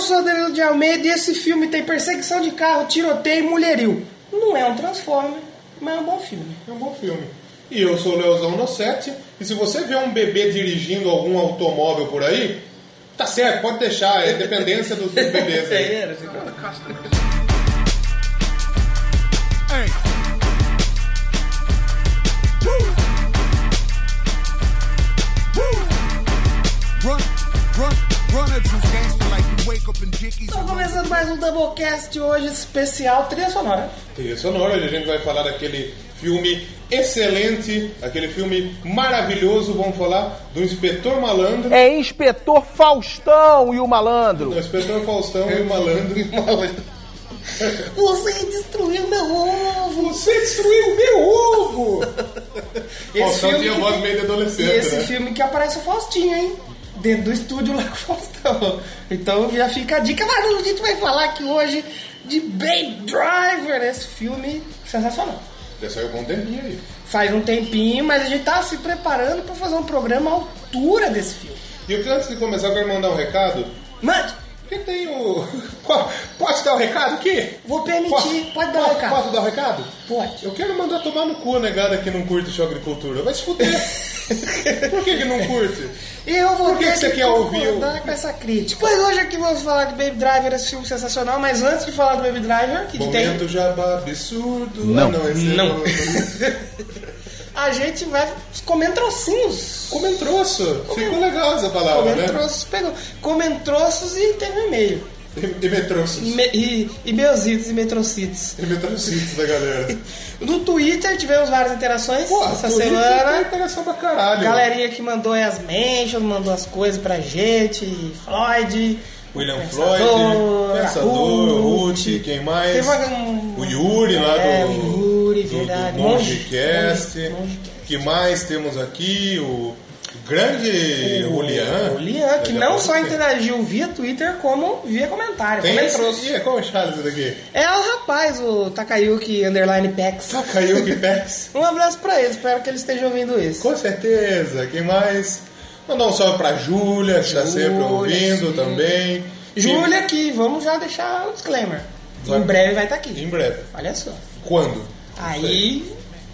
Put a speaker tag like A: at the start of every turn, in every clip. A: sou Danilo de Almeida e esse filme tem perseguição de carro, tiroteio e mulherio. Não é um Transformer, mas é um bom filme.
B: É um bom filme. E eu sou o Leozão Nocete, e se você vê um bebê dirigindo algum automóvel por aí, tá certo, pode deixar, é dependência dos dos bebês aí.
C: Run, run, run at you gangster like you wake up in dickies.
A: Então começando mais um Doublecast hoje especial trilha sonora.
B: Trilha sonora, hoje a gente vai falar daquele filme excelente, aquele filme maravilhoso, vamos falar do Inspetor Malandro.
D: É inspetor Faustão e o malandro.
B: O Inspetor Faustão e o Malandro.
A: Você destruiu meu ovo!
B: Você destruiu meu ovo! Faustão tinha
A: que-
B: voz meio de
A: E
B: adolescente,
A: esse
B: né?
A: filme que aparece o Faustinho, hein? Dentro do estúdio lá com o Faustão. Então já fica a dica, mas a gente vai falar aqui hoje de Baby Driver, esse filme sensacional.
B: Já saiu algum tempinho aí.
A: Faz um tempinho, mas a gente tá se preparando pra fazer um programa à altura desse filme.
B: E eu, antes de começar, eu quero mandar um recado.
A: Mande!
B: Porque tem o... Po- Posso dar o recado aqui?
A: Vou permitir, pode dar o
B: posso,
A: recado.
B: Posso dar o recado?
A: Pode.
B: Eu quero mandar tomar no cu a negada que não curte show agricultura. Vai se fuder. Por que que não curte?
A: E eu vou
B: Por que
A: ter
B: que você quer ouvir o-
A: concordar com essa crítica. Pois hoje aqui vamos falar de Baby Driver, esse filme sensacional, mas antes de falar do Baby Driver, que tem
B: Momento jabá absurdo. Não, não. Esse é não.
A: a gente vai comentrocinhos.
B: Comentroço. Ficou legal essa palavra, né?
A: Comentroços, pegou. Comentroços e teve um e-mail.
B: E metroços.
A: Me- e, e meuzitos e metrocitos.
B: E metrocitos da galera.
A: No Twitter tivemos várias interações
B: Pô,
A: essa
B: Twitter
A: semana.
B: Tem interação pra caralho.
A: Galerinha que mandou aí as mentions, mandou as coisas pra gente, Floyd.
B: William
A: Pensador,
B: Floyd, Pensador,
A: Raul.
B: Ruth, quem mais?
A: Teve um-
B: O Yuri lá
A: É,
B: do,
A: o Yuri,
B: do,
A: verdade.
B: do Mongecast.
A: Monge- Mongecast.
B: Que mais temos aqui? O grande Julian.
A: O Lian, que
B: Daqui a
A: não
B: pouco
A: só
B: tem-
A: interagiu via Twitter, como via comentário.
B: Tem
A: comentou.
B: esse... Ih, qual é o Charles daqui?
A: É o rapaz, o Takayuki Underline Pex.
B: Tá, caiu que pex.
A: Um abraço pra ele, espero que ele esteja ouvindo isso.
B: Com certeza. Quem mais? Mandar um salve pra Júlia, que tá sempre
A: Júlia,
B: ouvindo
A: sim.
B: também.
A: Júlia aqui, vamos já deixar o disclaimer.
B: Vai.
A: Em breve vai estar
B: E-
A: aqui.
B: Em breve.
A: Olha só.
B: Quando?
A: Aí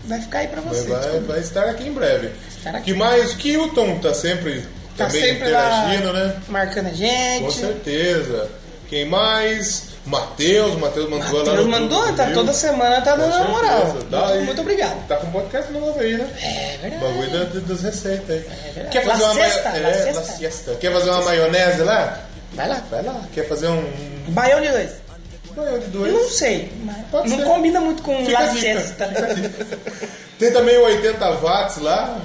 A: vai ficar aí pra
B: Vai,
A: você.
B: vai, vai estar aqui em breve.
A: Estará aqui.
B: Que mais? Que o Tom tá sempre
A: Tá
B: também
A: sempre lá
B: interagindo, né?
A: marcando a
B: Com
A: gente.
B: certeza. Quem mais? Matheus, Matheus mandou lá.
A: Deus
B: no
A: mandou,
B: grupo,
A: tá
B: viu?
A: toda semana, tá
B: Com
A: dando uma
B: certeza.
A: moral.
B: Dá
A: Muito,
B: aí.
A: muito obrigado.
B: Tá com podcast novo aí, né?
A: É
B: O
A: verdade. É
B: bagulho da- da- das receitas aí.
A: verdade.
B: Quer fazer
A: La
B: uma maio-
A: sexta, la
B: é,
A: sexta.
B: la sexta. Quer fazer uma maionese lá?
A: Vai lá.
B: Vai lá. Quer fazer um
A: Baião de dois.
B: baião de dois?
A: Não sei. mas
B: Pode
A: não
B: ser.
A: combina muito com
B: Fica a
A: La
B: dica.
A: Sexta.
B: Tem também o 80 watts lá.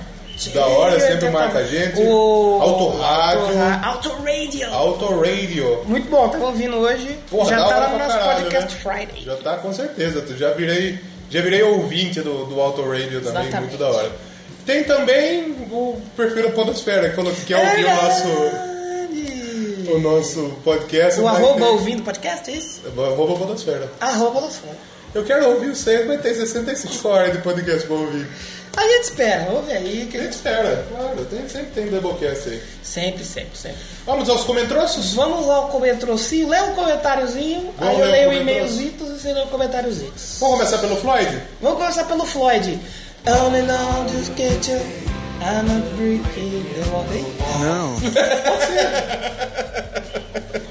B: Da hora, sempre
A: 80
B: marca a gente.
A: O...
B: Auto rádio.
A: Auto Radio.
B: Auto radio.
A: Muito bom, tava ouvindo hoje.
B: Porra,
A: já
B: da
A: tá
B: hora
A: lá no
B: pra
A: nosso
B: caralho,
A: podcast
B: né?
A: Friday.
B: Já tá com certeza, tu já virei, já virei ouvinte do, do Auto Radio também,
A: Exatamente.
B: muito da hora. Tem também o perfil da Podosfera, que falou que quer
A: É
B: ouvir o nosso,
A: Verdade.
B: o nosso podcast.
A: O
B: mas
A: arroba
B: tem-
A: ouvindo podcast, é isso?
B: Arroba Podosfera.
A: Arroba da Folha.
B: Eu quero ouvir o vocês, mas tem 65 horas de podcast pra ouvir.
A: A gente espera, ouve aí, que
B: A gente espera, claro, tem, sempre tem Doublecast aí.
A: sempre, sempre, sempre.
B: Vamos aos comentroços?
A: Vamos lá ao comentrocinho, lê um comentáriozinho, aí
B: Vamos
A: eu
B: ler um
A: leio
B: o
A: o
B: comentrocinho.
A: e-mailzitos e você lê o comentáriozitos.
B: Vamos começar pelo Floyd?
A: Vamos começar pelo Floyd. Only now this kitchen, I'm a freaky devil.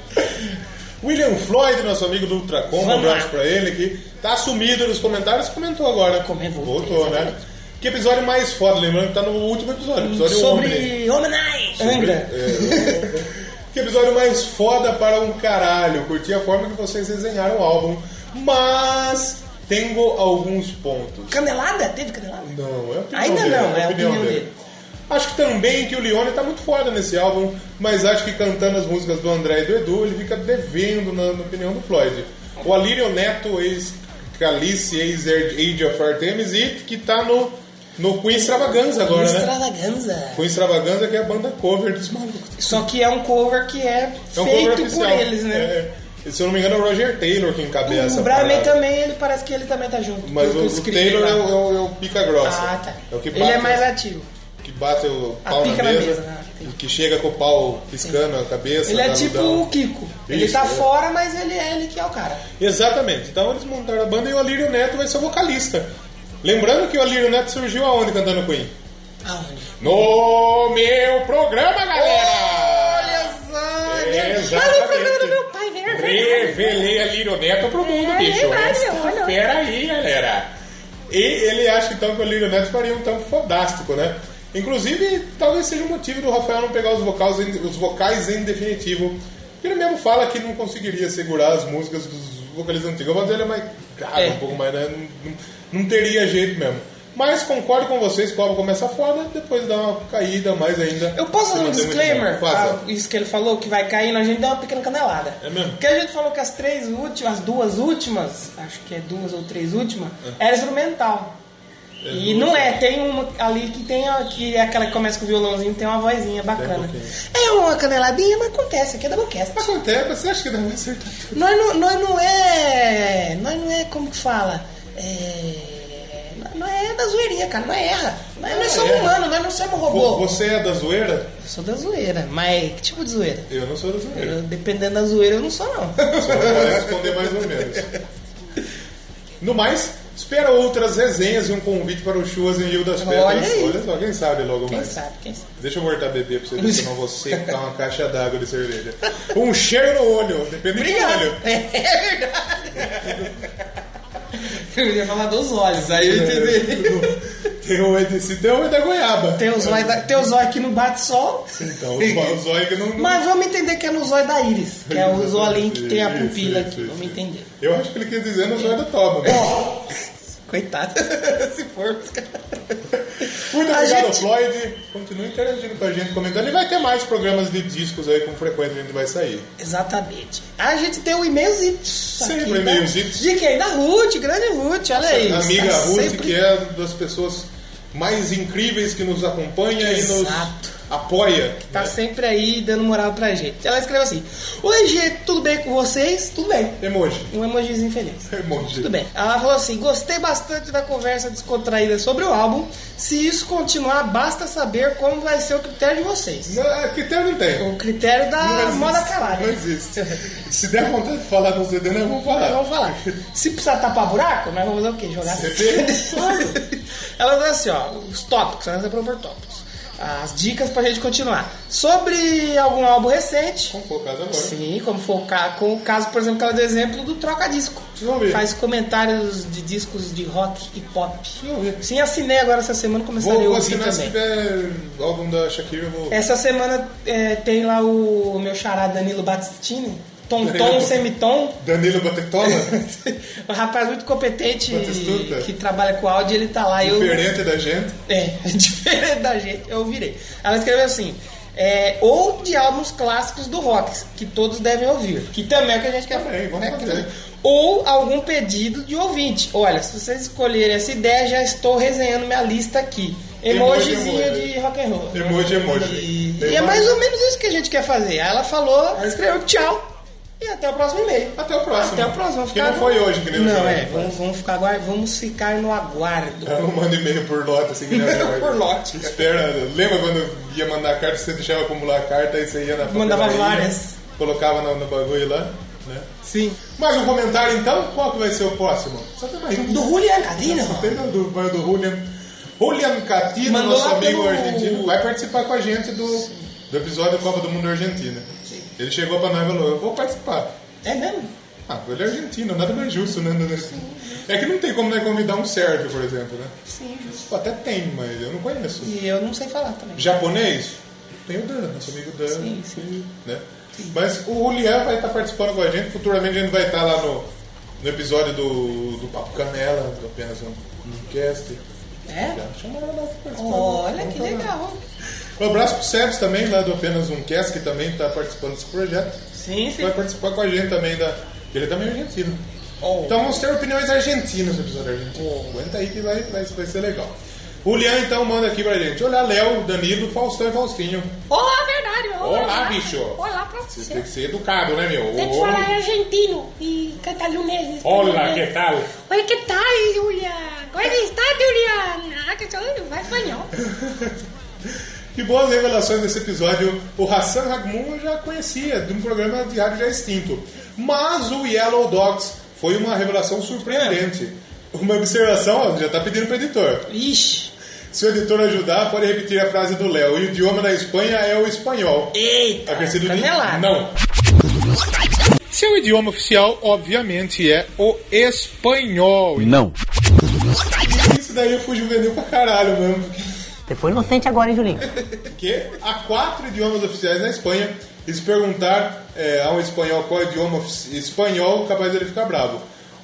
B: William Floyd, nosso amigo do Ultracom, um
A: Vamos lá.
B: abraço pra ele que tá sumido nos comentários, comentou agora.
A: Como é, voltei,
B: Voltou, né?
A: exatamente.
B: Que episódio mais foda, lembrando que tá no último episódio, episódio um, Omni.
A: Sobre Homenage. Angra.
B: é. Que episódio mais foda para um caralho. Curti a forma que vocês desenharam o álbum, mas tenho alguns pontos.
A: Canelada? Teve canelada?
B: Não, é a opinião
A: Ainda
B: dele,
A: não, é a
B: a
A: opinião dele.
B: Acho que também que o Leone tá muito foda nesse álbum, mas acho que cantando as músicas do André e do Edu, ele fica devendo na, na opinião do Floyd. O Alírio Neto, é ex-Calice, ex-Age of Artemis, e que tá no, no Queen Extravaganza agora, né?
A: Extravaganza.
B: Queen Extravaganza que é a banda cover dos malucos.
A: Só que é um cover que é,
B: É um
A: feito
B: cover
A: por
B: oficial.
A: eles, né?
B: É. se eu não me engano, é o Roger Taylor que encabeça
A: o
B: a
A: Brian May
B: parada.
A: também, ele parece que ele também tá junto.
B: Mas
A: pelo
B: o,
A: que eu
B: o
A: escrevi
B: Taylor
A: lá.
B: é o, é o- é o pica grossa.
A: Ah, tá.
B: É o que bate,
A: ele é mais ativo.
B: que bate o
A: A
B: pau
A: pica
B: na mesa.
A: né?
B: que chega com o pau piscando a cabeça.
A: Ele é
B: taludão.
A: tipo o Kiko. Ele
B: um- Isso,
A: tá
B: é.
A: fora, mas ele é ele que é o cara.
B: Exatamente. Então eles montaram a banda e o Alírio Neto vai ser o vocalista. Lembrando que o Alírio Neto surgiu aonde cantando Queen?
A: Aonde?
B: No meu programa, galera!
A: Olha só! né?
B: Exatamente.
A: Olha o programa do meu pai, verdade.
B: Revelei a Lírio Neto pro mundo, bicho.
A: É verdade, olha.
B: Esta fera aí, galera. E ele acha então que o Lírio Neto faria um tampo fodástico, né? Inclusive, talvez seja o motivo do Rafael não pegar os vocais, em- os vocais em definitivo. Ele mesmo fala que não conseguiria segurar as músicas dos vocalistas antigos. A voz dele é mais grave,
A: É.
B: um pouco mais, né? Não, não- não teria jeito mesmo. Mas concordo com vocês, o álbum começa foda, depois dá uma caída mais ainda.
A: Eu posso
B: Se
A: fazer um
B: mantém muito bem.
A: disclaimer?
B: Faça.
A: Ah, isso que ele falou, que vai caindo, a gente deu uma pequena canelada.
B: É mesmo?
A: Porque a gente falou que as três últimas, as duas últimas, acho que é duas ou três últimas,
B: É.
A: era instrumental. E não é, tem uma ali que tem a- que é aquela que começa com o violãozinho, tem uma vozinha bacana.
B: um pouquinho.
A: É uma caneladinha, mas acontece, aqui é Doublecast.
B: Acontece, você acha que não vai acertar tudo?
A: Nós não, nós não é. Nós não é como que fala? É. nós- Nós é da zoeirinha, cara, nós erra. Nós, nós somos
B: Ah, erra.
A: humanos, nós não somos
B: Pô,
A: robô.
B: Você é da zoeira?
A: Eu sou da zoeira, mas que tipo de zoeira?
B: Eu não sou da zoeira.
A: Eu, dependendo da zoeira, eu não sou, não.
B: Só vou responder mais ou menos. No mais, espera outras resenhas e um convite para o Chuas em Rio das Pedras.
A: Olha aí.
B: só, quem sabe logo
A: Quem
B: mais.
A: sabe, quem sabe.
B: Deixa eu cortar bebê pra você ver, senão você tá uma caixa d'água de cerveja. Um cheiro no olho, depende
A: Obrigado.
B: do olho.
A: É verdade. Eu ia falar dos olhos, aí eu
B: É.
A: entendi.
B: Tem um o EDC, tem o da goiaba.
A: Tem os olhos, da- tem os olhos que não bate sol,
B: Então, os os olhos que não.
A: mas vamos entender que é nos olhos da íris, que é os olhinhos que tem a
B: Isso,
A: pupila
B: isso,
A: aqui.
B: isso.
A: Vamos entender.
B: Eu acho que ele quis dizer nos olhos da toba. né?
A: Coitado. Se for.
B: Muito
A: A
B: obrigado,
A: gente-
B: Floyd. Continue interagindo com a gente, comentando. E vai ter mais programas de discos aí com frequência a gente vai sair.
A: Exatamente. A gente tem um e-mailzinho.
B: Sempre
A: aqui, né?
B: e-mailzinhos.
A: De quem? Da Ruth, grande Ruth, olha aí.
B: A amiga
A: Tá
B: Ruth,
A: sempre-
B: que é uma das pessoas mais incríveis que nos acompanha
A: Exato.
B: e nos apoia.
A: Tá
B: né?
A: sempre aí dando moral pra gente. Ela escreveu assim: Oi, gente, tudo bem com vocês? Tudo bem.
B: Emoji.
A: Um emojizinho feliz.
B: Emoji.
A: Tudo bem. Ela falou assim: gostei bastante da conversa descontraída sobre o álbum. Se isso continuar, basta saber como vai ser o critério de vocês.
B: Não, critério não tem.
A: O critério da
B: existe,
A: moda né? calada.
B: Não existe. Se der vontade de falar com o CD, nós vamos falar.
A: Nós vamos falar. Se precisar tapar buraco, nós vamos fazer o quê? Jogar
B: CD?
A: Ela falou assim, ó, os tópicos, ela separou por tópicos. As dicas pra gente continuar. Sobre algum álbum recente.
B: Vamos focar agora.
A: Sim, como focar com o caso, por exemplo, que ela deu exemplo do Troca Disco.
B: Deixa eu ver.
A: Faz comentários de discos de rock e pop.
B: eu ver.
A: Sim, assinei agora essa semana,
B: Vou,
A: começarei a
B: vou
A: ouvir
B: assinar se
A: também.
B: tiver álbum da Shakira, eu vou.
A: Essa semana é, tem lá o meu xará Danilo Battistini, Tom Tom, Semitom.
B: Danilo Batetola,
A: Um rapaz muito competente
B: Batistuta.
A: que trabalha com áudio, ele tá lá. Eu,
B: diferente da gente.
A: é, diferente da gente, eu virei. Ela escreveu assim: é, ou de álbuns clássicos do rock, que todos devem ouvir, que também é o que a gente quer
B: Também, vamos
A: né,
B: fazer.
A: quer- Ou algum pedido de ouvinte. Olha, se vocês escolherem essa ideia, já estou resenhando minha lista aqui.
B: Emoji,
A: Emojizinho
B: um emoji.
A: de rock and roll.
B: Emoji, emoji.
A: E,
B: Tem
A: e é
B: mais?
A: mais ou menos isso que a gente quer fazer. Aí ela falou, ela escreveu tchau. E até o próximo e-mail.
B: Até o próximo.
A: Até o próximo. vamos
B: Que
A: ficar
B: não foi hoje, que nem o
A: Não,
B: Jorge
A: é.
B: faz.
A: Vamos, vamos ficar, aguar- vamos ficar no aguardo.
B: Ela não manda Então, e-mail por nota, assim que nem a Jorge.
A: Por lote.
B: Espera, lembra quando ia mandar carta, você deixava acumular a carta e você ia na
A: Mandava
B: papelaria, né?
A: várias.
B: Colocava no, no bagulho lá, né?
A: Sim.
B: Mais um comentário então? Qual que vai ser o próximo? Só tem mais um.
A: Do é Julian Cadino.
B: Tem do, do, vai do Julian. Julian Catino,
A: Mandou
B: nosso
A: lá
B: amigo
A: pelo-
B: argentino, vai participar com a gente do, do episódio Copa do Mundo Argentina. Ele chegou pra nós e falou, eu vou participar.
A: É mesmo?
B: Ah, ele é argentino, nada mais justo, né? É que não tem como né, convidar um sérvio, por exemplo, né?
A: Sim, justo.
B: Até tem, mas eu não conheço.
A: E eu não sei falar também.
B: Japonês? Tem o Dan, nosso amigo Dan.
A: Sim, sim.
B: Né? Mas o Julian vai estar participando com a gente. Futuramente a gente vai estar lá no, no episódio do, do Papo Canela, do apenas um um cast.
A: É?
B: Já chamaram ela pra participar.
A: Olha
B: Vamos
A: que
B: falar.
A: legal.
B: Um abraço pro Sebs também, lá do Apenas Um Cast, que também está participando desse projeto.
A: Sim, sim.
B: Vai participar com a gente também da. Ele também é argentino.
A: Oh.
B: Então vamos ter opiniões argentinas no episódio argentino. Aguenta aí que vai, vai, vai ser legal. O Lian então manda aqui pra gente. Olá, Léo, Danilo, Faustão e Faustinho.
E: Olá, verdade. Olá,
B: Olá, bicho.
E: Olá pra
B: Vocês têm
E: você.
B: que ser educado, né, meu?
E: Tem que falar argentino e catalunês.
B: Olá, que tal?
E: Oi, que tal, é Julian? Oi, que está, Julian? Ah, que tal? Vai espanhol.
B: Que boas revelações nesse episódio. O Hassan Hagmun eu já conhecia, de um programa de rádio já extinto. Mas o Yellow Dogs foi uma revelação surpreendente. Uma observação, ó, já tá pedindo pro editor.
A: Ixi.
B: Se o editor ajudar, pode repetir a frase do Léo. E o idioma da Espanha é o espanhol.
A: Eita.
B: A crescida Tá de
A: Canelada.
B: não. Seu idioma oficial, obviamente, é o espanhol.
D: Não.
B: Isso daí eu fui juvenil pra caralho mesmo. porque-
F: Você foi inocente agora, hein, Julinho?
B: Porque há quatro idiomas oficiais na Espanha. E se perguntar é, a um espanhol qual é o idioma ofici- espanhol, capaz dele ficar bravo.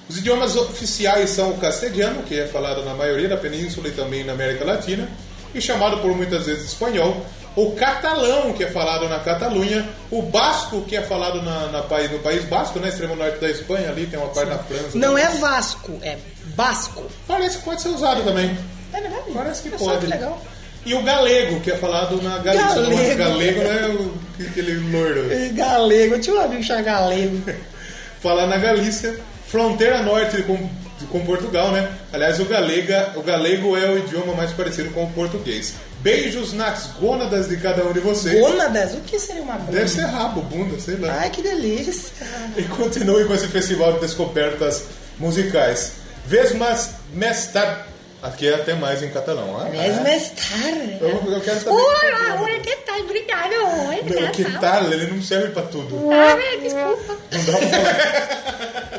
B: Os idiomas oficiais são o castelhano, que é falado na maioria da península e também na América Latina, e chamado por muitas vezes espanhol. O catalão, que é falado na Catalunha. O basco, que é falado na, na, pai- no País Basco, né? Extremo norte da Espanha, ali tem uma parte na França.
A: Não é Vasco, é Basco.
B: Parece que pode ser usado também.
A: É verdade?
B: Parece que
A: Olha só
B: pode.
A: que legal.
B: E o galego, que é falado na Galícia.
A: Galego.
B: Galego, galego não é o- aquele loiro.
A: E É Galego, eu tinha um amigo chamado Galego.
B: Fala na Galícia, fronteira norte com, com Portugal, né? Aliás, o, galega, o galego é o idioma mais parecido com o português. Beijos nas gônadas de cada um de vocês.
A: Gônadas? O que seria uma
B: Deve
A: gônada?
B: ser rabo, bunda, sei lá.
A: Ai, que delícia.
B: E continue com esse festival de descobertas musicais. Vez mais, mesta... Aqui é até mais em catalão. Ah,
A: Mas mais tarde.
B: eu, eu quero saber... é
E: Olá, olha que tal, obrigado. Olha que
B: Não,
E: tal.
B: que tal? Ele não serve pra tudo.
E: tá. Ah, velho, desculpa.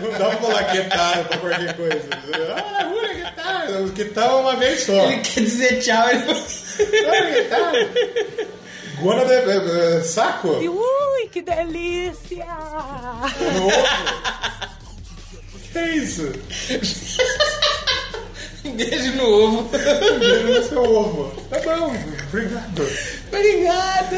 B: Não dá pra falar que tal pra qualquer coisa. Ah, olha, que tal? Que tal uma vez só?
A: Ele quer dizer tchau. Ele...
B: Olha, que tal? Guana de, eh, eh, saco?
G: Ui, que delícia!
B: No ovo? um Que é isso?
A: Beijo no ovo.
B: Ele é seu ovo. Tá bom, obrigado.
A: Obrigado.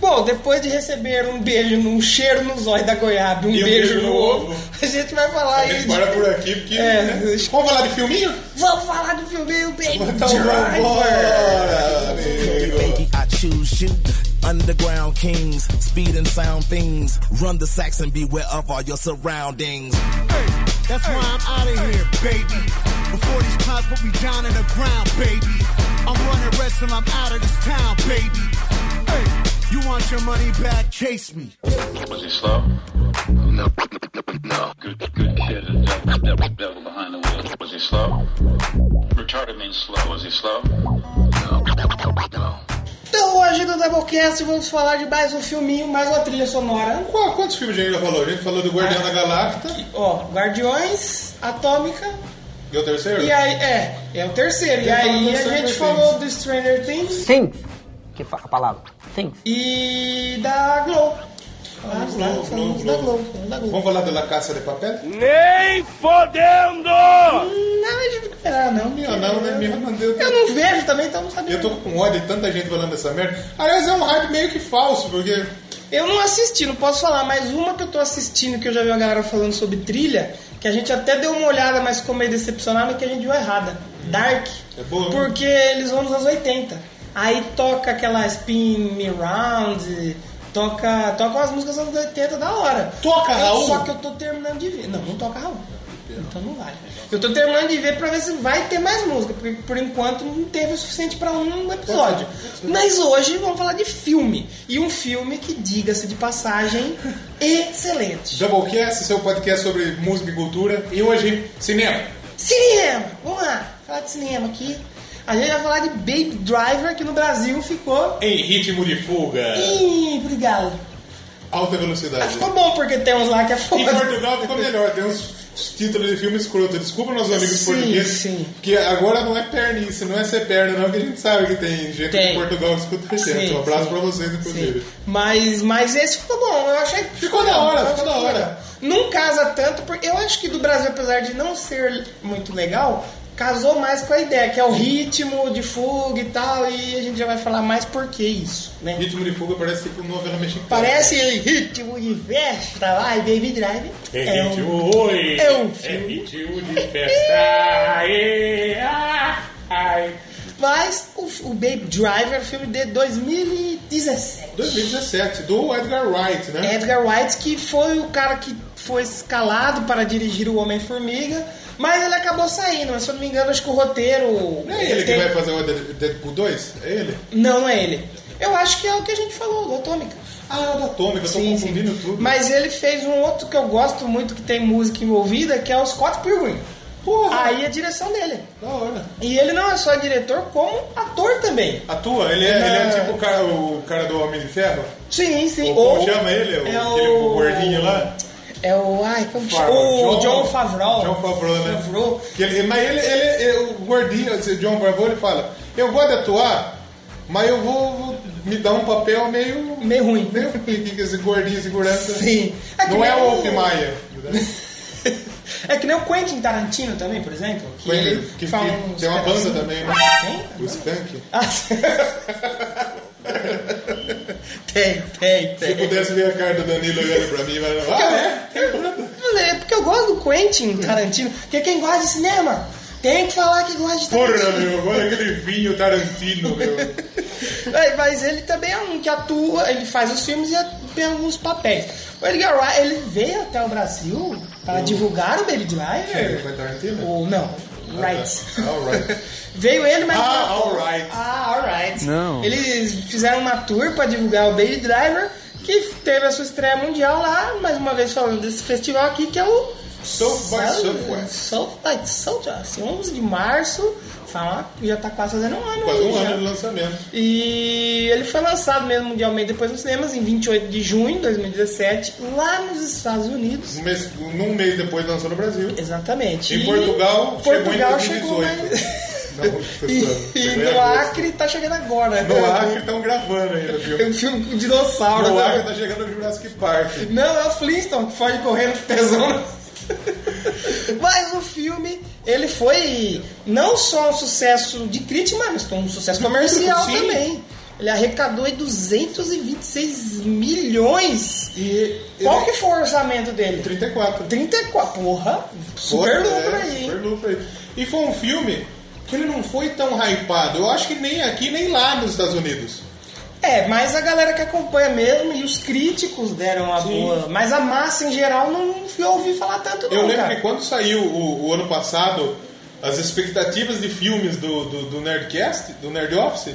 A: Bom, depois de receber um beijo, num cheiro nos olhos da goiaba e um
B: E um
A: beijo,
B: beijo
A: no,
B: no
A: ovo,
B: ovo,
A: a gente vai falar aí de...
B: Bora por aqui, porque...
A: É,
B: né? Vamos falar de filminho?
A: Vamos falar do filme O Beijo
B: Então vambora, amigo.
H: Baby, I choose you. Underground kings, speed and sound things. Run the sacks and beware of all your surroundings.
C: That's why I'm out of here, baby. Before these clouds put me down in the ground, baby. I'm running rest till I'm out of this town, baby. Hey, you want your money back? Chase me.
I: Was he slow? No, no. Good, good kid. Devil, devil, devil behind the wheel. Was he slow? Retarded means slow. Was he slow? No, no.
A: Então hoje no Doublecast vamos falar de mais um filminho, mais uma trilha sonora.
B: Qual- Quantos filmes a gente já falou? A gente falou do Guardião da Galáctica.
A: Ó, Guardiões, Atômica,
B: E o terceiro?
A: e aí, é, é o terceiro. E
B: Eu falo do
A: aí a
B: Stranger
A: gente
B: Things.
A: falou do Stranger Things
F: Sim. Que fa- a palavra? Sim.
A: e da Glow. Falamos lá,
B: Glow,
A: falamos
B: Glow,
A: da Glow, falamos da Glow.
B: Vamos falar da La Caça de Papel?
D: Nem fodendo!
A: Não, a gente não esperar, não.
B: Minha não, né? Minha não deu.
A: Eu não vejo também, então não sabia.
B: Eu tô com ódio de tanta gente falando dessa merda. Aliás, é um hype meio que falso, porque.
A: Eu não assisti, não posso falar, mas uma que eu tô assistindo, que eu já vi a galera falando sobre trilha, que a gente até deu uma olhada, mas ficou meio decepcionado, que a gente viu errada. Dark.
B: É boa, né?
A: Porque eles vão nos anos 80. Aí toca aquela Spin Me Round, toca, toca umas músicas dos anos 80 da hora.
B: Toca,
A: Eu-
B: Raul?
A: Só que eu tô terminando de ver. Não, não toca Raul. Então não vale. Eu tô terminando de ver pra ver se vai ter mais música, porque por enquanto não teve o suficiente pra um episódio. Mas hoje vamos falar de filme. E um filme que, diga-se de passagem, excelente.
B: Doublecast, seu podcast sobre música e cultura. E hoje, cinema.
A: Cinema! Vamos lá, falar de cinema aqui. A gente vai falar de Baby Driver, que no Brasil ficou.
B: Em ritmo de fuga.
A: Ih, obrigado.
B: Alta velocidade.
A: Ficou bom porque tem uns lá que é
B: Em
A: foda.
B: Portugal ficou melhor, tem uns títulos de filme escroto. Desculpa nossos amigos
A: Sim,
B: portugueses.
A: sim.
B: Que agora não é pernice, não é ser perna, não, que a gente sabe que tem gente
A: Tem.
B: de Portugal que escuta a gente.
A: Sim,
B: um abraço
A: sim.
B: pra vocês, inclusive.
A: Sim. Mas, mas esse ficou bom, eu achei que
B: Ficou da hora,
A: bom,
B: ficou da hora.
A: legal. Não casa tanto, porque eu acho que do Brasil, apesar de não ser muito legal, casou mais com a ideia, que é o ritmo de fuga e tal, e a gente já vai falar mais por que isso, né?
B: Ritmo de fuga parece tipo novela mexicana.
A: Parece ritmo de festa lá, e Baby Drive. É, um,
B: oi!
A: é um filme.
B: ritmo de festa!
A: Mas o, o Baby Driver é um filme de 2017.
B: 2017, do Edgar Wright,
A: É,
B: né?
A: Edgar Wright, que foi o cara que foi escalado para dirigir o Homem-Formiga, Mas ele acabou saindo, mas se eu não me engano, acho que o roteiro.
B: Não é ele que
A: tem-
B: vai fazer o Dead- Deadpool 2? É ele?
A: Não, não é ele. Eu acho que é o que a gente falou, do Atômica.
B: Ah, é o da Atômica, eu tô
A: Sim,
B: confundindo
A: sim.
B: tudo.
A: Mas ele fez um outro que eu gosto muito, que tem música envolvida, que é o Scott Pilgrim.
B: Porra!
A: Aí é a direção dele.
B: Da hora.
A: E ele não é só diretor, como ator também.
B: Atua? Ele é,
A: Não.
B: ele é tipo o cara, o cara do Homem de Ferro?
A: Sim, sim.
B: Ou
A: Ou-
B: como chama ele? O, aquele gordinho lá?
A: É o. Ai, como chama?
B: Favreau.
A: O John Favreau.
B: John Favreau, né?
A: Favreau.
B: Que ele- mas ele, ele, ele- o gordinho, esse John Favreau, ele fala: Eu gosto de atuar, mas eu vou, vou me dar um papel meio.
A: Meio ruim.
B: meio ruim, que esse gordinho segurança.
A: Sim. É que
B: Não é
A: nem
B: o Wolf
A: o-
B: Maia. né?
A: É que nem o Quentin Tarantino também, por exemplo. Que,
B: Quentin,
A: ele
B: que-
A: faz
B: que
A: uns
B: tem uma banda
A: pedacinhos. Ah,
B: também, né?
A: Tem?
B: O Skunk.
A: Ah, tem, tem,
B: Se
A: tem.
B: pudesse ver a cara do Danilo olhando pra mim, mas. Ah, é?
A: É porque eu gosto do Quentin Tarantino, porque quem gosta de cinema tem que falar que gosta de
B: Porra,
A: Tarantino.
B: meu, agora aquele vinho Tarantino, meu.
A: Mas- Mas ele também é um que atua, ele faz os filmes e a- tem alguns papéis. O Edgar Wright, ele veio até o Brasil para divulgar o Ah, Baby Driver.
B: Vai Tarantino?
A: Ou não,
B: Ah, tá.
A: Wright.
B: Alright.
A: Veio ele, mas.
B: Ah, alright.
A: Ah, alright. Não. Eles fizeram uma tour pra divulgar o Baby Driver, que teve a sua estreia mundial lá, mais uma vez falando desse festival aqui, que é o.
B: South by Southwest.
A: South by Southwest. 11 assim, de março, fala, já tá quase fazendo um ano.
B: Quase
A: aí
B: um
A: já.
B: ano do lançamento.
A: E ele foi lançado mesmo mundialmente depois nos cinemas em 28 de junho de 2017, lá nos Estados Unidos.
B: Um mês, um mês depois lançou no Brasil.
A: Exatamente.
B: Em
A: E
B: Portugal,
A: Portugal
B: chegou
A: chegou
B: em
A: em
B: 2018. Não, tô
A: E,
B: zoando.
A: e
B: Chegou em
A: no
B: agosto.
A: Acre tá chegando agora.
B: No Acre estão gravando ainda,
A: É
B: viu?
A: um filme com dinossauro.
B: No
A: né?
B: Acre tá chegando o Jurassic Park.
A: Não, é o Flintstone que foge correndo com tesão. Mas o filme, ele foi não só um sucesso de crítica, mas foi um sucesso comercial
B: Sim.
A: também. Ele arrecadou aí 226 milhões.
B: E
A: Qual que foi o orçamento dele?
B: 34.
A: 34. Porra, super
B: Pô,
A: lucro
B: é,
A: aí, hein?
B: Super lucro aí. E foi um filme que ele não foi tão hypado. Eu acho que nem aqui, nem lá nos Estados Unidos.
A: É, mas a galera que acompanha mesmo e os críticos deram uma
B: Sim.
A: boa. Mas a massa em geral não fui ouvir falar tanto não,
B: Eu lembro
A: cara.
B: que quando saiu o, o ano passado, as expectativas de filmes do, do, do Nerdcast, do Nerd Office,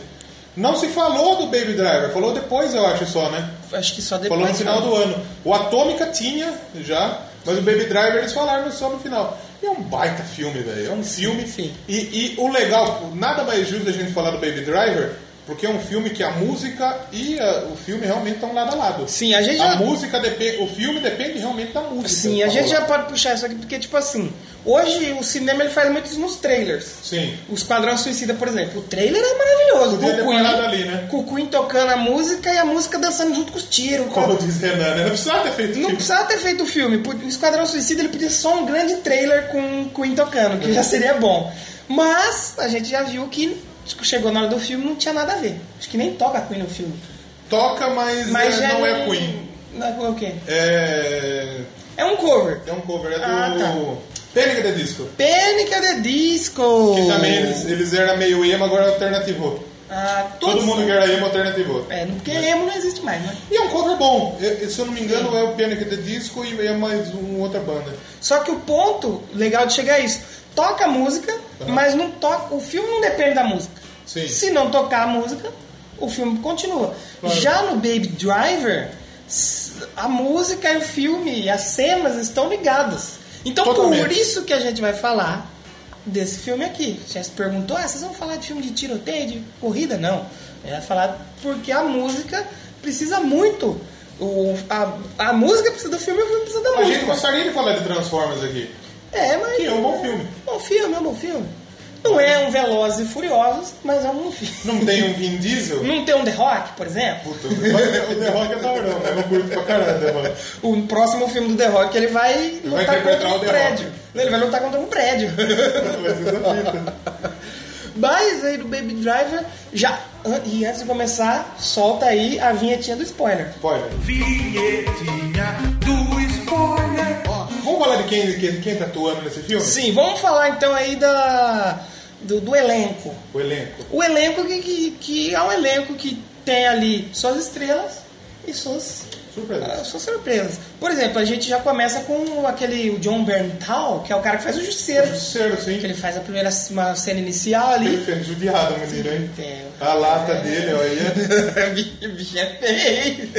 B: não se falou do Baby Driver. Falou depois, eu acho só, né?
A: Acho que só depois.
B: Falou no final
A: cara.
B: do ano. O Atômica tinha já, mas o Baby Driver eles falaram só no final. E é um baita filme, velho. É um
A: assim.
B: filme.
A: sim.
B: E, e o legal, nada mais justo da gente falar do Baby Driver, porque é um filme que a música e a- o filme realmente estão lado a lado.
A: Sim, a gente
B: A
A: já-
B: música depende. O filme depende realmente da música.
A: Sim, a gente
B: Tá
A: já
B: rolando.
A: pode puxar isso aqui, porque, tipo assim, hoje o cinema ele faz muito isso nos trailers.
B: Sim.
A: O Esquadrão Suicida, por exemplo. O trailer é maravilhoso.
B: Podia ter
A: Com o Queen-
B: parado ali, né?
A: Com o Queen tocando a música e a música dançando junto com os tiros. cara.
B: Como diz Renan, né? Não precisava ter feito tipo,
A: Não
B: filme.
A: precisava ter feito o filme. O Esquadrão Suicida ele podia ser só um grande trailer com o Queen tocando, que já
B: Uhum.
A: seria bom. Mas a gente já viu que tipo, chegou na hora do filme não tinha nada a ver. Acho que nem toca Queen no filme.
B: Toca, mas,
A: Mas
B: é,
A: já
B: não é Queen.
A: Não é o quê?
B: É.
A: É um cover.
B: É um cover, é do.
A: Ah, tá.
B: Pênica de Disco.
A: Pânica de Disco!
B: Que também eles, eles eram meio emo, agora alternativou.
A: Ah,
B: Todo
A: todos-
B: mundo que era emo alternativou.
A: É, porque emo não existe mais, né?
B: E é um cover bom. Eu- se eu não me engano, é o Panic! The Disco e é mais uma outra banda.
A: Só que o ponto legal de chegar é isso. Toca a música, mas não toca. O filme não depende da música.
B: Sim.
A: Se não tocar a música, o filme continua. Já no Baby Driver, s- a música e o filme, as cenas estão ligadas. Então por
B: Totalmente.
A: isso que a gente vai falar desse filme aqui. Já se perguntou, ah, vocês vão falar de filme de tiroteio, de corrida? Não. A gente vai falar porque a música precisa muito. O, a, a música precisa do filme e o filme precisa da
B: A
A: música.
B: gente gostaria de falar de Transformers aqui.
A: É, mas.
B: Que é um bom filme.
A: Bom filme, é um bom filme. Não é um Velozes e Furiosos, mas é um bom filme.
B: Não tem um Vin Diesel?
A: Não tem um The Rock, por exemplo?
B: Puta, o The Rock é daorão, né? Eu curto pra caralho o The Rock.
A: O próximo filme do The Rock, ele vai lutar
B: interpretar
A: contra
B: o
A: um
B: The
A: prédio.
B: Rock.
A: Não, Ele vai lutar contra um prédio.
B: Vai ser da fita.
A: mas aí do Baby Driver, já. E antes de começar, solta aí a vinhetinha do spoiler.
B: Spoiler.
D: Vinhetinha do spoiler.
B: Vamos falar de quem, quem, quem tá atuando nesse filme?
A: Sim, vamos falar então aí da. Do, do elenco.
B: O elenco.
A: O elenco que, que, que é um elenco que tem ali suas estrelas e suas Ah,
B: Surpresa.
A: São surpresas. Por exemplo, a gente já começa com aquele o John Berntal, que é o cara que faz o Justiceiro.
B: Justiceiro, sim.
A: Que ele faz a primeira uma cena inicial ali.
B: um assim, Ele é judiado, menino, hein?
A: Tem.
B: A lata dele, é olha.
A: O bicho é feio.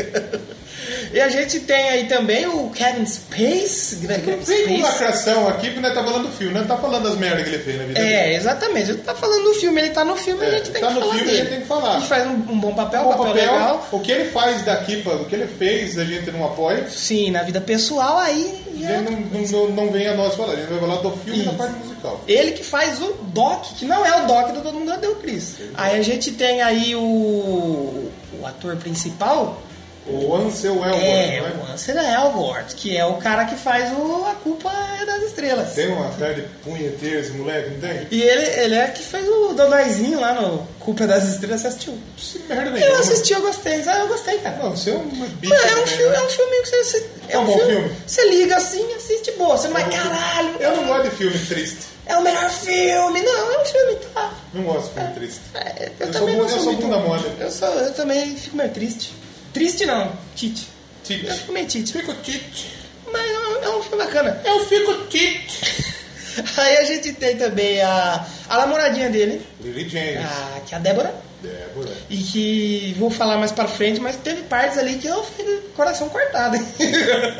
A: E a gente tem aí também o Kevin Space. Grande Kevin
B: Vem com
A: Space.
B: lacração tipo aqui, porque nós tá falando do filme, né? Não tá falando das merdas que ele fez na vida dele.
A: É, exatamente. Ele tá falando do filme, ele tá no filme,
B: É,
A: a gente tem
B: tá
A: que
B: no
A: falar
B: filme,
A: dele.
B: a gente tem que falar.
A: Ele faz um, um bom papel, um
B: O
A: papel,
B: é papel,
A: legal.
B: o que ele faz daqui, pra- o que ele fez, a gente não apoia.
A: Sim, na vida pessoal aí.
B: E
A: já-
B: ele não, não, não, não vem a nós falar, a gente vai falar do filme e da
A: Isso.
B: parte musical.
A: Ele que faz o Doc, que não é o Doc do Todo Mundo Deu Chris. Aí a gente tem aí o, o ator principal,
B: O Ansel Elgort,
A: é
B: né?
A: o Ansel Elgort, que é o cara que faz o A Culpa é das Estrelas.
B: Tem uma tarde punheteira esse moleque, não tem?
A: E ele, ele é que fez o Dodóizinho lá no Culpa é das Estrelas, você assistiu?
B: Isso é merda
A: Eu
B: nenhuma.
A: assisti, eu gostei. Ah, eu gostei, cara.
B: Não, você é uma bicha.
A: Mano, é um
B: né?
A: filme, é um filme que você- você.
B: É
A: É
B: um
A: um
B: bom
A: filme.
B: filme.
A: Você liga assim e assiste boa. Você não vai, caralho,
B: Eu não gosto de filme triste.
A: é o melhor filme. Não, é um filme, tá?
B: Não gosto de filme triste.
A: É,
B: Eu
A: eu,
B: sou
A: também
B: bu-
A: não
B: eu sou
A: muito-
B: bunda mole.
A: Eu, sou, eu também fico meio triste. Triste não, Tite.
B: Tite.
A: Eu fico meio Tite.
B: Fico tite.
A: Mas é um, é um filme bacana.
B: Eu fico tite.
A: Aí a gente tem também a, a namoradinha dele,
B: Lily James.
A: a, que é a Débora.
B: Débora.
A: E que vou falar mais pra frente, mas teve partes ali que eu fiquei do coração cortado.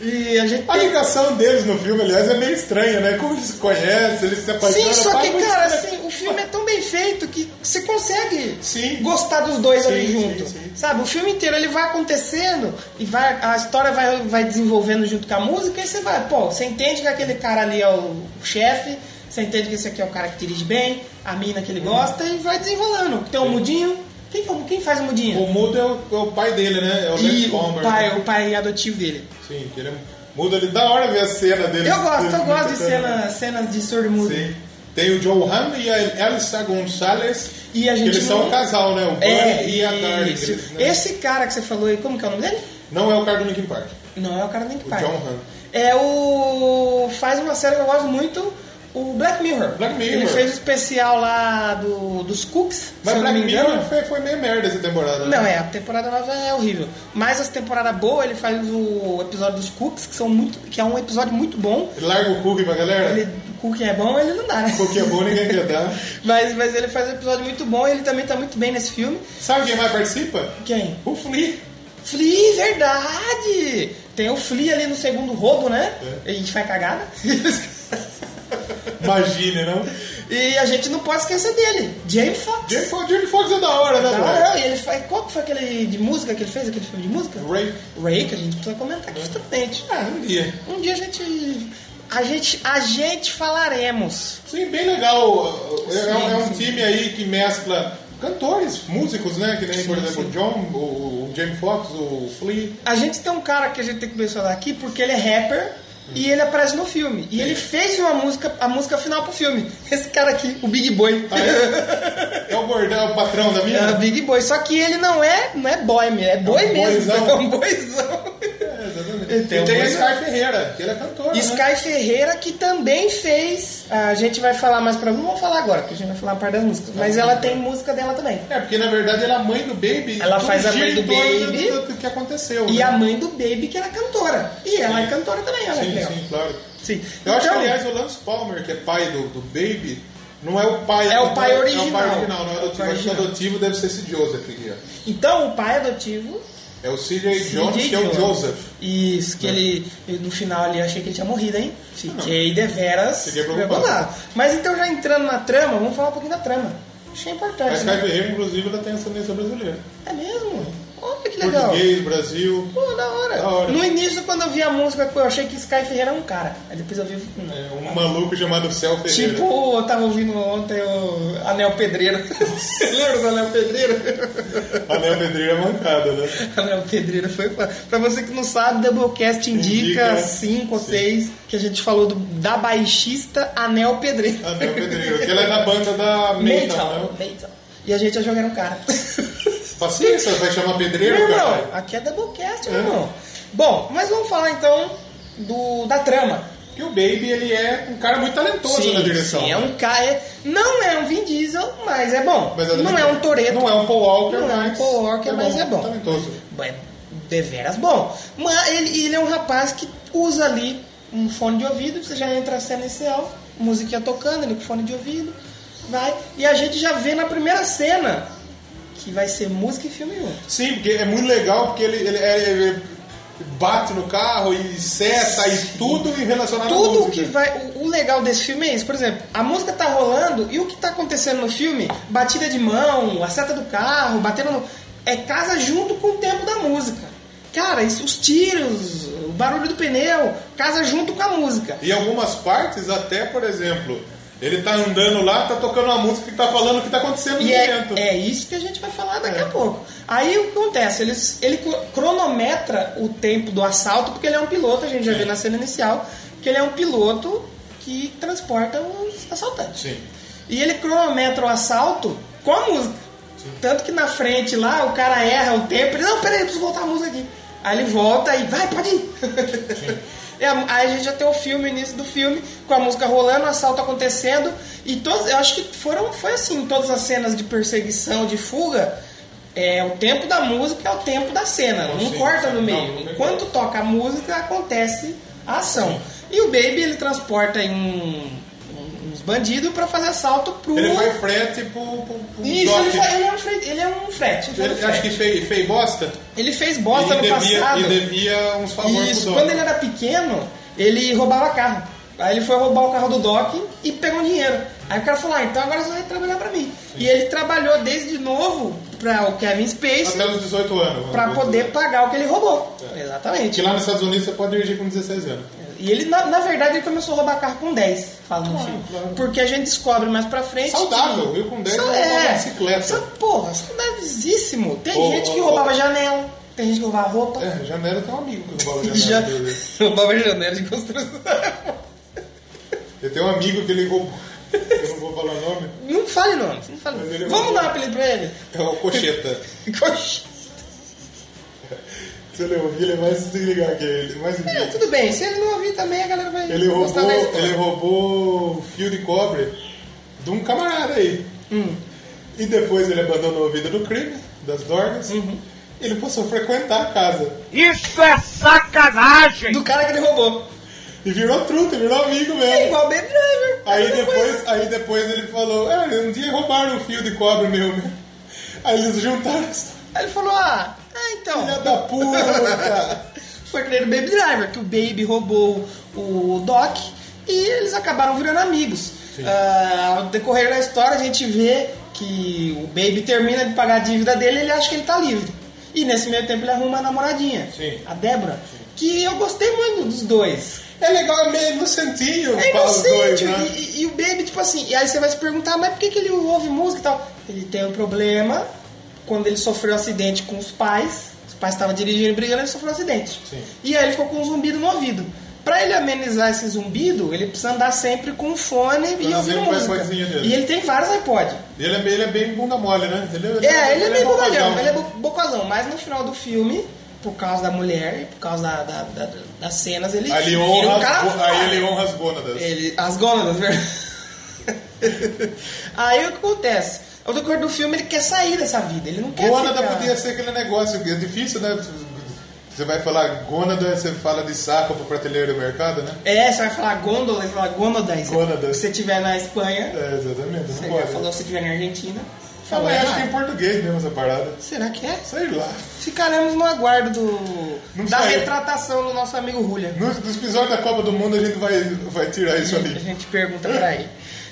A: e a gente
B: A
A: tem...
B: ligação deles no filme, aliás, é meio estranha, né? Como eles se conhecem, eles se apaixonam.
A: Sim, só
B: pá,
A: que,
B: muito
A: cara,
B: estranho.
A: assim, o filme é tão bem feito que você consegue
B: Sim.
A: gostar dos dois
B: Sim,
A: ali
B: sim,
A: junto.
B: sim.
A: Sabe, o filme inteiro ele vai acontecendo e vai, a história vai, vai desenvolvendo junto com a música e você vai, pô, você entende que aquele cara ali é o chefe, você entende que esse aqui é o cara que dirige bem, a mina
B: Uhum.
A: que ele gosta e vai desenrolando. Tem o mudinho, quem, quem faz o mudinho?
B: O Mudo é o, é o pai dele, né? É o
A: e
B: Lex Bomber.
A: o pai,
B: né?
A: o pai adotivo dele.
B: Sim, que ele é... Mudo ali. Da hora ver a cena tá? dele.
A: Eu gosto, eu gosto de cenas, cenas de surdo e mudo.
B: Sim. Tem o Joe Ham e a Elsa Gonzalez.
A: E a
B: que
A: gente
B: eles são
A: não-
B: um casal, né? O Bunny
A: É,
B: e a
A: isso.
B: Darling. Né?
A: Esse cara que você falou aí, como que é o nome dele?
B: Não é o cara do Linkin Park.
A: Não é o cara do Link Park.
B: John Han.
A: É o. Faz uma série que eu gosto muito, o Black Mirror.
B: Black Mirror.
A: Ele fez o especial lá do, dos Cooks.
B: Mas
A: se eu não
B: Black
A: me engano.
B: Mirror foi, foi meio merda essa temporada. né?
A: Não, é, a temporada nova é horrível. Mas as temporadas boas, ele faz o episódio dos Cooks, que, são muito, que é um episódio muito bom.
B: Ele larga o cookie pra galera.
A: Ele, o cookie é bom, ele não dá, né?
B: Cookie é bom, ninguém quer dar.
A: Mas, mas ele faz um episódio muito bom e ele também tá muito bem nesse filme.
B: Sabe quem mais participa?
A: Quem?
B: O Flea.
A: Flea, verdade! Tem o Flea ali no segundo roubo, né? E
B: É.
A: a gente faz cagada.
B: Imagina, não?
A: E a gente não pode esquecer dele, Jamie Foxx.
B: Jamie Foxx, Jamie Foxx é da hora, né?
A: Da
B: brother?
A: hora, e ele faz, qual que foi aquele de música que ele fez, aquele filme de música?
B: Ray.
A: Ray, que a gente precisa comentar aqui justamente.
B: Ah, um dia.
A: Um dia a gente. A gente, a gente falaremos.
B: Sim, bem legal. É, é um- é um
A: Sim, sim.
B: time aí que mescla cantores, músicos, né? Que nem, por
A: Sim,
B: exemplo, o
A: sim.
B: John, o, o Jamie Foxx, o Flea.
A: A gente tem um cara que a gente tem que mencionar aqui porque ele é rapper
B: Hum.
A: e ele aparece no filme. E ele fez uma música, a música final pro filme. Esse cara aqui, o Big Boy.
B: Ah, é? É o gordão, é o patrão da
A: É o
B: minha?
A: Big Boy, só que ele não é, não é boy, mesmo, é boi mesmo,
B: boizão.
A: é um boizão.
B: É, exatamente.
A: Ele tem
B: e
A: um
B: tem a
A: gordão.
B: Sky Ferreira, que ele é cantor.
A: E
B: né?
A: Sky Ferreira que também fez, a gente vai falar mais pra, não vou falar agora, porque a gente vai falar uma parte das músicas, mas ela tem música dela também.
B: É, porque na verdade ela é a mãe do Baby.
A: Ela
B: Tudo
A: faz a
B: gira
A: mãe
B: em
A: do
B: torno
A: Baby.
B: Do, do que aconteceu.
A: E
B: né?
A: a mãe do Baby que era cantora. E ela é cantora também, olha que
B: Sim,
A: legal.
B: sim, claro.
A: Sim.
B: Eu acho que,
A: Então,
B: aliás, o Lance Palmer, que é pai do, do Baby, não é o pai
A: É o
B: não
A: pai
B: É o pai
A: original.
B: original, não
A: É
B: é
A: o pai
B: adotivo. Acho que o
A: original.
B: adotivo deve ser esse Joseph aqui, ó.
A: então o pai adotivo,
B: É o CJ Jones,
A: CJ
B: que é o
A: Jones.
B: Joseph. É.
A: Isso, que ele. eu, No final ali eu achei que ele tinha morrido, hein? Fiquei deveras.
B: Fiquei preocupado.
A: preocupado. Mas então já entrando na trama, vamos falar um pouquinho da trama. Achei
B: A
A: importante.
B: Sky
A: né?
B: Ferreira, inclusive, ela tem ascendência brasileira.
A: É mesmo? Olha que legal.
B: Português, Brasil.
A: Pô, da hora.
B: Da hora.
A: No início, quando eu vi a música, eu achei que Sky Ferreira era um cara. Aí depois eu vi. não.
B: É um maluco chamado Céu Ferreira.
A: Tipo, eu tava ouvindo ontem o Anel Pedreiro. Você lembra do Anel Pedreiro?
B: Anel Pedreira é mancada, né?
A: Anel Pedreiro foi. pra- Pra você que não sabe, Doublecast indica
B: Indica.
A: 5 ou 6 que a gente falou do, da baixista Anel Ah, Pedreiro.
B: Anel Pedreira. Que ela é da banda da Metal,
A: Metal,
B: né?
A: Metal. E a gente já jogando um cara.
B: Paciência, vai chamar pedreiro,
A: Meu
B: cara.
A: irmão, aqui é Doublecast, meu irmão. Bom, mas vamos falar então do, da trama.
B: Porque o Baby, ele é um cara muito talentoso na direção.
A: sim, é um cara. é- não é um Vin Diesel, mas é bom.
B: Mas é
A: não
B: do-
A: é um Toreto.
B: Não é um Paul Walker,
A: Não é um
B: mas...
A: Paul Walker, mas é bom.
B: Talentoso.
A: Bom, é deveras bom. Mas ele, ele é um rapaz que usa ali um fone de ouvido, você já entra a cena inicial, musiquinha tocando, ele com fone de ouvido, vai. E a gente já vê na primeira cena que vai ser música e filme junto.
B: Sim, porque é muito legal, porque ele, ele- ele- ele bate no carro e seta e tudo e relacionado à
A: Tudo o
B: música.
A: que vai. O o legal desse filme é isso. Por exemplo, a música tá rolando e o que tá acontecendo no filme, batida de mão, a seta do carro, batendo no. É casa junto com o tempo da música. Cara, isso, os tiros, o barulho do pneu, casa junto com a música.
B: E algumas partes, até, por exemplo, ele tá andando lá, tá tocando uma música que tá falando o que tá acontecendo no
A: E é,
B: momento.
A: é isso que a gente vai falar daqui a pouco. Aí o que acontece? Eles, ele cro- cronometra o tempo do assalto, porque ele é um piloto, a gente já viu na cena inicial, que ele é um piloto que transporta os assaltantes.
B: Sim.
A: E ele cronometra o assalto com a música. Tanto que na frente lá o cara erra o tempo, ele, não, peraí, eu preciso voltar a música aqui. Aí ele volta e vai, pode ir. E a- aí a gente já tem o filme, o início do filme, com a música rolando, o assalto acontecendo. E todos, eu acho que foram, foi assim, todas as cenas de perseguição, de fuga, é, o tempo da música é o tempo da cena, não
B: sim,
A: corta
B: sim.
A: no meio.
B: Não, não tem
A: Enquanto toca a música, acontece a ação. E o Baby, ele transporta em um- um- uns bandidos pra fazer assalto pro...
B: Ele vai frete pro, pro, pro
A: Isso,
B: dock.
A: ele, fa- ele é um frete. Ele, é um frete, ele, faz um
B: Ele-
A: frete.
B: acho que fez, fez bosta.
A: Ele fez bosta
B: e
A: no
B: devia,
A: passado.
B: E devia uns favores
A: Isso,
B: pro
A: quando
B: dono.
A: ele era pequeno, ele roubava carro. Aí ele foi roubar o carro do Doc e pegou dinheiro. Aí o cara falou, ah, então agora você vai trabalhar pra mim. E ele trabalhou desde novo pra o Kevin Spacey
B: Até É. os 18 anos.
A: pra
B: vamos dizer.
A: poder pagar o que ele roubou. Exatamente.
B: Que lá nos Estados Unidos você pode dirigir com 16 anos.
A: E ele, na, na verdade, ele começou a roubar carro com 10, fala no filme. Porque a gente descobre mais pra frente.
B: Saudável, eu com 10
A: Isso é.
B: eu roubava uma bicicleta.
A: Isso, porra, saudávelzíssimo. Tem
B: Ô,
A: gente que
B: ô,
A: roubava
B: ô.
A: janela, tem gente que roubava roupa.
B: É, janeiro tem um amigo que roubava
A: Já-
B: janeiro. dele.
A: roubava janela de construção.
B: Eu tenho um amigo que ele roubou. Eu não vou falar o nome.
A: Não fale nome, não fale
B: Mas
A: nome.
B: ele é
A: Vamos
B: bom.
A: dar um apelido pra ele?
B: É o Cocheta.
A: Coxa.
B: Se ele ouvir, ele vai se ligar que é ele. Mas enfim.
A: É, tudo bem, se ele não ouvir também, a galera vai
B: Ele
A: gostar
B: roubou,
A: da história.
B: ele roubou o fio de cobre de um camarada aí.
A: Hum.
B: E depois ele abandonou a vida do crime, das drogas.
A: Uhum.
B: Ele passou a frequentar a casa.
A: Do cara que ele roubou.
B: E virou truta, virou amigo
A: É
B: mesmo.
A: igual o Baby Driver.
B: Aí
A: Mesma coisa.
B: depois, aí depois ele falou, ah, um dia roubaram um fio de cobre meu, né? Aí eles juntaram as
A: Aí ele falou, ah, ah, então...
B: filha da puta.
A: Foi que nem no Baby Driver, que o Baby roubou o Doc e eles acabaram virando amigos. Ah, ao decorrer da história, a gente vê que o Baby termina de pagar a dívida dele ele acha que ele tá livre. E nesse meio tempo ele arruma uma namoradinha,
B: Sim.
A: a Débora, que eu gostei muito dos dois.
B: é legal, é meio inocentinho
A: É
B: para os dois,
A: inocente,
B: né?
A: e, e- e o Baby, tipo assim, e aí você vai se perguntar, mas por que, que ele ouve música e tal? Ele tem um problema quando ele sofreu um acidente com os pais, os pais estavam dirigindo e brigando, ele sofreu um acidente.
B: Sim.
A: E aí ele ficou com um zumbido no ouvido. Pra ele amenizar esse zumbido, ele precisa andar sempre com um fone e
B: Fazendo
A: ouvindo
B: um
A: música.
B: iPodzinho dele.
A: E ele tem vários iPods.
B: E Ele é, bem- ele é bem bunda mole, né? Ele
A: É, ele é meio
B: bocadão,
A: bocalhão,
B: né?
A: ele é bo- bocazão, mas no final do filme, por causa da mulher, e por causa da- da- da- das cenas, ele
B: Aí ele
A: vira
B: honra,
A: um cara
B: as, go- aí
A: foda.
B: ele honra as gônadas.
A: Ele, as gônadas, verdade. Aí o que acontece? Ao decorrer do filme, ele quer sair dessa vida. Ele não quer
B: Gônada
A: ficar...
B: podia ser aquele negócio que é difícil, né? Você vai falar gônada, você fala de saco pro prateleiro do mercado, né?
A: É, você vai falar gôndola, você fala gônodas.
B: Gônadas.
A: Se você estiver na Espanha,
B: É, exatamente,
A: você
B: não
A: já
B: pode.
A: falou se estiver na Argentina.
B: Ah,
A: Fala,
B: mas
A: ah,
B: acho que em português mesmo essa parada.
A: será que é?
B: Sei lá.
A: Ficaremos no aguardo do,
B: Não
A: da
B: saiu.
A: retratação do nosso amigo Julia.
B: Nos, nos episódios da Copa do Mundo a gente vai, vai tirar isso
A: A
B: ali.
A: gente pergunta pra ele.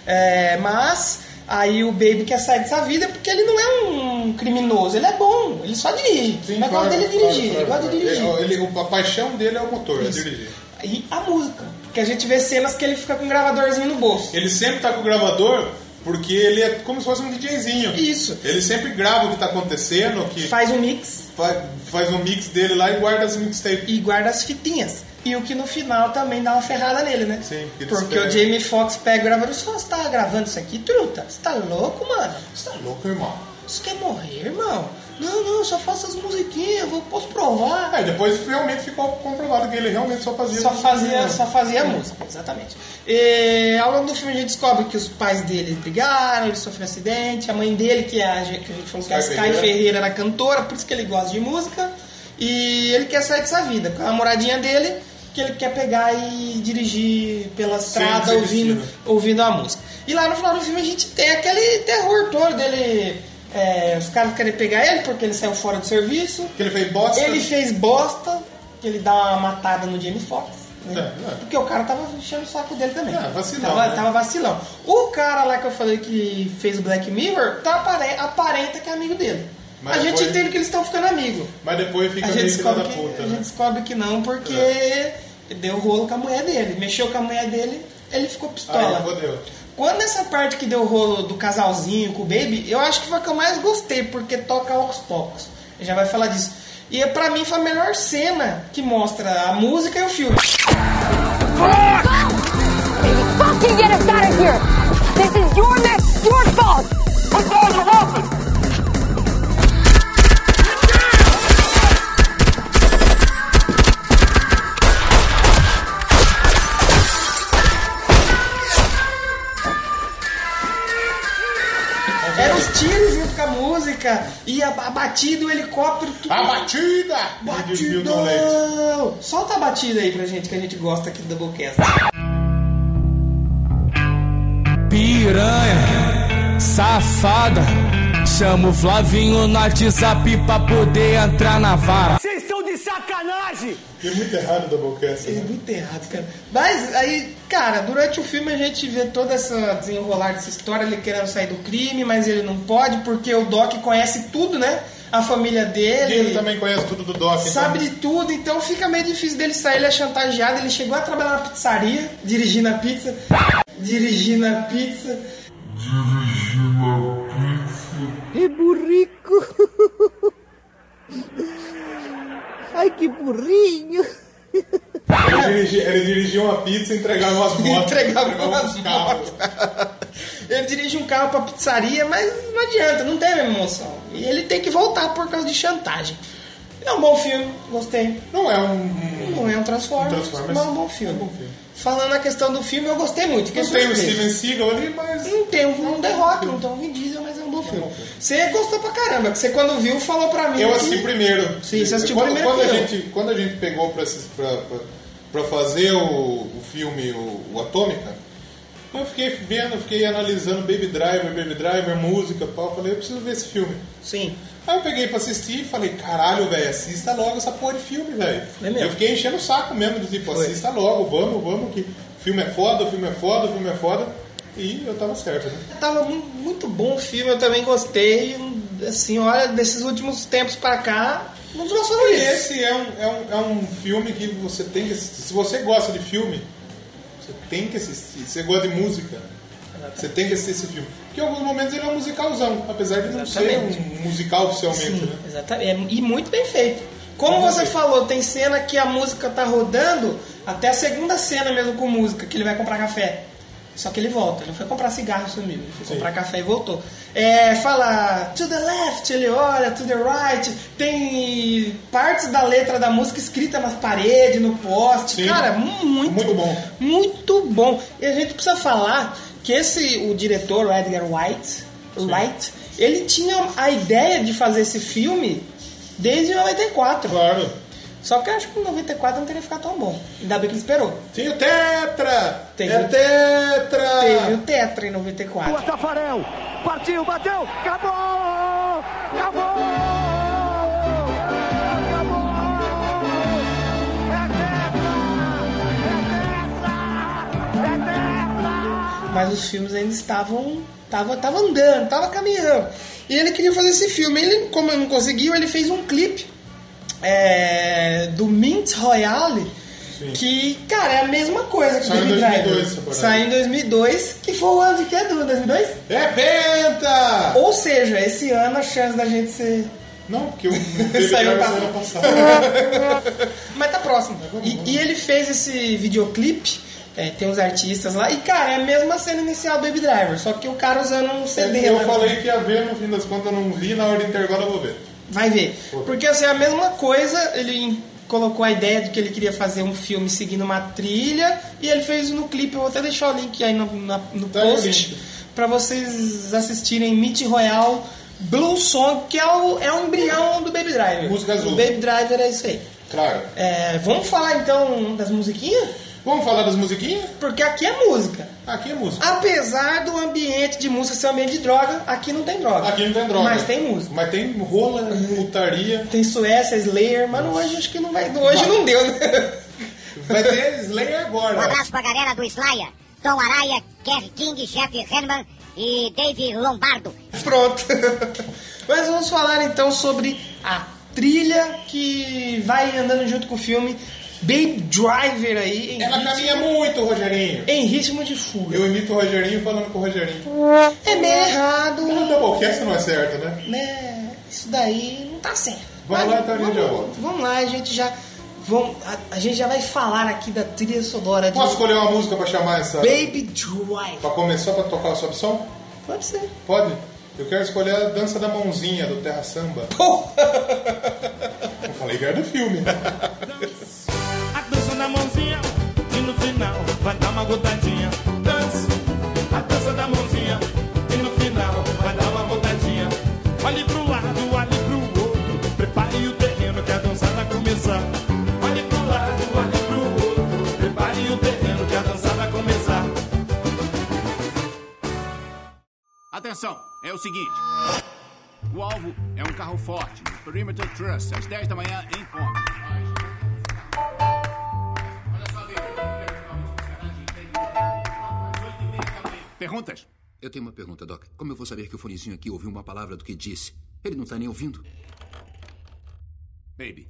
A: É, mas aí o Baby quer sair dessa vida porque ele não é um criminoso, ele é bom, ele só dirige. o negócio dele é dirigir, ele gosta de dirigir.
B: Ele- ele- a paixão dele é o motor, é dirigir.
A: E a música. Porque a gente vê cenas que ele fica com um gravadorzinho no bolso.
B: Ele sempre tá com o gravador porque ele é como se fosse um DJzinho.
A: É Isso.
B: Ele sempre grava o que tá acontecendo, o que
A: Faz um mix
B: fa- faz um mix dele lá e guarda as mixtapes.
A: e guarda as fitinhas. E o que no final também dá uma ferrada nele, né?
B: Sim, porque eles
A: Porque o
B: pegam.
A: Jamie Foxx pega o gravador e fala, você tá gravando isso aqui, truta? Você tá louco, mano?
B: Você tá louco, irmão?
A: Você quer morrer, irmão? Não, não, eu só faço as musiquinhas, eu vou- posso provar.
B: Aí Ah, depois realmente ficou comprovado que ele realmente só fazia
A: Só fazia,
B: música.
A: só fazia música, exatamente. E, ao longo do filme a gente descobre que os pais dele brigaram, ele sofreu um acidente, a mãe dele, que, é a, gente- que a gente falou que é a
B: Sky
A: Sky
B: Ferreira.
A: Ferreira era cantora, por isso que ele gosta de música. E ele quer sair dessa vida. Com a namoradinha dele, que ele quer pegar e dirigir pela estrada
B: sem
A: ouvindo,
B: destino.
A: ouvindo a música. E lá no final do filme a gente tem aquele terror todo dele. é, os caras querem pegar ele porque ele saiu fora do serviço.
B: Que ele fez bosta.
A: Ele fez bosta, que ele dá uma matada no Jamie Foxx. Né?
B: É, é.
A: Porque o cara tava enchendo o saco dele também.
B: É, vacilão,
A: Tava,
B: né?
A: tava vacilão. O cara lá que eu falei que fez o Black Mirror, tá apare- aparenta que é amigo dele.
B: Mas
A: a gente
B: foi-
A: entende que eles estão ficando amigos.
B: Mas depois fica
A: A gente,
B: meio filha da
A: descobre que,
B: puta,
A: a gente
B: né? É.
A: descobre que não, porque deu rolo com a mulher dele. Mexeu com a mulher dele, ele ficou pistola.
B: Aí, fodeu.
A: Quando essa parte que deu rolo do casalzinho com o Baby, eu acho que foi a que eu mais gostei, porque toca aos poucos. Já vai falar disso. E é, pra mim foi a melhor cena que mostra a música e o filme.
G: Fucking get us out of here! This is your mess, your fault!
A: Eram os tiros junto com a música e a, a batida, o helicóptero, tudo.
B: A batida! de Milton Leite.
A: Batidão! Solta a batida aí pra gente, que a gente gosta aqui do Doublecast.
J: Piranha, safada. Chama o Flavinho no WhatsApp pra poder entrar na vara.
C: Vocês estão de sacanagem!
B: Que é muito errado da Bocaça.
A: Fez
B: Né?
A: muito errado, cara. Mas aí, cara, durante o filme a gente vê toda essa desenrolar dessa história, ele querendo sair do crime, mas ele não pode, porque o Doc conhece tudo, né? A família
B: E
A: dele.
B: ele também conhece tudo do Doc. então-
A: Sabe de tudo, então fica meio difícil dele sair, ele é chantageado, ele chegou a trabalhar na pizzaria, dirigindo a pizza, dirigindo a pizza.
G: Que burrico! Ai, que burrinho!
B: Ele, dirigi- ele dirigia uma pizza e entregava umas motos.
A: é.
B: um
A: entregava
B: uns
A: umas
B: carros.
A: motos. ele dirige um carro pra pizzaria, mas não adianta, não tem a mesma emoção. E ele tem que voltar por causa de chantagem. É um bom filme, gostei.
B: Não é um. um-
A: Não é um Transformers,
B: Um Transformers.
A: mas é um bom filme.
B: É um bom filme.
A: Falando na questão do filme, eu gostei muito. fiquei
B: Não tem o
A: surpreso.
B: Steven Seagal ali, mas.
A: Não tem um The Rock, não tem um Vin Diesel, mas é um bom filme. Você gostou pra caramba, que você quando viu falou pra mim.
B: Eu
A: que-
B: assisti primeiro.
A: Sim, você assistiu
B: quando,
A: primeiro
B: Quando a,
A: que eu.
B: gente, quando a gente pegou pra, assist- pra- pra- pra fazer o, o filme o, o Atômica, eu fiquei vendo, fiquei analisando Baby Driver, Baby Driver, música, pau. Falei, eu preciso ver esse filme.
A: Sim.
B: Aí eu peguei pra assistir e falei, caralho, velho, assista logo essa porra de filme, velho.
A: É mesmo?
B: Eu fiquei enchendo o saco mesmo, do tipo,
A: Foi.
B: assista logo, vamos, vamos, que o filme é foda, o filme é foda, o filme é foda. E eu tava certo, né?
A: Tava mu- muito bom o filme, eu também gostei. Assim, olha, desses últimos tempos pra cá, um dos meus
B: E
A: favoritos.
B: esse é um, é, um, é um filme que você tem que assistir. Se você gosta de filme, você tem que assistir. Se você gosta de música, você tem que assistir esse filme. Porque em alguns momentos ele é um musicalzão, apesar de não
A: Exatamente.
B: ser um musical oficialmente,
A: Sim,
B: né?
A: exatamente. E muito bem feito. Como você falou, tem cena que a música tá rodando até a segunda cena mesmo com música, que ele vai comprar café. Só que ele volta, ele não foi comprar cigarro sumiu, ele foi comprar café e voltou. É, fala to the left, ele olha, to the right, tem partes da letra da música escrita nas paredes, no poste.
B: Sim.
A: Cara, mu- muito,
B: Muito bom.
A: Muito bom. E a gente precisa falar que esse o diretor, o Edgar White, Light, ele tinha a ideia de fazer esse filme desde 94.
B: Claro.
A: Só que eu acho que em 94 não teria ficado tão bom. Ainda bem que ele esperou.
B: Tem o Tetra!
A: Tem
B: é
A: o-
B: Tetra!
A: Teve o Tetra em 94.
C: Tafarel! Partiu, bateu! Acabou! Acabou! Acabou! É dessa! É dessa! É dessa!
A: mas os filmes ainda estavam tava, tava andando, tava caminhando. E ele queria fazer esse filme. Ele, como não conseguiu, ele fez um clipe é, do Mint Royale. Que, cara, é a mesma coisa que
B: Saiu
A: Baby
B: em
A: Driver.
B: 2002 essa parada.
A: Saiu em 2002, que foi o ano de que? Do 2002?
B: É Penta!
A: Ou seja, esse ano a chance da gente ser
B: Não, porque o
A: Saiu
B: Saiu
A: pra-
B: semana passada.
A: Mas tá próximo. E, e ele fez esse videoclipe, é, tem os artistas lá, e cara, é a mesma cena inicial do Baby Driver, só que o cara usando um CD.
B: É, Eu
A: né?
B: falei que ia ver, no fim das contas eu não vi, na hora do intervalo eu vou ver.
A: Vai ver. Porque assim, é a mesma coisa, ele colocou a ideia de que ele queria fazer um filme seguindo uma trilha, e ele fez no clipe, eu vou até deixar o link aí no, na- no
B: Tá aí o
A: post,
B: link.
A: pra vocês assistirem Meet Royal Blue Song, que é, o, é um embrião do Baby Driver.
B: Música azul.
A: O Baby Driver é isso aí.
B: Claro.
A: É, vamos falar então das musiquinhas?
B: Vamos falar das musiquinhas?
A: Porque aqui é música.
B: Aqui é música.
A: Apesar do ambiente de música ser um ambiente de droga, aqui não tem droga.
B: Aqui não tem droga.
A: Mas tem música.
B: Mas tem rola, putaria.
A: Tem Suécia, é Slayer, mas hoje acho que não vai. Hoje não deu, né?
B: Vai ter Slayer
K: Um
B: agora.
K: abraço pra galera do Slayer, Tom Araya, Kev King, Jeff Herman e Dave Lombardo.
A: Pronto. Mas vamos falar então sobre a trilha que vai andando junto com o filme Baby Driver aí. Em
B: Ela caminha muito, Rogerinho.
A: Em ritmo de fúria.
B: Eu imito o Rogerinho falando com o Rogerinho.
A: É meio errado.
B: O Doublecast não é certo, né?
A: né? Isso daí não tá certo.
B: Vai lá, Tony Joe.
A: vamos, vamos lá, a gente já. Vamos, a, a gente já vai falar aqui da trilha sonora de
B: Posso escolher uma música pra chamar essa?
A: Baby Driver.
B: Pra começar, pra tocar sob som?
A: Pode ser.
B: Pode? Eu quero escolher a dança da mãozinha do Terra Samba. Eu falei que era do filme.
D: A dança na mãozinha e no final vai dar uma gotadinha. Dança, a dança da mãozinha e no final vai dar uma gotadinha. Olhe pro lado, olhe pro outro, prepare o terreno que a dança vai começar. Olhe pro lado, olhe pro outro, prepare o terreno que a dança vai começar.
L: Atenção, é o seguinte. O alvo é um carro forte, no Perimeter Trust, às 10 da manhã em ponto. Perguntas?
M: Eu tenho uma pergunta, Doc. Como eu vou saber que o fonezinho aqui ouviu uma palavra do que disse? Ele não tá nem ouvindo.
L: Baby.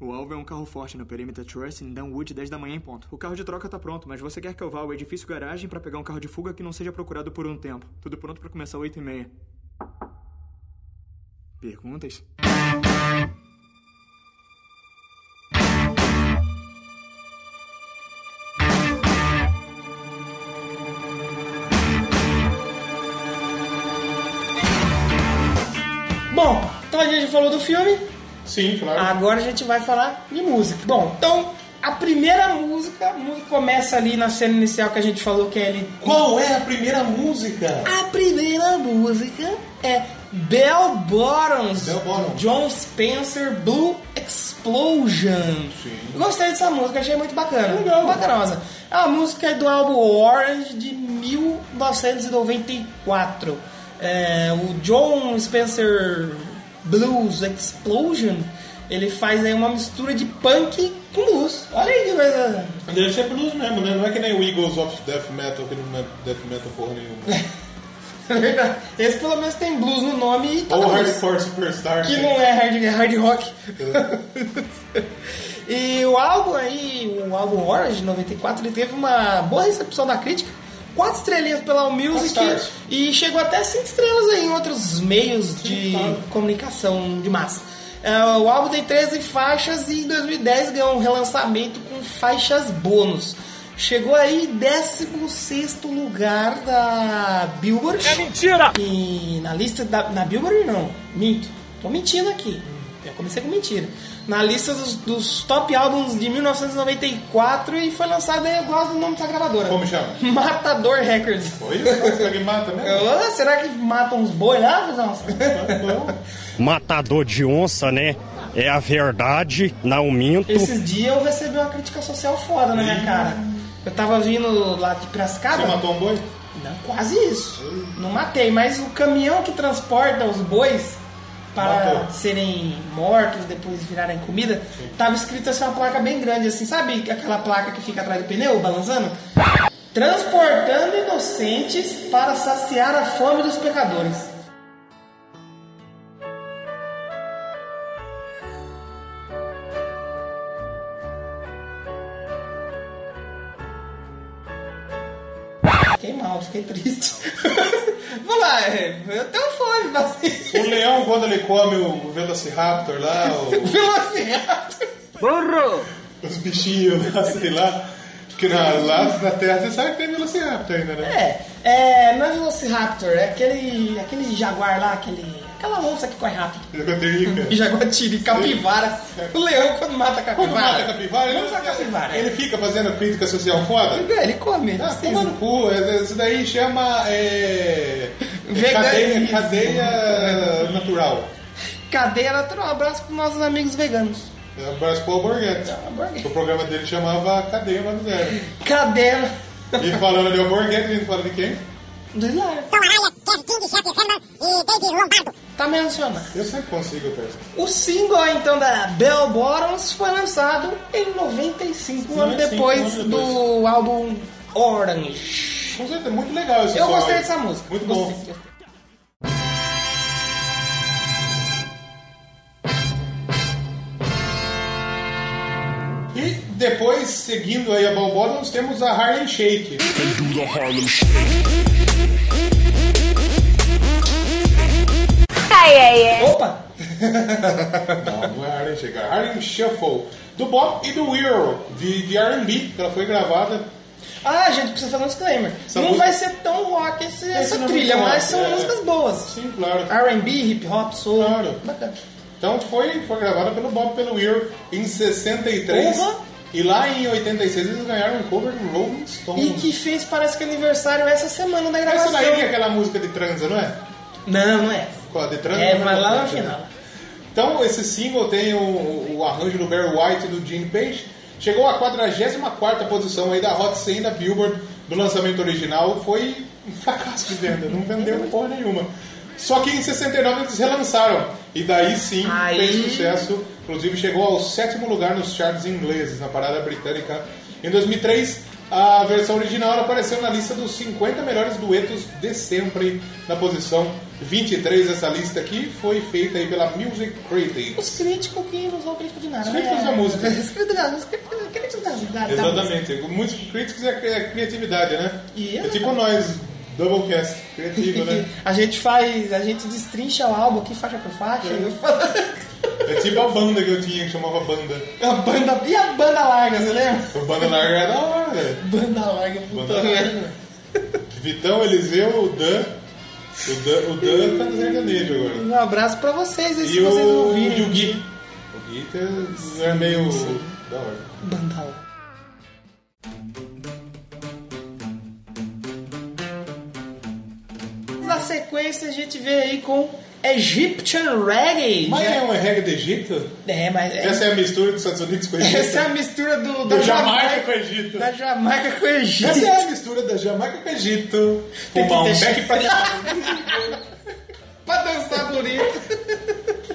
N: O alvo é um carro forte no Perimeter Trust em Dunwood 10 da manhã em ponto. O carro de troca tá pronto, mas você quer que eu vá ao edifício garagem pra pegar um carro de fuga que não seja procurado por um tempo. Tudo pronto pra começar 8 e meia. Perguntas?
A: Bom, então a gente falou do filme.
B: Sim, claro.
A: Agora a gente vai falar de música. Bom, então a primeira música, a música começa ali na cena inicial que a gente falou que é ele.
B: Qual é a primeira música?
A: A primeira música é Bell Bottoms,
B: Bell Bottoms.
A: John Spencer Blue Explosion. Eu Gostei dessa música, achei muito bacana.
B: Legal.
A: Bacanosa. É uma música do álbum Orange de 1994. É, o John Spencer Blues Explosion ele faz aí uma mistura de punk com blues. Olha aí que coisa.
B: Deve ser blues mesmo, né? Não é que nem o Eagles of Death Metal, que não é death metal porra nenhuma.
A: Esse pelo menos tem blues no nome e
B: Ou
A: toca blues.
B: Hardcore Superstar.
A: que
B: né?
A: não é hard, é hard rock. e o álbum aí, o álbum Orange 94, ele teve uma boa recepção da crítica. Quatro estrelinhas pela Allmusic
B: Quatro stars.
A: e chegou até cinco estrelas aí em outros meios de
B: claro.
A: comunicação de massa. Ah, o álbum tem 13 faixas e em 2010 ganhou um relançamento com faixas bônus. Chegou aí em 16 lugar da Billboard. É mentira! E na lista da. Na Billboard não. Minto. Tô mentindo aqui. Eu comecei com mentira. Na lista dos, dos top álbuns de 1994 e foi lançado aí, eu gosto do nome dessa gravadora.
B: Como chama?
A: Matador Records.
B: Foi isso? Será que mata mesmo?
A: Ah, será que matam uns boi lá? Nossa.
O: Matador de onça, né? É a verdade, não minto.
A: Esses dias eu recebi uma crítica social foda na minha cara. Eu tava vindo lá de Piracicaba.
B: Você matou um boi?
A: Não, quase isso. Não matei, mas o caminhão que transporta os bois para
B: Matou.
A: serem mortos, depois virarem comida, tava escrito assim uma placa bem grande, assim, sabe aquela placa que fica atrás do pneu, balançando? Transportando inocentes para saciar a fome dos pecadores. Fiquei mal, fiquei triste. Vou lá, é, eu tenho fome, mas.
B: O leão, quando ele come o Velociraptor lá, o-
A: Velociraptor! Burro!
B: os bichinhos lá, sei lá. Que na, lá na Terra você sabe que tem Velociraptor ainda, né?
A: É, é, não é Velociraptor, é aquele, aquele jaguar lá, aquele, aquela onça que corre rápido.
B: Jaguatirica.
A: Jaguatiri, capivara. O leão quando mata a capivara.
B: Quando mata a capivara, ele, é
A: Não mata a capivara. é,
B: ele fica fazendo crítica social foda?
A: Ele come, ele
B: Ah, toma
A: precisa.
B: no cu, isso daí chama é, Cadeia,
A: Veganismo.
B: cadeia natural.
A: Cadeia natural. Um abraço pros nossos amigos veganos.
B: É o Brás Paul Borghetti.
A: Tá
B: O programa dele chamava Cadeia Mano Zero.
A: Cadeia.
B: E falando de Borghetti, a gente fala de quem?
A: Do Hilário. Tá mencionado.
B: Eu sempre consigo, Pedro.
A: O single então da Bell Bottoms foi lançado em 95, um ano
B: 95,
A: depois
B: anos
A: do álbum Orange.
B: Com certeza, muito legal esse
A: Eu
B: som
A: gostei
B: aí.
A: dessa música.
B: Muito
A: Gostei,
B: bom.
A: gostei.
B: E depois, seguindo aí a Bell Bottoms, temos a Harlem Shake.
G: Ai, ai, ai.
A: Opa!
B: não, não é Harlem Shake, é Harlem Shuffle. Do Bob e do Will, de, de R&B, que ela foi gravada.
A: Ah, gente, precisa fazer um disclaimer.
B: Essa
A: não
B: música-
A: vai ser tão rock esse- essa
B: não é
A: trilha,
B: muito
A: mas
B: rock,
A: são
B: é.
A: músicas boas.
B: Sim, claro.
A: R&B, hip hop, soul.
B: Claro.
A: Bacana.
B: Então foi, foi gravada pelo Bob e pelo Will em 63.
A: Porra!
B: E lá em 86 eles ganharam um cover do Rolling Stones.
A: E que fez, parece que aniversário essa semana da
B: Essa
A: gravação.
B: daí que é aquela música de transa, não é?
A: Não, não é.
B: Qual, de transa? né?
A: É,
B: Não
A: mas lá no
B: transa.
A: final.
B: Então, esse single tem o, o arranjo do Barry White e do Gene Page. Chegou à 44ª posição aí da Hot 100 da Billboard do lançamento original. Foi um fracasso de venda, não vendeu porra nenhuma. Só que em 69 eles relançaram. E daí sim
A: Aí.
B: fez sucesso. Inclusive chegou ao sétimo lugar nos charts ingleses, na parada britânica. Em 2003, a versão original ela apareceu na lista dos 50 melhores duetos de sempre, na posição 23 dessa lista aqui. Foi feita aí pela Music Critics.
A: Os críticos que não são críticos de nada.
B: Os
A: né?
B: críticos da música.
A: Os críticos da música. os críticos da- da- da
B: Exatamente. Muitos críticos é cri- é criatividade, né?
A: E é
B: é tipo nós, Doublecast, criativo, né?
A: A gente faz, a gente destrincha o álbum aqui faixa por faixa. e eu falo-
B: É tipo a banda que eu tinha, que chamava Banda.
A: A banda, e a banda larga, você lembra?
B: A banda larga era da hora, velho.
A: Banda larga, puta
B: Banda larga.
A: merda.
B: Vitão, Eliseu, o Dan. O Dan, o Dan tá no sertanejo agora.
A: Um abraço pra vocês aí, se
B: E o,
A: vocês ouvirem.
B: e o Gui. O Gui tá- é meio da hora.
A: Banda larga. Na sequência a gente vê aí com Egyptian Reggae.
B: Mas
A: né?
B: é um reggae do Egito?
A: É, mas é-
B: Essa é a mistura dos Estados Unidos com o Egito?
A: Essa é a mistura do,
B: da Jamaica com o Egito.
A: Da Jamaica com o Egito.
B: Essa é a mistura da Jamaica com o Egito.
A: Tem que
B: Fumar um
A: deixar-
B: beck pra
A: pra dançar bonito.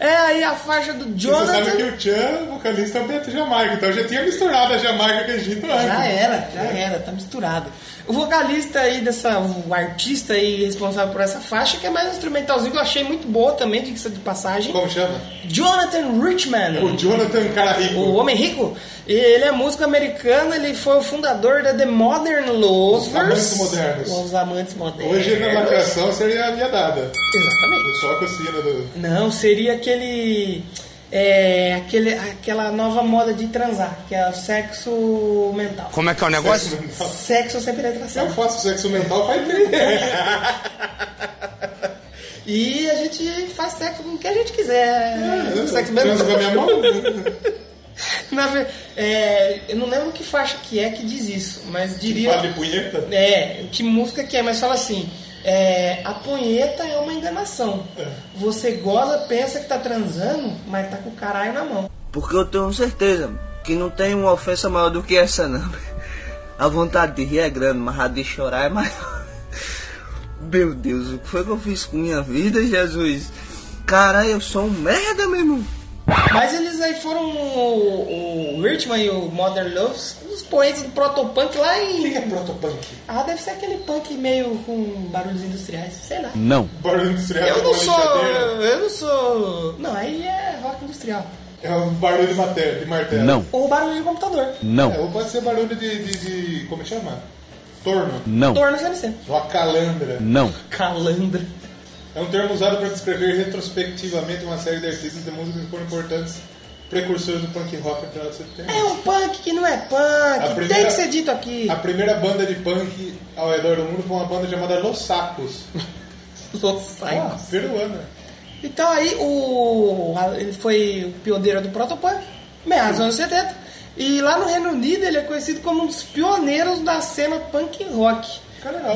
A: É aí a faixa do
B: E Você sabe que
A: Jonathan.
B: o Chan, vocalista, é o Beto Jamaica, então já tinha misturado a Jamaica com o Egito antes.
A: Já era, já
B: É.
A: era, tá misturado. O vocalista aí dessa. O artista aí responsável por essa faixa, que é mais um instrumentalzinho que eu achei muito boa também, diga-se de passagem.
B: Como chama?
A: Jonathan Richman.
B: O Jonathan, um cara rico.
A: O Homem Rico. E Ele é músico americano, ele foi o fundador da The Modern Lovers.
B: Os Amantes Modernos.
A: Os Amantes Modernos.
B: Hoje é na lacração seria a viadada.
A: Exatamente.
B: Só a cocina do.
A: Não, seria aquele. É, aquele, aquela nova moda de transar, que é o sexo mental.
B: Como é que é o negócio? Sexo mental.
A: Sexo sem penetração.
B: Eu faço sexo mental né? faz tempo.
A: E a gente faz sexo com o que a gente quiser.
B: Eu
A: sexo
B: transo com a minha
A: mental.
B: mão. né?
A: Na ver- é, eu não lembro que faixa que é que diz isso, mas diria.
B: Fala de punheta.
A: É, que música que é, mas fala assim. é, a punheta é uma enganação. Você goza, pensa que tá transando, mas tá com o caralho na mão.
P: Porque eu tenho certeza que não tem uma ofensa maior do que essa, não. A vontade de rir é grande, mas a de chorar é maior. Meu Deus, o que foi que eu fiz com minha vida, Jesus? Caralho, eu sou um merda, meu irmão.
A: Mas eles aí foram o, o Richman e o Modern Loves, os poetas do protopunk lá em. O que
B: é protopunk?
A: Ah, deve ser aquele punk meio com barulhos industriais, sei lá.
B: Não. Barulho industrial.
A: Eu
B: com
A: não
B: uma
A: sou.
B: lixadeira.
A: Eu não sou. Não, aí é rock industrial.
B: É um barulho de, matéria, de martelo. Não.
A: Ou barulho de computador.
B: É, ou pode ser barulho de. de, de como é chama? Torno.
A: Torno CMC.
B: Uma calandra.
J: Não.
A: Calandra.
B: É um termo usado para descrever retrospectivamente uma série de artistas de música que foram importantes precursores do punk rock no final dos 70.
A: É um punk que não é punk. Tem que ser dito aqui.
B: A primeira banda de punk ao redor do mundo foi uma banda chamada Los Sacos.
A: Los Sacos?
B: peruana.
A: Então aí o a- ele foi o pioneiro do protopunk, meados dos anos 70. E lá no Reino Unido ele é conhecido como um dos pioneiros da cena punk rock.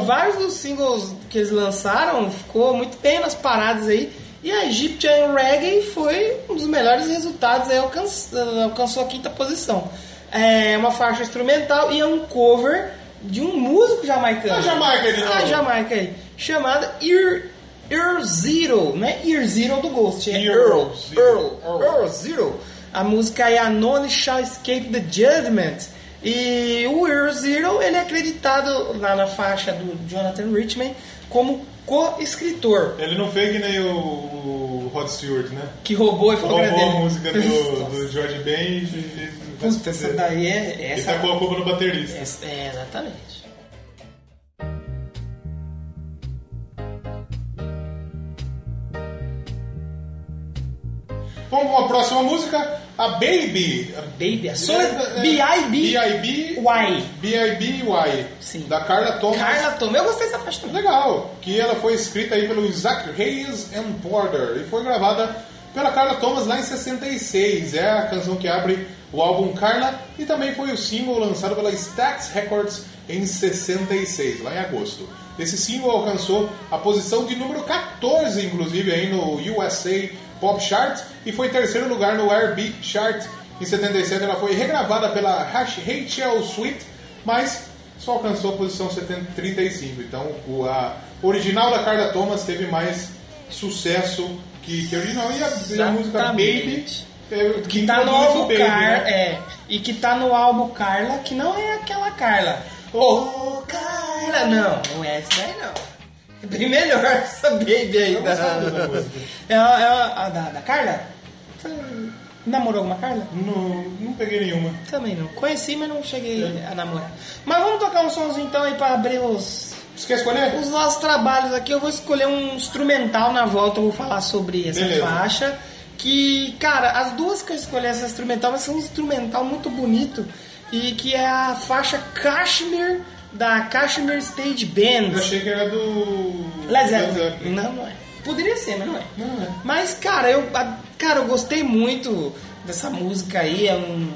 A: Vários dos singles que eles lançaram ficou muito bem nas paradas aí. E a Egyptian Reggae foi um dos melhores resultados, aí alcanç- alcançou a quinta posição. É uma faixa instrumental e é um cover de um músico jamaicano.
B: A Jamaica de
A: A
B: novo.
A: Jamaica Ah, aí. Chamada Ear, Ear Zero, né? Ear Zero do Ghost. É
B: Ear
A: Earl.
B: Zero.
A: Earl. Earl Zero. A música é Anone Shall Escape the Judgment. E o Earl Zero, ele é acreditado lá na faixa do Jonathan Richman como co-escritor.
B: Ele não fez que nem o, o Rod Stewart, né?
A: Que roubou e falou
B: Roubou
A: que era
B: a
A: dele.
B: música do, do George Ben e- e.
A: Puta, essa daí é- essa-
B: Ele tá tacou a culpa no baterista.
A: Essa- é, exatamente.
B: Vamos para a próxima música, a Baby. é, A
A: Baby, a Solid- B.I.B..
B: é, B.I.B.
A: Why?
B: B.I.B. Why.
A: Sim.
B: Da Carla Thomas.
A: Carla Thomas, eu gostei dessa faixa também.
B: Legal. Que ela foi escrita aí pelo Isaac Hayes and Porter. E foi gravada pela Carla Thomas lá em 66. É a canção que abre o álbum Carla. E também foi o single lançado pela Stax Records em 66, lá em agosto. Esse single alcançou a posição de número 14, inclusive, aí no USA Pop Chart. E foi terceiro lugar no R&B Chart. Em 77 ela foi regravada pela Rachel Sweet mas só alcançou a posição 70 35. Então o, a original da Carla Thomas teve mais sucesso que, que a original. E a- e a, música Baby
A: Exatamente.
B: teve-
A: Que tá no
B: incluiu o
A: álbum
B: Baby,
A: Carla,
B: né?
A: é. E que tá no álbum Carla, que não é aquela Carla. Ô, Carla! Não, não é essa daí não. É bem melhor essa baby aí
B: Eu
A: da.
B: gostava dessa música.
A: É, a- é a- a da, da Carla? Você namorou alguma Carla?
B: Não, não peguei nenhuma.
A: Também não. Conheci, mas não cheguei
B: É.
A: a namorar. Mas vamos tocar um somzinho então aí pra abrir os.
B: Você quer escolher?
A: É, Os nossos trabalhos aqui, eu vou escolher um instrumental na volta, eu vou falar sobre essa
B: Beleza.
A: faixa. Que, cara, as duas que eu escolhi essa instrumental, mas são um instrumental muito bonito. E que é a faixa Kashmir da Kashmir Stage
B: Eu
A: Band.
B: achei que era do.
A: Led
B: Led
A: Zeppelin.
B: Zeppelin.
A: Não, não é. Poderia ser, mas não é. Mas, cara, eu, a- cara, eu gostei muito dessa música aí. É um.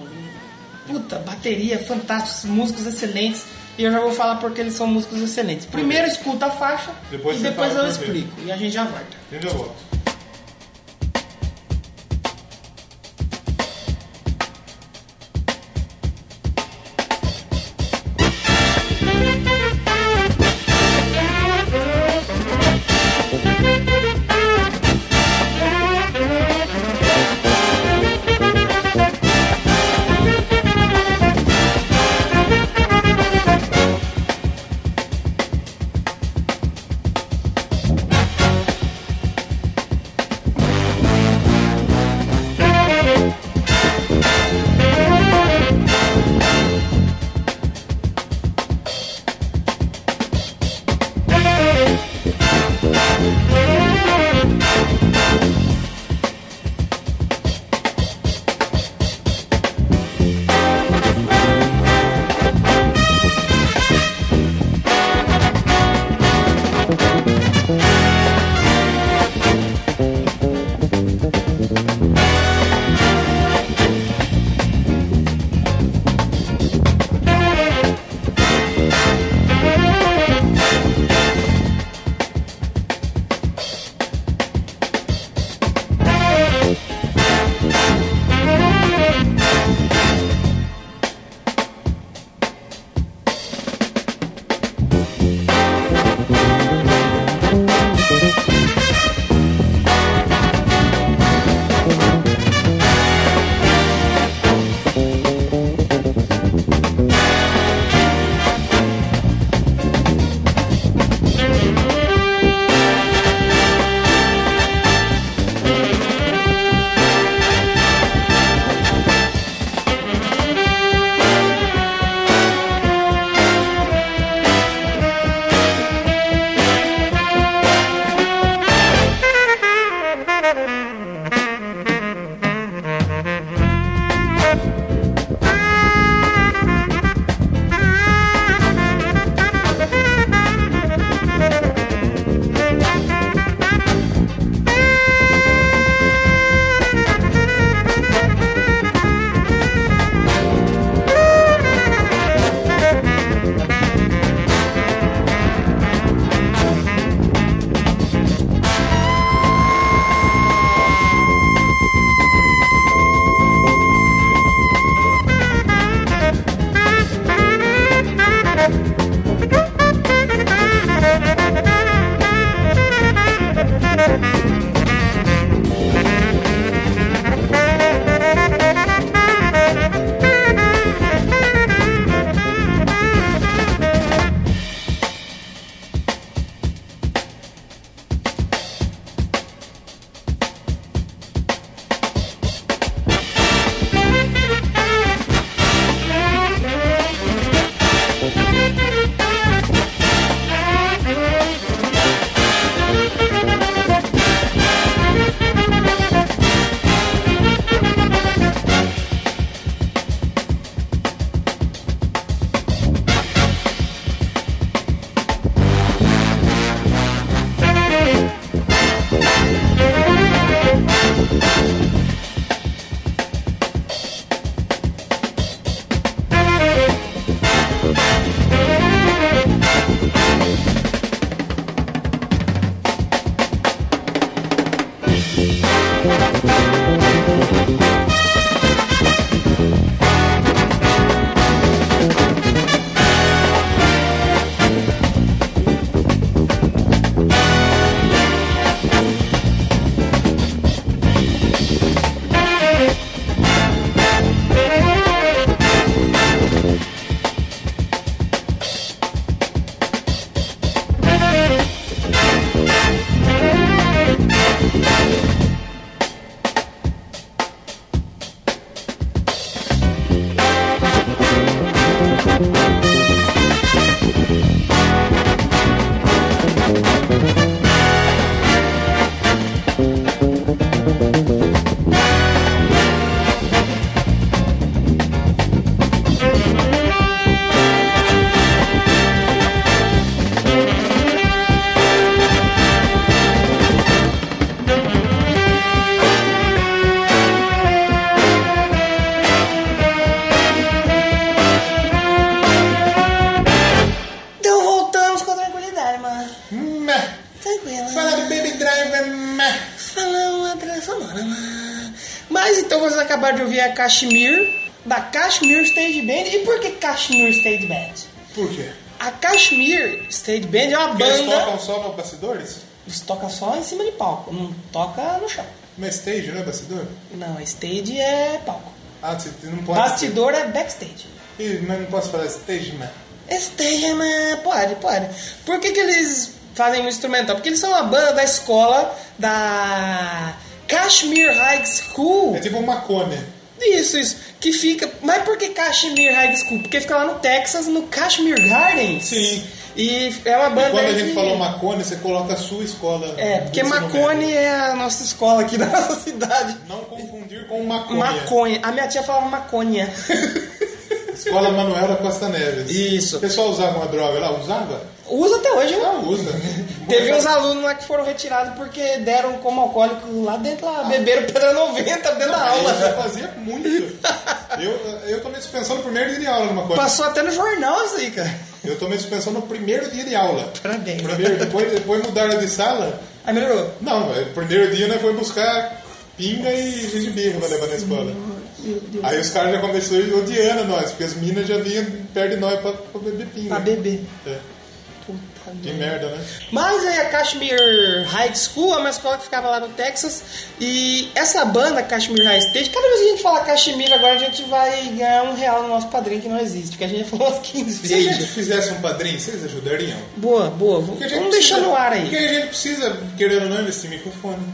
A: Puta, bateria, fantásticos, músicos excelentes. E eu já vou falar porque eles são músicos excelentes. Primeiro escuta a faixa
B: Depois
A: e
B: você
A: depois
B: fala
A: eu
B: por quê.
A: explico. E a gente já volta.
B: Eu já volto.
Q: Thank
A: Então vocês acabaram de ouvir a Kashmir, da Kashmir Stage Band. E por que Kashmir Stage Band?
B: Por quê?
A: A Kashmir Stage Band é uma
B: Porque eles
A: banda.
B: tocam só para bastidores?
A: Eles tocam só em cima de palco, não toca no chão.
B: Mas stage não é bastidor?
A: Não, stage é palco.
B: Ah, você não pode.
A: Bastidor é backstage.
B: Ih, mas não posso falar stage, man.
A: Esteja, mas pode, pode. Por que, que eles fazem um instrumental? Porque eles são uma banda da escola da Kashmir High School. É
B: tipo uma cone.
A: Isso, isso. Que fica. Mas por que Kashmir High School? Porque fica lá no Texas, no Kashmir Gardens.
B: Sim.
A: E é uma banda.
B: E quando a gente
A: que-
B: falou Macone, você coloca a sua escola. né?
A: É, porque
B: do ensino
A: Macone
B: médio.
A: é a nossa escola aqui da nossa cidade.
B: Não confundir com Maconha.
A: Maconha. A minha tia falava maconha.
B: Escola Manuela Costa Neves.
A: Isso.
B: O pessoal usava uma droga lá? Usava?
A: Usa até hoje, né?
B: Não, usa.
A: Teve uns alunos lá que foram retirados porque deram como alcoólico lá dentro, lá, beberam pedra 90 dentro da
B: Eu já
A: aula.
B: fazia muito. Eu, eu tomei suspensão no primeiro dia de aula numa coisa.
A: Passou até no jornal isso aí, cara.
B: Eu tomei suspensão no primeiro dia de aula.
A: Parabéns.
B: Primeiro, depois, depois mudaram de sala.
A: Aí melhorou.
B: Não, velho, primeiro dia nós foi buscar pinga e gengibre pra levar na escola. Aí os caras já começaram odiando nós, porque as minas já vinham perto de nós pra, pra beber pinga.
A: Pra beber.
B: É.
A: Puta
B: Que
A: merda.
B: merda, né?
A: Mas aí a Kashmir High School é uma escola que ficava lá no Texas. E essa banda, Kashmir High State, cada vez que a gente fala Kashmir, agora a gente vai ganhar um real no nosso padrinho que não existe, porque a gente já falou umas 15
B: Se a gente
A: vezes.
B: fizesse um padrinho, vocês ajudariam?
A: Boa, boa. Vamos
B: Porque a gente
A: vamos
B: precisa-
A: deixar no ar aí.
B: Porque a gente precisa, querendo ou não, investir em microfone.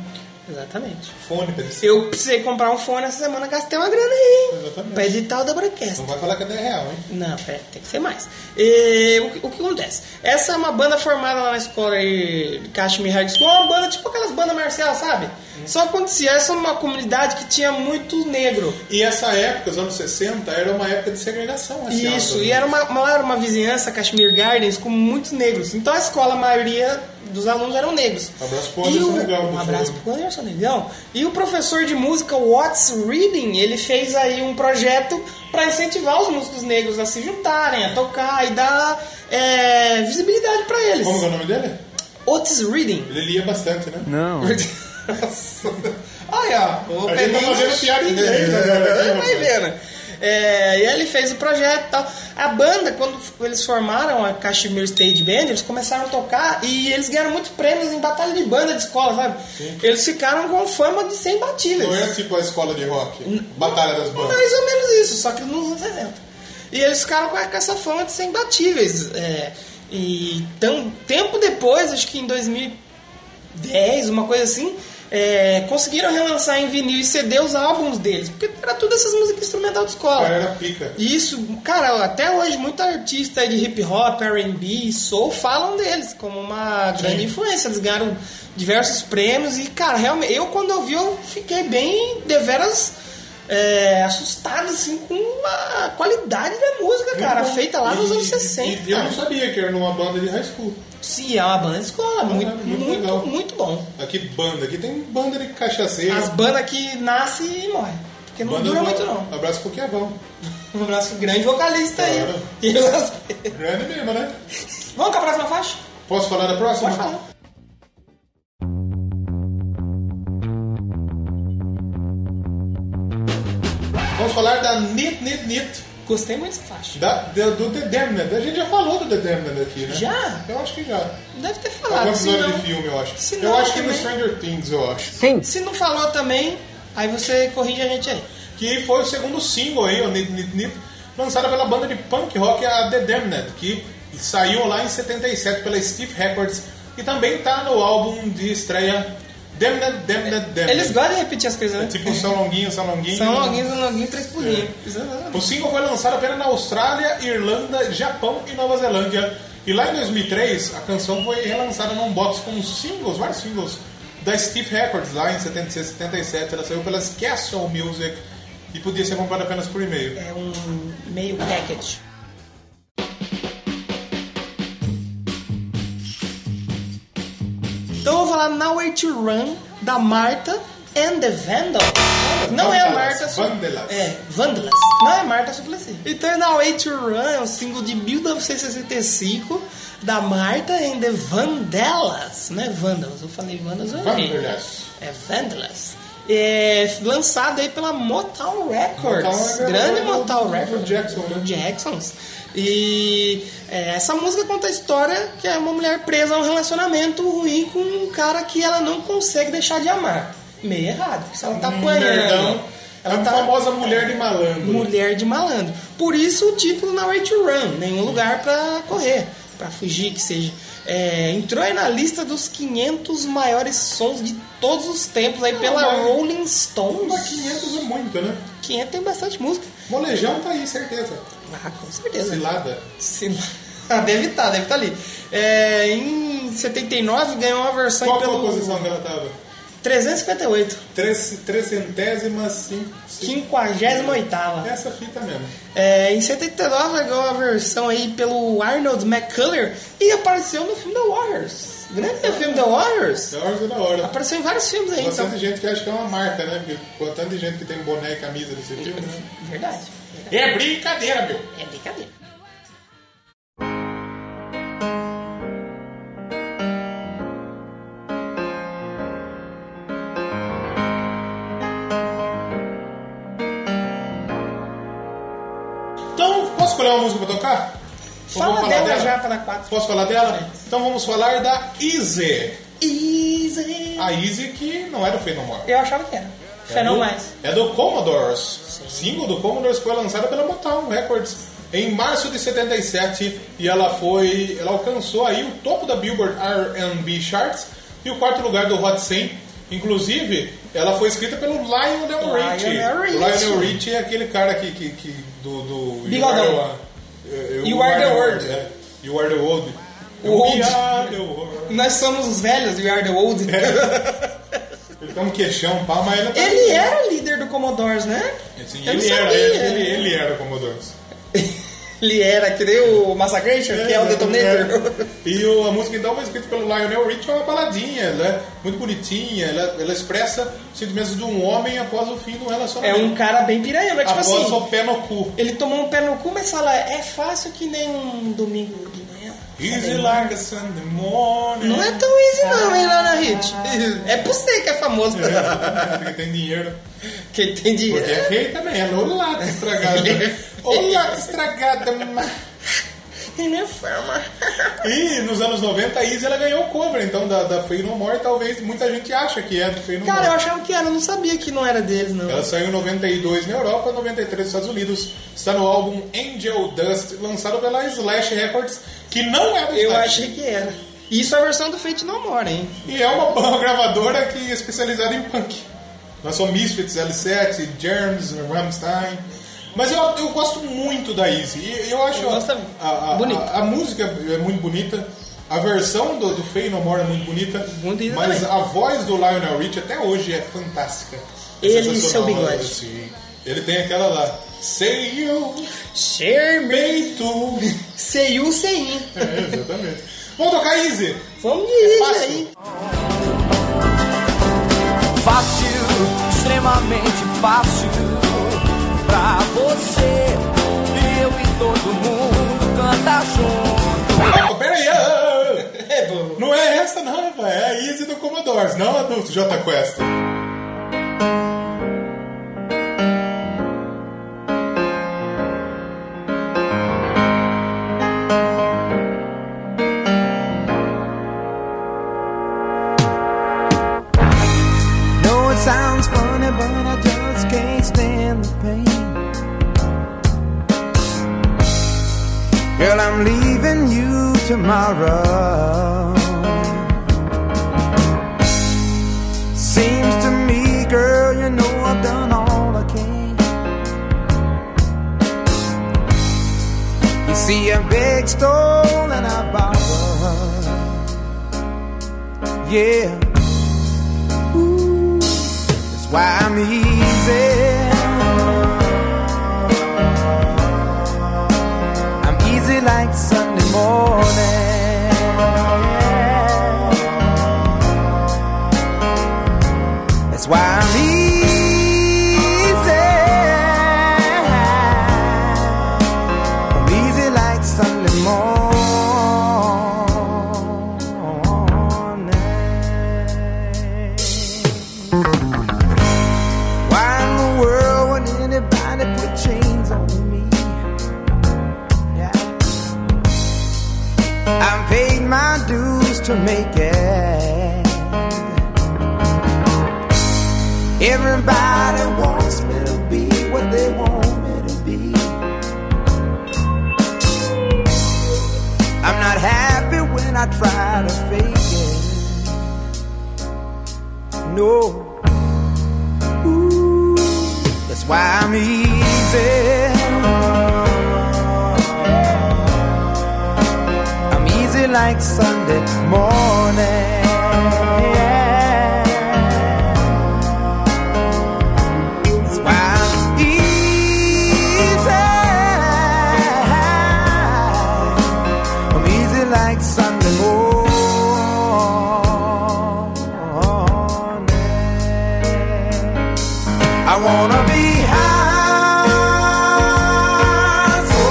A: Exatamente.
B: Fone, pra edição.
A: Eu precisei comprar um fone essa semana, gastei uma grana aí. hein?
B: Exatamente.
A: Pra editar o da Broadcast.
B: Não vai falar que é 10 real, hein?
A: Não, é, tem que ser mais. E, o, que- o que acontece? Essa é uma banda formada lá na escola aí, de Kashmir High School, uma banda tipo aquelas bandas marciais, sabe? Só que acontecia, essa é uma comunidade que tinha muito negro.
B: E essa época, os anos 60, era uma época de segregação assim, né? racial.
A: Isso,
B: também.
A: e era uma, uma- era uma vizinhança, Kashmir Gardens, com muitos negros. Então a escola, a maioria dos alunos eram negros.
B: Abraço pro
A: E
B: Anderson
A: o-
B: Negão,
A: Um
B: por
A: abraço
B: favor.
A: pro Anderson Negão. E o professor de música Watts Reading, ele fez aí um projeto para incentivar os músicos negros a se juntarem, a tocar e dar é, visibilidade para eles.
B: Como que é o nome dele?
A: Otis Reading.
B: Ele lia bastante, né?
N: Não.
A: Nossa. Olha, ó, o
B: A gente tá
A: Peninha- É,
B: fazendo piada em inglês agora, né,
A: Vai
B: rapaz?
A: vendo. É, e aí ele fez o projeto e tal. A banda, quando eles formaram a Kashmir Stage Band, eles começaram a tocar e eles ganharam muitos prêmios em batalha de banda de escola, sabe? Eles ficaram com fama de ser imbatíveis.
B: Não era tipo a escola de rock, Batalha das Bandas.
A: Mais ou menos isso, só que nos anos 60. E eles ficaram com essa fama de ser imbatíveis. é, e tão, tempo depois, acho que em 2010, uma coisa assim, é, conseguiram relançar em vinil e CD os álbuns deles. Porque era tudo essas músicas instrumental de
B: O
A: escola.
B: cara era pica.
A: E isso, cara, até hoje muita artista de hip hop, R&B, soul falam deles como uma grande influência. Eles ganharam diversos prêmios e, cara, realmente, eu quando eu vi, eu fiquei bem deveras é, assustado assim com a qualidade da música, cara,
B: Muito bom.
A: feita lá nos
B: E-
A: anos
B: E eu
A: 60.
B: não sabia que era numa banda de high school.
A: Sim, é uma banda de escola, muito,
B: muito
A: muito,
B: legal.
A: muito, bom.
B: Aqui banda, aqui tem banda de cachaceiro.
A: As bandas que nascem e morrem. Porque não
B: Banda
A: dura
B: do-
A: muito não.
B: Abraço pro Kevão.
A: Um abraço grande vocalista aí.
B: Claro. Grande mesmo, né?
A: Vamos com a próxima faixa?
B: Posso falar da próxima?
A: Pode falar.
B: Vamos falar da Nit Nit Nit.
A: Gostei é muito dessa faixa.
B: Da, da- do The Damned. A gente já falou do The Damned aqui, né?
A: Já?
B: Eu acho que já.
A: Deve ter
B: Algum
A: falado. Se
B: episódio
A: não,
B: de filme, eu acho.
A: se
B: eu
A: não,
B: acho que no
A: também.
B: Stranger Things, eu acho.
F: Sim.
A: se não falou também, aí você corrige a gente aí.
B: que foi o segundo single aí, o Nip Nip Nip, lançado pela banda de punk rock a The Damned, que saiu lá em 77 pela Steve Records e também tá no álbum de estreia Damned, Damned, Damned.
A: Eles gostam de repetir as coisas, né?
B: É Tipo um É. São Longuinho, São Longuinho.
A: São longuinhos, são longuinhos, três pulinhos.
B: O single foi lançado apenas na Austrália, Irlanda, Japão e Nova Zelândia. E lá em 2003, a canção foi relançada num box com singles, vários singles, da Steve Records, lá em 76, 77. Ela saiu pelas Castle Music e podia ser comprada apenas por e-mail.
A: É um meio package. Então eu vou falar Nowhere to Run, da Marta and the Vandal. Não é a Marta Su-
B: Vandalas.
A: É, Vandalas. Não é a Marta Suplicy. Então é Nowhere to Run, é um single de 1965 da Marta and the Vandalas. Não é Vandalas, eu falei Vandalas. eu errei.
B: Vandalas.
A: É Vandalas. é, lançado aí pela Motown Records.
B: Motown é
A: grande
B: do-
A: Motown
B: do
A: Records.
B: Jackson,
A: do Jacksons. né? E é, essa música conta a história que é uma mulher presa a um relacionamento ruim com um cara que ela não consegue deixar de amar. Meio errado, porque se ela tá apanhando.
B: Nerdão.
A: Ela é a famosa mulher de malandro. Mulher de malandro. Por isso o título na Way to Run, nenhum lugar pra correr, pra fugir que seja. É, entrou aí na lista dos 500 maiores sons de todos os tempos aí pela
B: mas-
A: Rolling Stones.
B: mas 500 é muito, né?
A: 500 tem bastante música.
B: Molejão tá aí, certeza.
A: Ah, com certeza.
B: Cilada.
A: Cilada. deve estar, deve estar ali. É, em 79 ganhou uma versão
B: Qual foi
A: pelo
B: a posição que ela tava?
A: 358.
B: Três, trezentésimas, cinco,
A: Quinquagésima oitava.
B: Essa fita mesmo.
A: É, em 79 ganhou uma versão aí pelo Arnold McCuller e apareceu no filme The Warriors. Grande filme The Warriors.
B: Da hora, É da hora.
A: Apareceu em vários filmes aí,
B: Bastante
A: então.
B: gente que acha que é uma marca, né? Porque com tanta gente que tem boné e camisa desse filme, né?
A: Verdade.
B: É brincadeira, meu.
A: É brincadeira.
B: Então, posso escolher uma música pra tocar? Ou
A: Fala
B: vamos falar
A: dela já para quatro.
B: Posso falar dela? Então vamos falar da Easy.
A: Easy.
B: A Easy que não era o Fenomore.
A: Eu achava que era.
B: É
A: Fenom
B: do-
A: mais.
B: É do Commodores. Single do Commodores foi lançada pela Motown Records em março de 77 e ela foi, ela alcançou aí o topo da Billboard R&B Charts e o quarto lugar do Hot 100. Inclusive, ela foi escrita pelo Lionel Richie.
A: Lionel Richie.
B: Lionel Richie é aquele cara que, que, que- do, do
A: Bigodão.
B: You Are the, One-
A: You Are the World.
B: é. You Are the World.
A: O old.
B: We are the world.
A: Nós somos os velhos, we are the old.
B: Ele tá um queixão, pá, mas ele tá-
A: Ele era o líder do Commodores, né?
B: Assim,
A: eu não
B: ele, era,
A: sabia.
B: ele, ele, ele era o Commodores.
A: Ele era que nem o Massacration, que é o Detonator.
B: E o- a música então foi escrita pelo Lionel Richie, é uma baladinha, ela é muito bonitinha, ela, ela expressa os sentimentos de um homem após o fim do
A: É
B: relacionamento.
A: um cara bem piranha, mas tipo
B: após
A: assim.
B: o pé no cu.
A: Ele tomou um pé no cu, mas fala, é fácil que nem um domingo de manhã.
B: Easy like a Sunday morning.
A: Não é tão easy não, hein, Lana Hit. É por você que é famoso.
B: Ah. É, Quem tem dinheiro.
A: Quem tem dinheiro.
B: Porque é feio também, ela olha lá, tá estragada. Olha lá, tá estragada. mas-
A: E minha fama.
B: E nos anos 90 a Easy ela ganhou o cover, então, da, da Fey No More, talvez muita gente acha que é do Fey No
A: Cara,
B: More.
A: eu achava que era, eu não sabia que não era deles, não.
B: Ela saiu em 92 na Europa, 93 nos Estados Unidos. Está no álbum Angel Dust, lançado pela Slash Records, que não é da
A: Eu
B: Slash.
A: achei que era. E Isso é a versão do Fate No More, hein?
B: E é uma boa gravadora que é especializada em punk. Lançou Misfits, L7, Germs, Rammstein. Mas eu, eu gosto muito da Easy. E Eu acho
A: Eu gosto
B: a,
A: também.
B: a, a-
A: Bonito.
B: a música é muito bonita. A versão do, do Fey No More é muito bonita. mas
A: também.
B: a voz do Lionel Rich até hoje é fantástica. É
A: Ele e seu
B: sensacional,
A: bigode.
B: assim. Ele tem aquela lá. Say you,
A: Share
B: me too.
A: Sei o sei.
B: É, exatamente. Vamos tocar Easy.
A: Vamos de Easy
B: É fácil.
A: aí.
Q: Fácil, extremamente fácil pra você. Eu e todo mundo canta junto.
B: Pera aí, ah, ah, ah. não é essa não, velho. É a Easy do Commodores, não a do J Quest.
Q: No, it sounds funny, but I just can't stand the pain. Girl, I'm leaving you tomorrow. Seems to me, girl, you know I've done all I can. You see, a big stole and I borrowed. Yeah. That's why I'm easy. I'm easy like Sunday morning. That's why I'm easy. I'm easy like Sunday morning. to make it. Everybody wants me to be what they want me to be. I'm not happy when I try to fake it. No. Ooh, that's why I'm easy. I'm easy like Sunday morning. That's why I'm easy. I'm easy like Sunday morning. I wanna be high, so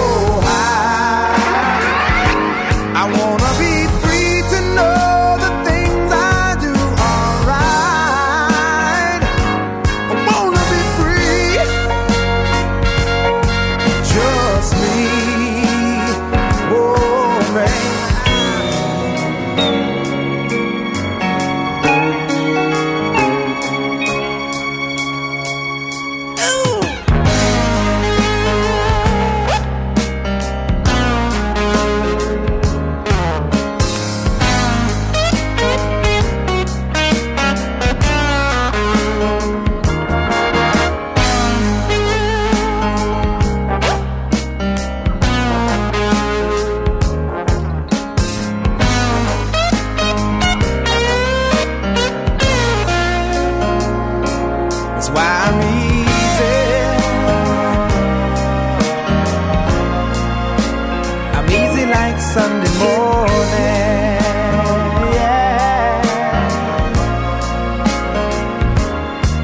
Q: high. I wanna be free to know the things I do are right. I wanna be free, just me. Oh man. That's why I'm easy. I'm easy like Sunday morning. Yeah.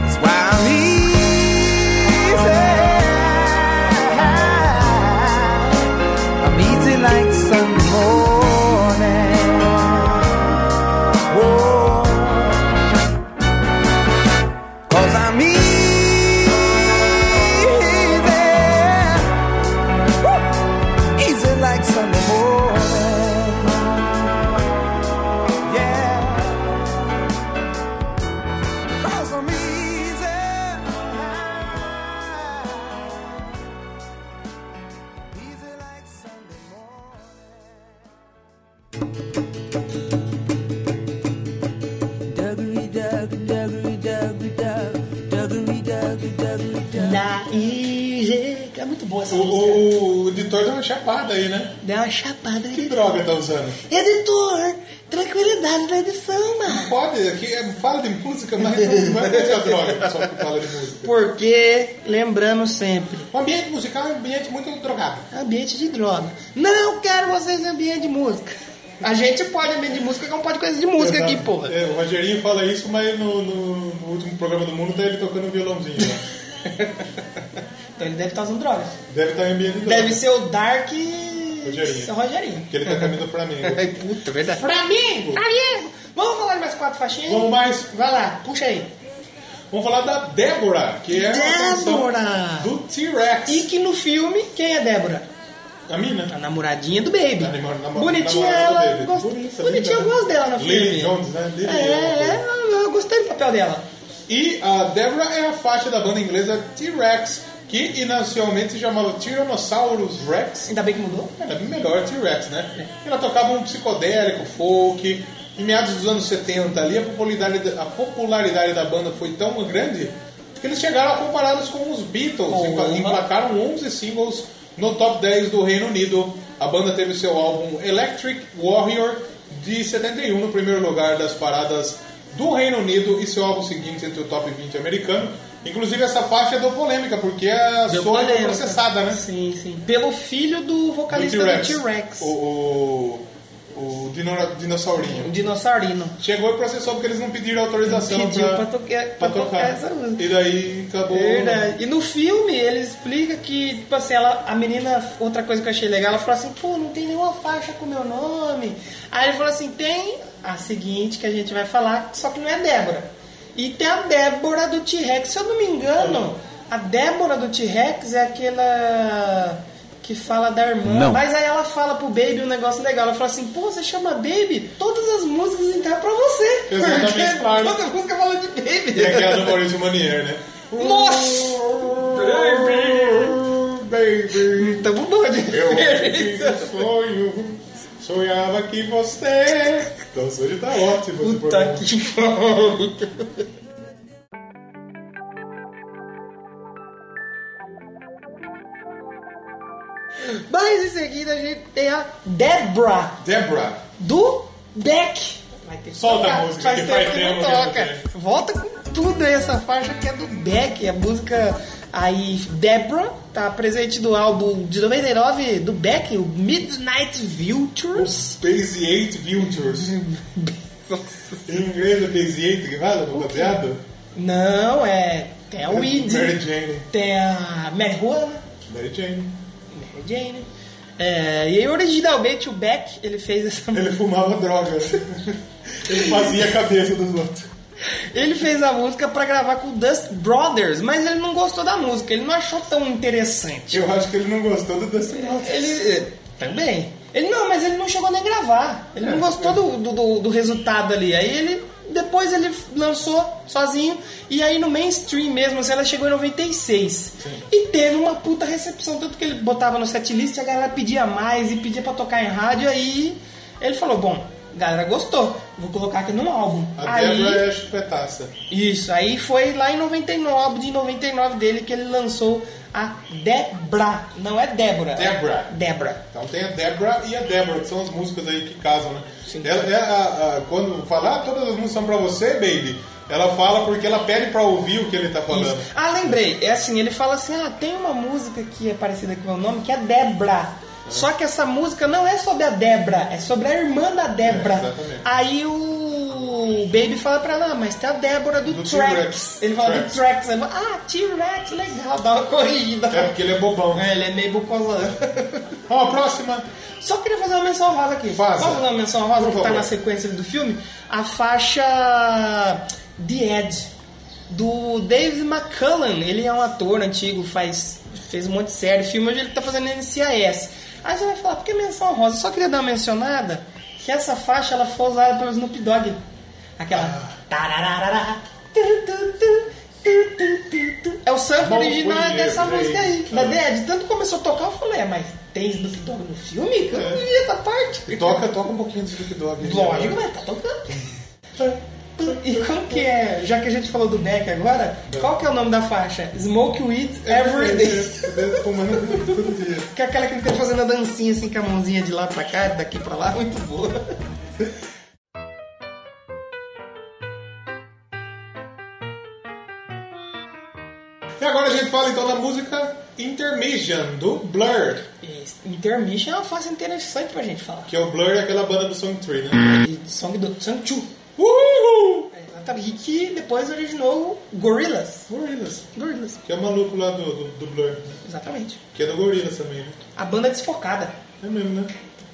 Q: That's why I'm easy. I'm easy like Sunday morning. Whoa. Cause I'm easy. Woo! Easy like Sunday morning. Yeah. Cause I'm easy. Easy like Sunday
A: Na IG. É muito boa essa
B: O,
A: música.
B: o- o editor deu uma chapada aí, né?
A: Deu uma chapada.
B: Que droga tá usando?
A: Editor, tranquilidade na edição, mano.
B: Pode, aqui é- fala de música, mas não vai ter a droga pessoal que fala de música.
A: Porque, lembrando sempre.
B: O ambiente musical é um ambiente muito drogado.
A: Ambiente de droga. Não quero vocês em ambiente de música. A gente pode ambiente de música, que é um pode coisa de música
B: Exato.
A: aqui, porra.
B: É, o Rogerinho fala isso, mas no, no- no último programa do mundo tá ele tocando violãozinho. Né?
A: Então ele deve estar usando drogas.
B: Deve tá estar em ambiente de droga.
A: Deve ser o Dark.
B: Rogerinho.
A: Seu Rogerinho.
B: Porque ele tá caminho do Flamengo.
A: Puta, é verdade. Flamengo! Flamengo! Vamos falar de mais quatro faixinhas?
B: Vamos mais.
A: Vai lá, puxa aí.
B: Vamos falar da Débora, que é
A: Débora!
B: uma canção do T-Rex.
A: E que no filme, quem é Débora?
B: A mina.
A: A namoradinha do Baby.
B: Namor- namor-
A: Bonitinha
B: namorada
A: ela.
B: dele.
A: gosto-
B: Bonita,
A: Bonitinha eu
B: linda, né?
A: gosto dela no
B: Lily
A: filme.
B: Jones, né? Lily
A: É, é, eu eu gostei do papel dela.
B: E a Débora é a faixa da banda inglesa T-Rex, que inicialmente se chamava Tyrannosaurus Rex.
A: Ainda bem que mudou.
B: Era É melhor T-Rex, né? Ela tocava um psicodélico, folk. Em meados dos anos 70 ali, a popularidade, a popularidade da banda foi tão grande que eles chegaram a compará-los com os Beatles. Empa-
A: Porra.
B: Emplacaram 11 singles no top 10 do Reino Unido. A banda teve seu álbum Electric Warrior de 71 no primeiro lugar das paradas do Reino Unido e seu álbum seguinte entre o top 20 americano. Inclusive essa faixa deu polêmica, porque a
A: Deu
B: Sony foi
A: polêmica.
B: processada, né?
A: Sim, sim. Pelo filho do vocalista do
B: T-Rex.
A: T-Rex.
B: O, o, o dino-
A: O
B: dinossaurinho.
A: dinossaurino.
B: Chegou e processou porque eles não pediram autorização
A: Pediu
B: pra,
A: Então, pra, toque- pra
B: pra
A: tocar, essa música.
B: E daí acabou.
A: Verdade. E no filme ele explica que, tipo assim, ela, a menina, outra coisa que eu achei legal, ela falou assim, pô, não tem nenhuma faixa com meu nome. Aí ele falou assim, tem a seguinte que a gente vai falar, só que não é Débora. E tem a Débora do T-Rex, se eu não me engano, a Débora do T-Rex é aquela que que fala da irmã.
R: Não.
A: Mas aí ela fala pro Baby um negócio legal. Ela fala assim, pô, você chama Baby? Todas as músicas então é pra você.
B: Exatamente,
A: Porque
B: claro.
A: toda música fala de Baby.
B: E aquela do Maurício Manier, né?
A: Nossa!
B: Baby,
A: Então mudou de
B: eu
A: referência.
B: tive um sonho, sonhava que você. Então hoje tá ótimo. esse programa.
A: Mas em seguida a gente tem a Debra.
B: Debra.
A: Do Beck. Vai ter que
B: Solta
A: tocar.
B: a música,
A: Faz
B: que
A: tempo
B: faz
A: que não
B: tempo que não
A: toca. Volta com tudo aí, essa faixa que é do Beck. A música aí, Debra, tá presente do álbum de 99 do Beck, o Midnight Vultures.
B: Base 8 Vultures. em inglês é Base 8 que fala, rapaziada?
A: Não, é. Tem a Weed.
B: Mary Jane.
A: Tem a Mary Juana.
B: Mary Jane.
A: Mary Jane. É, e aí, originalmente, o Beck, ele fez essa
B: Ele fumava droga. Ele fazia a cabeça dos outros.
A: Ele fez a música pra gravar com o Dust Brothers, mas ele não gostou da música, ele não achou tão interessante.
B: Eu acho que ele não gostou do Dustin Hoffman.
A: Ele eh, também. Ele não, mas ele não chegou nem a gravar. Ele não
B: É.
A: gostou do, do, do- do resultado ali. Aí ele depois ele lançou sozinho e aí no mainstream mesmo, assim, ela chegou em 96. E teve uma puta recepção, tanto que ele botava no setlist, a galera pedia mais e pedia pra tocar em rádio, aí ele falou, bom, a galera gostou, vou colocar aqui no álbum.
B: A
A: aí,
B: Debra é chupetaça.
A: isso, aí foi lá em 99, de 99 dele, que ele lançou a Debra. Não é Débora.
B: Debra.
A: É Debra.
B: Então tem a Debra e a Débora, que são as músicas aí que casam, né? Ela, é a- a- quando falar, todas as músicas são pra você, baby. Ela fala porque ela pede pra ouvir o que ele tá falando.
A: Ah, lembrei. É assim, ele fala assim, ah, tem uma música que é parecida com o meu nome, que é Debra. Só que essa música não é sobre a Debra, é sobre a irmã da Debra.
B: É, exatamente.
A: aí o Baby fala pra ela, ah, mas tem a Débora do,
B: Do
A: Trax.
B: T-Rex.
A: Ele fala
B: Trax.
A: do Trax. Ele fala, ah, T-Rex, legal, dá uma corrida.
B: É porque ele é bobão.
A: É, ele é meio bucolão.
B: Ó, a próxima.
A: Só queria fazer uma menção rosa aqui.
B: Faça.
A: Posso fazer uma menção rosa
B: Por
A: que tá
B: favor.
A: na sequência do filme? A faixa The Edge, do Dave McCullen. Ele é um ator antigo, faz, fez um monte de série, filme, hoje ele tá fazendo NCIS. Aí você vai falar, por que menção rosa? Só queria dar uma mencionada que essa faixa ela foi usada pelo Snoop Dogg. Aquela...
B: Ah.
A: tarararará, tu, tu, tu, tu, tu, tu, tu. É o sample
B: Bom,
A: original
B: bonito,
A: dessa
B: gente.
A: música aí, da
B: Ah.
A: The Edge. Tanto que começou a tocar, eu falei, é, mas tem Snoop Dogg no filme? Que Eu não vi essa parte.
B: Toca, toca um pouquinho do Snoop Dogg. aí.
A: Lógico, mas tá tocando. E como que é, já que a gente falou do Beck agora, qual que é o nome da faixa? Smoke Weed Every Day.
B: Fumando todo dia.
A: Que é aquela que ele tá fazendo a dancinha assim com a mãozinha de lá pra cá, daqui pra lá, muito boa.
B: E agora a gente fala então da música Intermission, do Blur.
A: Intermission é uma faixa interessante pra gente falar.
B: Que é o Blur, aquela banda do Song Tree, né?
A: Song do Song Chu.
B: Uhul!
A: E que depois originou o Gorillaz.
B: Gorillaz.
A: Gorillaz,
B: Que é o maluco lá do, do, do Blur. né?
A: exatamente.
B: Que é do Gorillaz também, né?
A: A banda desfocada.
B: É mesmo, né?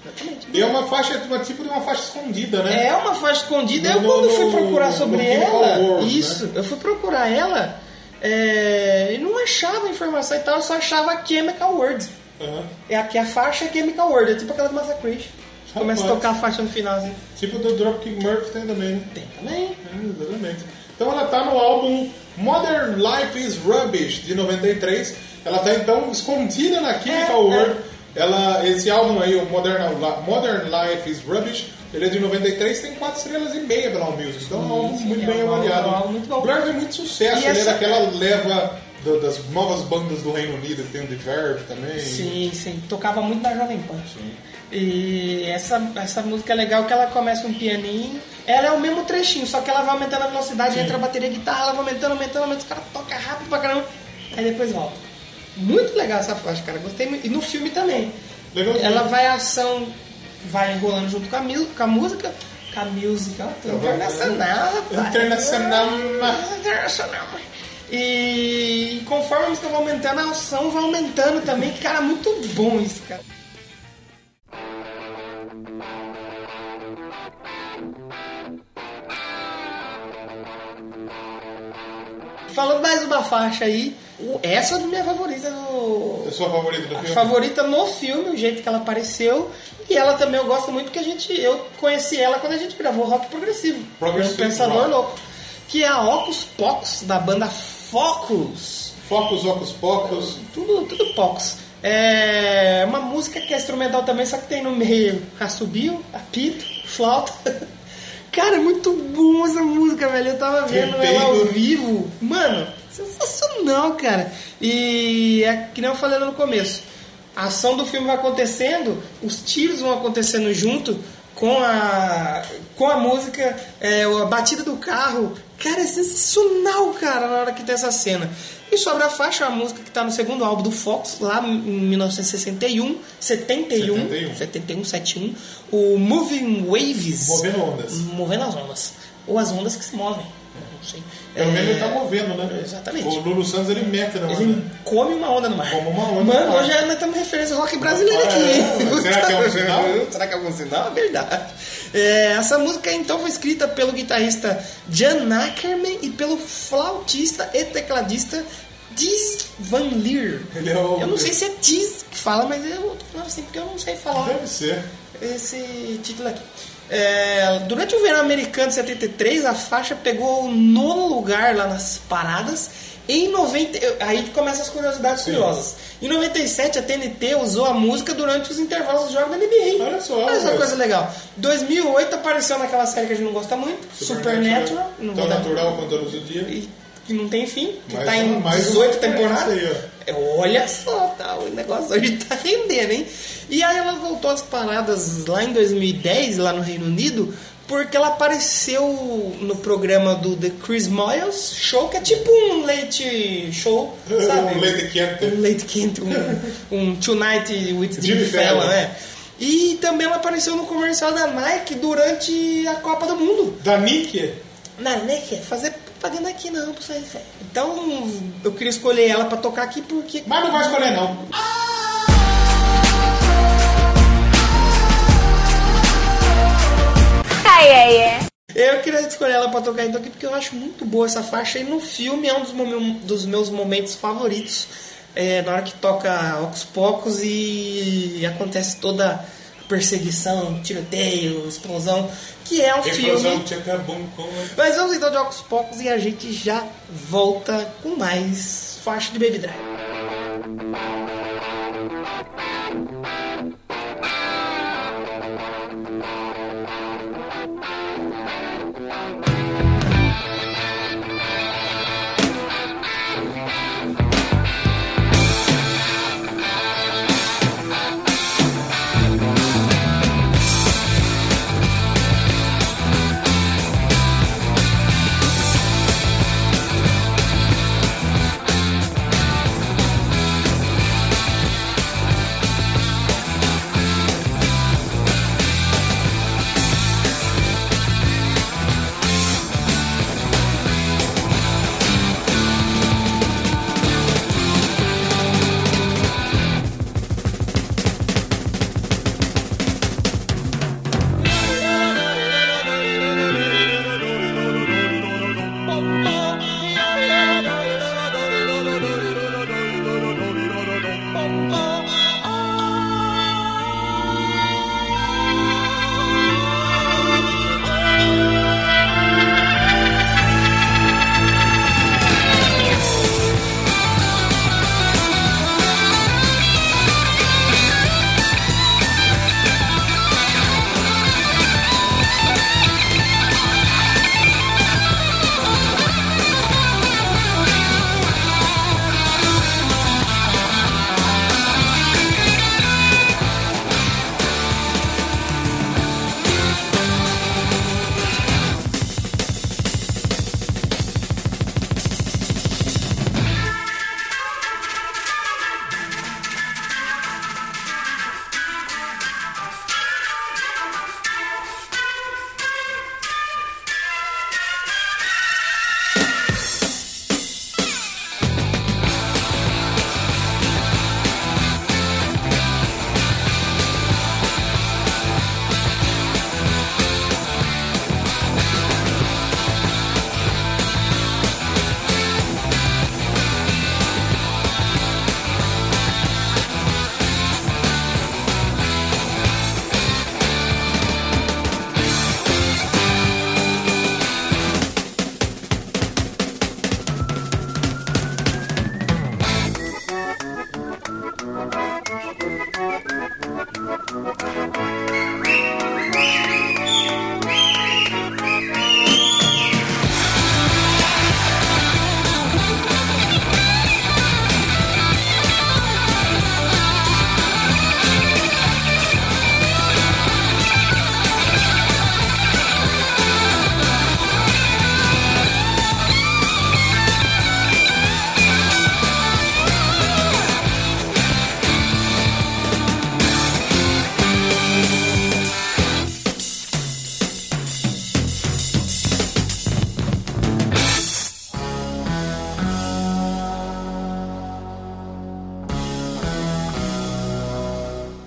A: Exatamente.
B: E é uma faixa, uma, tipo de uma faixa escondida, né?
A: É uma faixa escondida. eu
B: No-
A: quando
B: no-
A: fui procurar
B: no-
A: sobre
B: no Pinball
A: ela,
B: World, né?
A: isso, eu fui procurar ela é, e não achava informação e tal, eu só achava a Chemical Words.
B: Aham.
A: É aqui a faixa é Chemical Words, é tipo aquela do Massacration. Começa a
B: Rapaz.
A: tocar a faixa no final assim.
B: Tipo do Dropkick Murphy tem também, né?
A: Tem também.
B: É, exatamente. Então ela tá no álbum Modern Life is Rubbish, de 93. Ela tá então escondida na
A: É,
B: Chemical World. Ela, esse álbum aí, o Modern, Modern Life is Rubbish, ele é de 93, tem 4 estrelas e meia pela Allmusic. Então é um álbum muito bem
A: um
B: avaliado. O Blur tem muito sucesso,
A: E
B: ele
A: essa-
B: é daquela leva do- das novas bandas do Reino Unido, que tem o The Verve também.
A: Sim, sim. Tocava muito na Jovem Pan. E essa, essa música é legal que ela começa um pianinho. Ela é o mesmo trechinho, só que ela vai aumentando a velocidade, entra a bateria e a guitarra, ela vai aumentando, aumentando, aumentando, os caras tocam rápido pra caramba. Aí depois volta. Muito legal essa faixa, cara. Gostei muito. E no filme também.
B: Legal.
A: Ela vai a ação, vai enrolando junto com a, mil, com a música. Com a música, ó, tudo internacional, rapaz.
B: Internacional.
A: Internacional. E conforme a música vai aumentando, a ação vai aumentando também. Que cara, muito bom isso, cara. Falando mais uma faixa aí, o- essa é a minha favorita do como
B: É sua favorita do
A: a
B: filme?
A: favorita no filme, o jeito que ela apareceu. E ela também eu gosto muito porque a gente, eu conheci ela quando a gente gravou Rock Progressivo.
B: Progressivo,
A: o Pensador
B: claro.
A: Louco. Que é a Ocus Pocus, da banda Focus.
B: Focus, Ocus Pocus.
A: Tudo, tudo Pocus. É uma música que é instrumental também, só que tem no meio assobio, apito, flauta. Cara, é muito bom essa música, velho. Eu tava vendo ela ao
B: Tremendo.
A: vivo. Mano, sensacional, cara. E é que nem eu falei lá no começo. A ação do filme vai acontecendo, os tiros vão acontecendo junto com a, com a música, é, a batida do carro. Cara, é sensacional, cara, na hora que tem essa cena. E sobre a faixa, a música que tá no segundo álbum do Fox, lá em 1961, 71,
B: 71.
A: 71, 71, o Moving Waves.
B: Movendo ondas.
A: Movendo as ondas. Ou as ondas que se movem. Não sei.
B: Pelo menos
A: É,
B: ele tá movendo, né?
A: Exatamente.
B: O Lulu Santos ele mete na
A: Ele
B: onda.
A: come uma onda no mar.
B: Como uma onda.
A: Mano,
B: cara.
A: hoje nós estamos referência ao rock brasileiro aqui, hein?
B: Será que é um sinal?
A: Será que é um sinal? É verdade. É, essa música então foi escrita pelo guitarrista Jan Ackerman e pelo flautista e tecladista Diz Van Leer.
B: Ele é o-
A: Eu não sei se é Diz que fala, mas eu tô falando assim porque eu não sei falar
B: Deve ser.
A: esse título aqui. É, durante o verão americano de 73, a faixa pegou o nono lugar lá nas paradas. Em 90, eu- aí que começam as curiosidades
B: Sim.
A: curiosas. Em 97, a TNT usou a música durante os intervalos dos jogos da NBA.
B: Olha só,
A: Olha só
B: mas-
A: que coisa legal. 2008 apareceu naquela série que a gente não gosta muito, Supernatural. não
B: Tão
A: vou dar-
B: natural quanto anos do dia.
A: que não tem fim, que
B: Mais
A: tá
B: uma-
A: em
B: mais uma
A: 18
B: referência
A: temporadas.
B: aí, ó.
A: É, Olha só, tá, o negócio hoje tá rendendo, hein? E aí ela voltou às paradas lá em 2010, lá no Reino Unido, porque ela apareceu no programa do The Chris Miles Show, que é tipo um leite show, sabe?
B: Um leite quente.
A: Um leite quente, um, um Tonight with Jimmy
B: Jimmy
A: Fallon,
B: Fallon.
A: né? E também ela apareceu no comercial da Nike durante a Copa do Mundo.
B: Da Nick?
A: Não, nem quer fazer propaganda aqui não, pra vocês. velho. Então, eu queria escolher ela pra tocar aqui porque.
B: Mas não vai escolher não.
A: Ai, ai, ai. Eu queria escolher ela pra tocar então aqui porque eu acho muito boa essa faixa e no filme é um dos, momen- dos meus momentos favoritos. É, na hora que toca Ocos Pocos e acontece toda a perseguição, tiroteio, explosão, que é um filme.
B: Explosão tchacabum com...
A: Mas vamos então de Ocos Pocos e a gente já volta com mais faixa de Baby Drive.
Q: Baby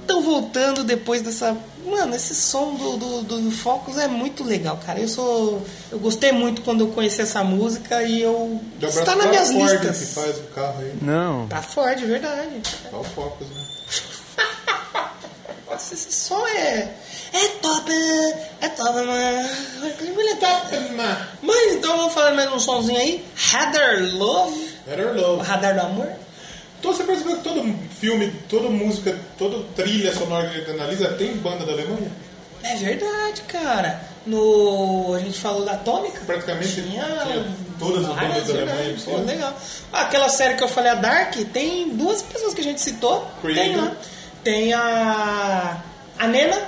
A: Então voltando depois dessa. Mano, esse som do, do, do Focus é muito legal, cara. Eu sou. Eu gostei muito quando eu conheci essa música e eu. Está nas minhas
B: Ford
A: listas.
B: que faz o carro aí.
A: Não. Tá Ford, verdade.
B: Qual o Focus, né?
A: Nossa, esse som é. É top! É top, mano. É
B: Tá,
A: top, mano. Mas então vamos falar mais um somzinho aí. Heather Love.
B: Heather Love.
A: O radar do amor.
B: Então você percebeu que todo filme, toda música, toda trilha sonora que a gente analisa tem banda da Alemanha?
A: É verdade, cara. No. A gente falou da Atômica.
B: Praticamente
A: tinha.
B: todas as
A: várias,
B: bandas da
A: verdade.
B: Alemanha,
A: Pô,
B: sim.
A: legal. Aquela série que eu falei, a Dark, tem duas pessoas que a gente citou.
B: Credo.
A: Tem lá. Tem a. A Nena.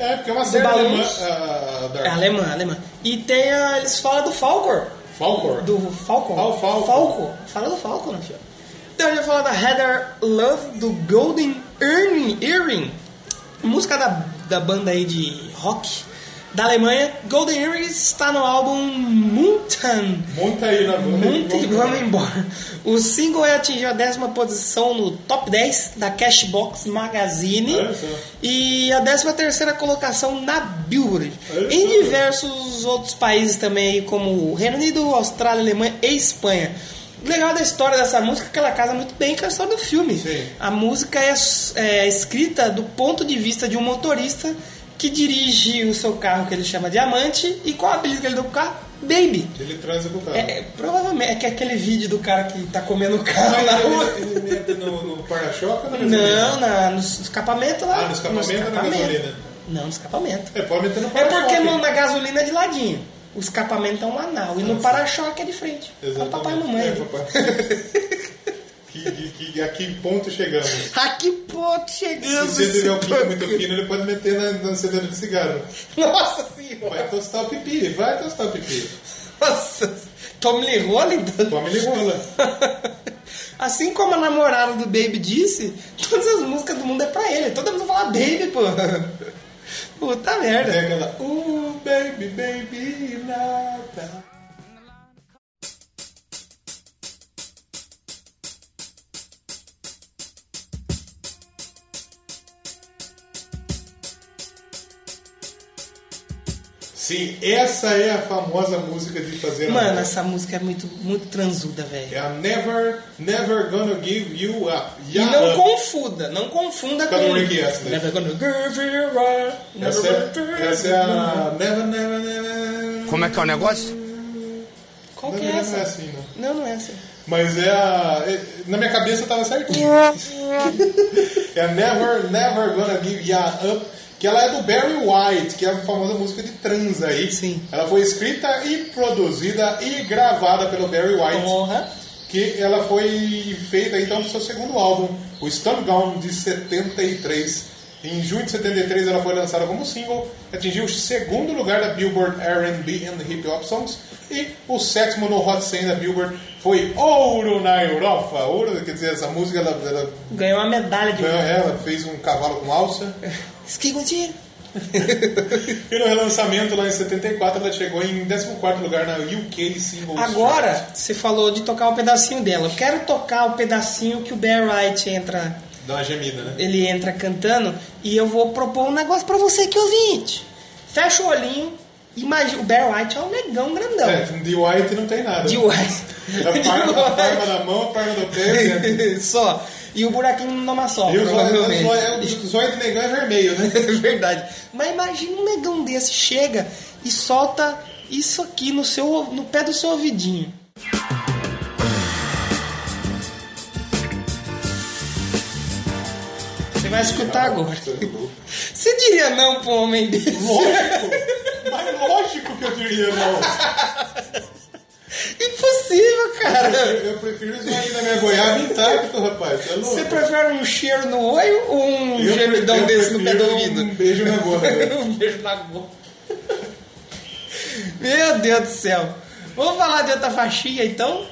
B: É, porque é uma
A: do
B: série
A: Baús.
B: alemã. ah, da-
A: É alemã, alemã. E tem a. Eles falam do Falcor.
B: Falcor?
A: Do Falcor.
B: Fal- Falco.
A: Falco. Fala do Falcor, meu filho. Então a gente vai falar da Heather Love do Golden Earring. Earring. Música da, da banda aí de rock da Alemanha. Golden Earring está no álbum Mountain.
B: Monta aí na banda.
A: Monta e vamos embora. O single atingiu a décima posição no top 10 da Cashbox Magazine
B: Olha só.
A: e a 13 terceira colocação na Billboard.
B: Olha
A: Em
B: só.
A: diversos outros países também, como Reino Unido, Austrália, Alemanha e Espanha. O legal da história dessa música é que ela casa muito bem com a história do filme. A música é, é, escrita do ponto de vista de um motorista que dirige o seu carro que ele chama de Amante e qual a apelido que ele deu pro carro? Baby.
B: Ele transa com o carro.
A: É, é, provavelmente é que é aquele vídeo do cara que tá comendo o carro
B: Mas
A: na
B: ele-
A: rua.
B: Ele mete no, no para-choque né? ou na gasolina?
A: Não, na, no escapamento lá.
B: Ah, no escapamento ou na gasolina?
A: Não, no escapamento.
B: É, pode meter no
A: É
B: para-choque.
A: porque mano, na gasolina é de ladinho. O escapamento é um anal. E no para-choque é de frente. É o
B: Ah, Exatamente.
A: papai e mamãe.
B: É,
A: ali.
B: papai. que, que, que, a que ponto chegamos?
A: A que ponto chegamos?
B: Se você tiver
A: esse
B: um pinto muito fino, ele pode meter na, na acendedora de cigarro.
A: Nossa senhora!
B: Vai tostar o pipi, vai tostar o pipi.
A: Nossa, tome-lhe rola então.
B: Tome-lhe rola.
A: Assim como a namorada do Baby disse, todas as músicas do mundo é pra ele. Todo mundo fala Baby, pô. Puta merda.
B: É aquela, uh, baby, baby, nada. Sim, essa é a famosa música de fazer
A: Mano,
B: amor.
A: essa música é muito, muito transuda, velho.
B: É a Never, Never Gonna Give You Up.
A: E não confuda, não confunda
B: Cadê
A: com...
B: é. o Rick Astley?
A: Never gonna give you up.
B: Essa é, essa é a Never, Never, Never.
A: Como é que é o negócio? Qual que é
B: Never, Never é
A: essa?
B: assim, não.
A: Não, não é essa.
B: Mas é a. é- na minha cabeça tava certinho. é a Never, Never Gonna Give Ya Up, que ela é do Barry White, que é a famosa música de trans aí. Sim. Ela foi escrita e produzida e gravada pelo Barry White. Que ela foi feita então pro seu segundo álbum, o Stumbdown, de 73. Em junho de 73 ela foi lançada como single, atingiu o segundo lugar da Billboard R&B and Hip Hop Songs e o sétimo no Hot 100 da Billboard foi Ouro na Europa. Ouro, quer dizer, essa música ela, ela-
A: Ganhou uma medalha de...
B: ela- ela fez um cavalo com alça.
A: Esquiva um tiro.
B: E no relançamento lá em 74 ela chegou em 14 lugar na UK Singles.
A: Agora,
B: Chart.
A: você falou de tocar um pedacinho dela. Eu quero tocar o pedacinho que o Bear Wright entra,
B: dá uma gemida, né?
A: ele entra cantando e eu vou propor um negócio pra você que ouvinte. Fecha o olhinho, imagina o Bear Wright é um negão grandão.
B: É, de White não tem nada.
A: De White.
B: A
A: De
B: palma, a palma
A: White.
B: da mão, a palma do pé. né?
A: só. E o buraquinho numa só,
B: E o
A: provavelmente.
B: zóio- o zóio do negão é vermelho, né?
A: Verdade. Mas imagina um negão desse chega e solta isso aqui no seu no pé do seu ouvidinho. Você vai escutar agora.
B: é
A: Você diria não pra um homem desse?
B: Lógico. Mas lógico que eu diria não.
A: Impossível, cara.
B: Eu prefiro esmagar na minha goiaba intacta, rapaz. Tá louco?
A: Você prefere um cheiro no olho ou um
B: Eu pre-
A: gemidão
B: eu
A: desse no pé do
B: prefiro
A: ouvido?
B: um beijo na boca.
A: um beijo na boca. Meu Deus do céu. Vamos falar de outra faixinha, então?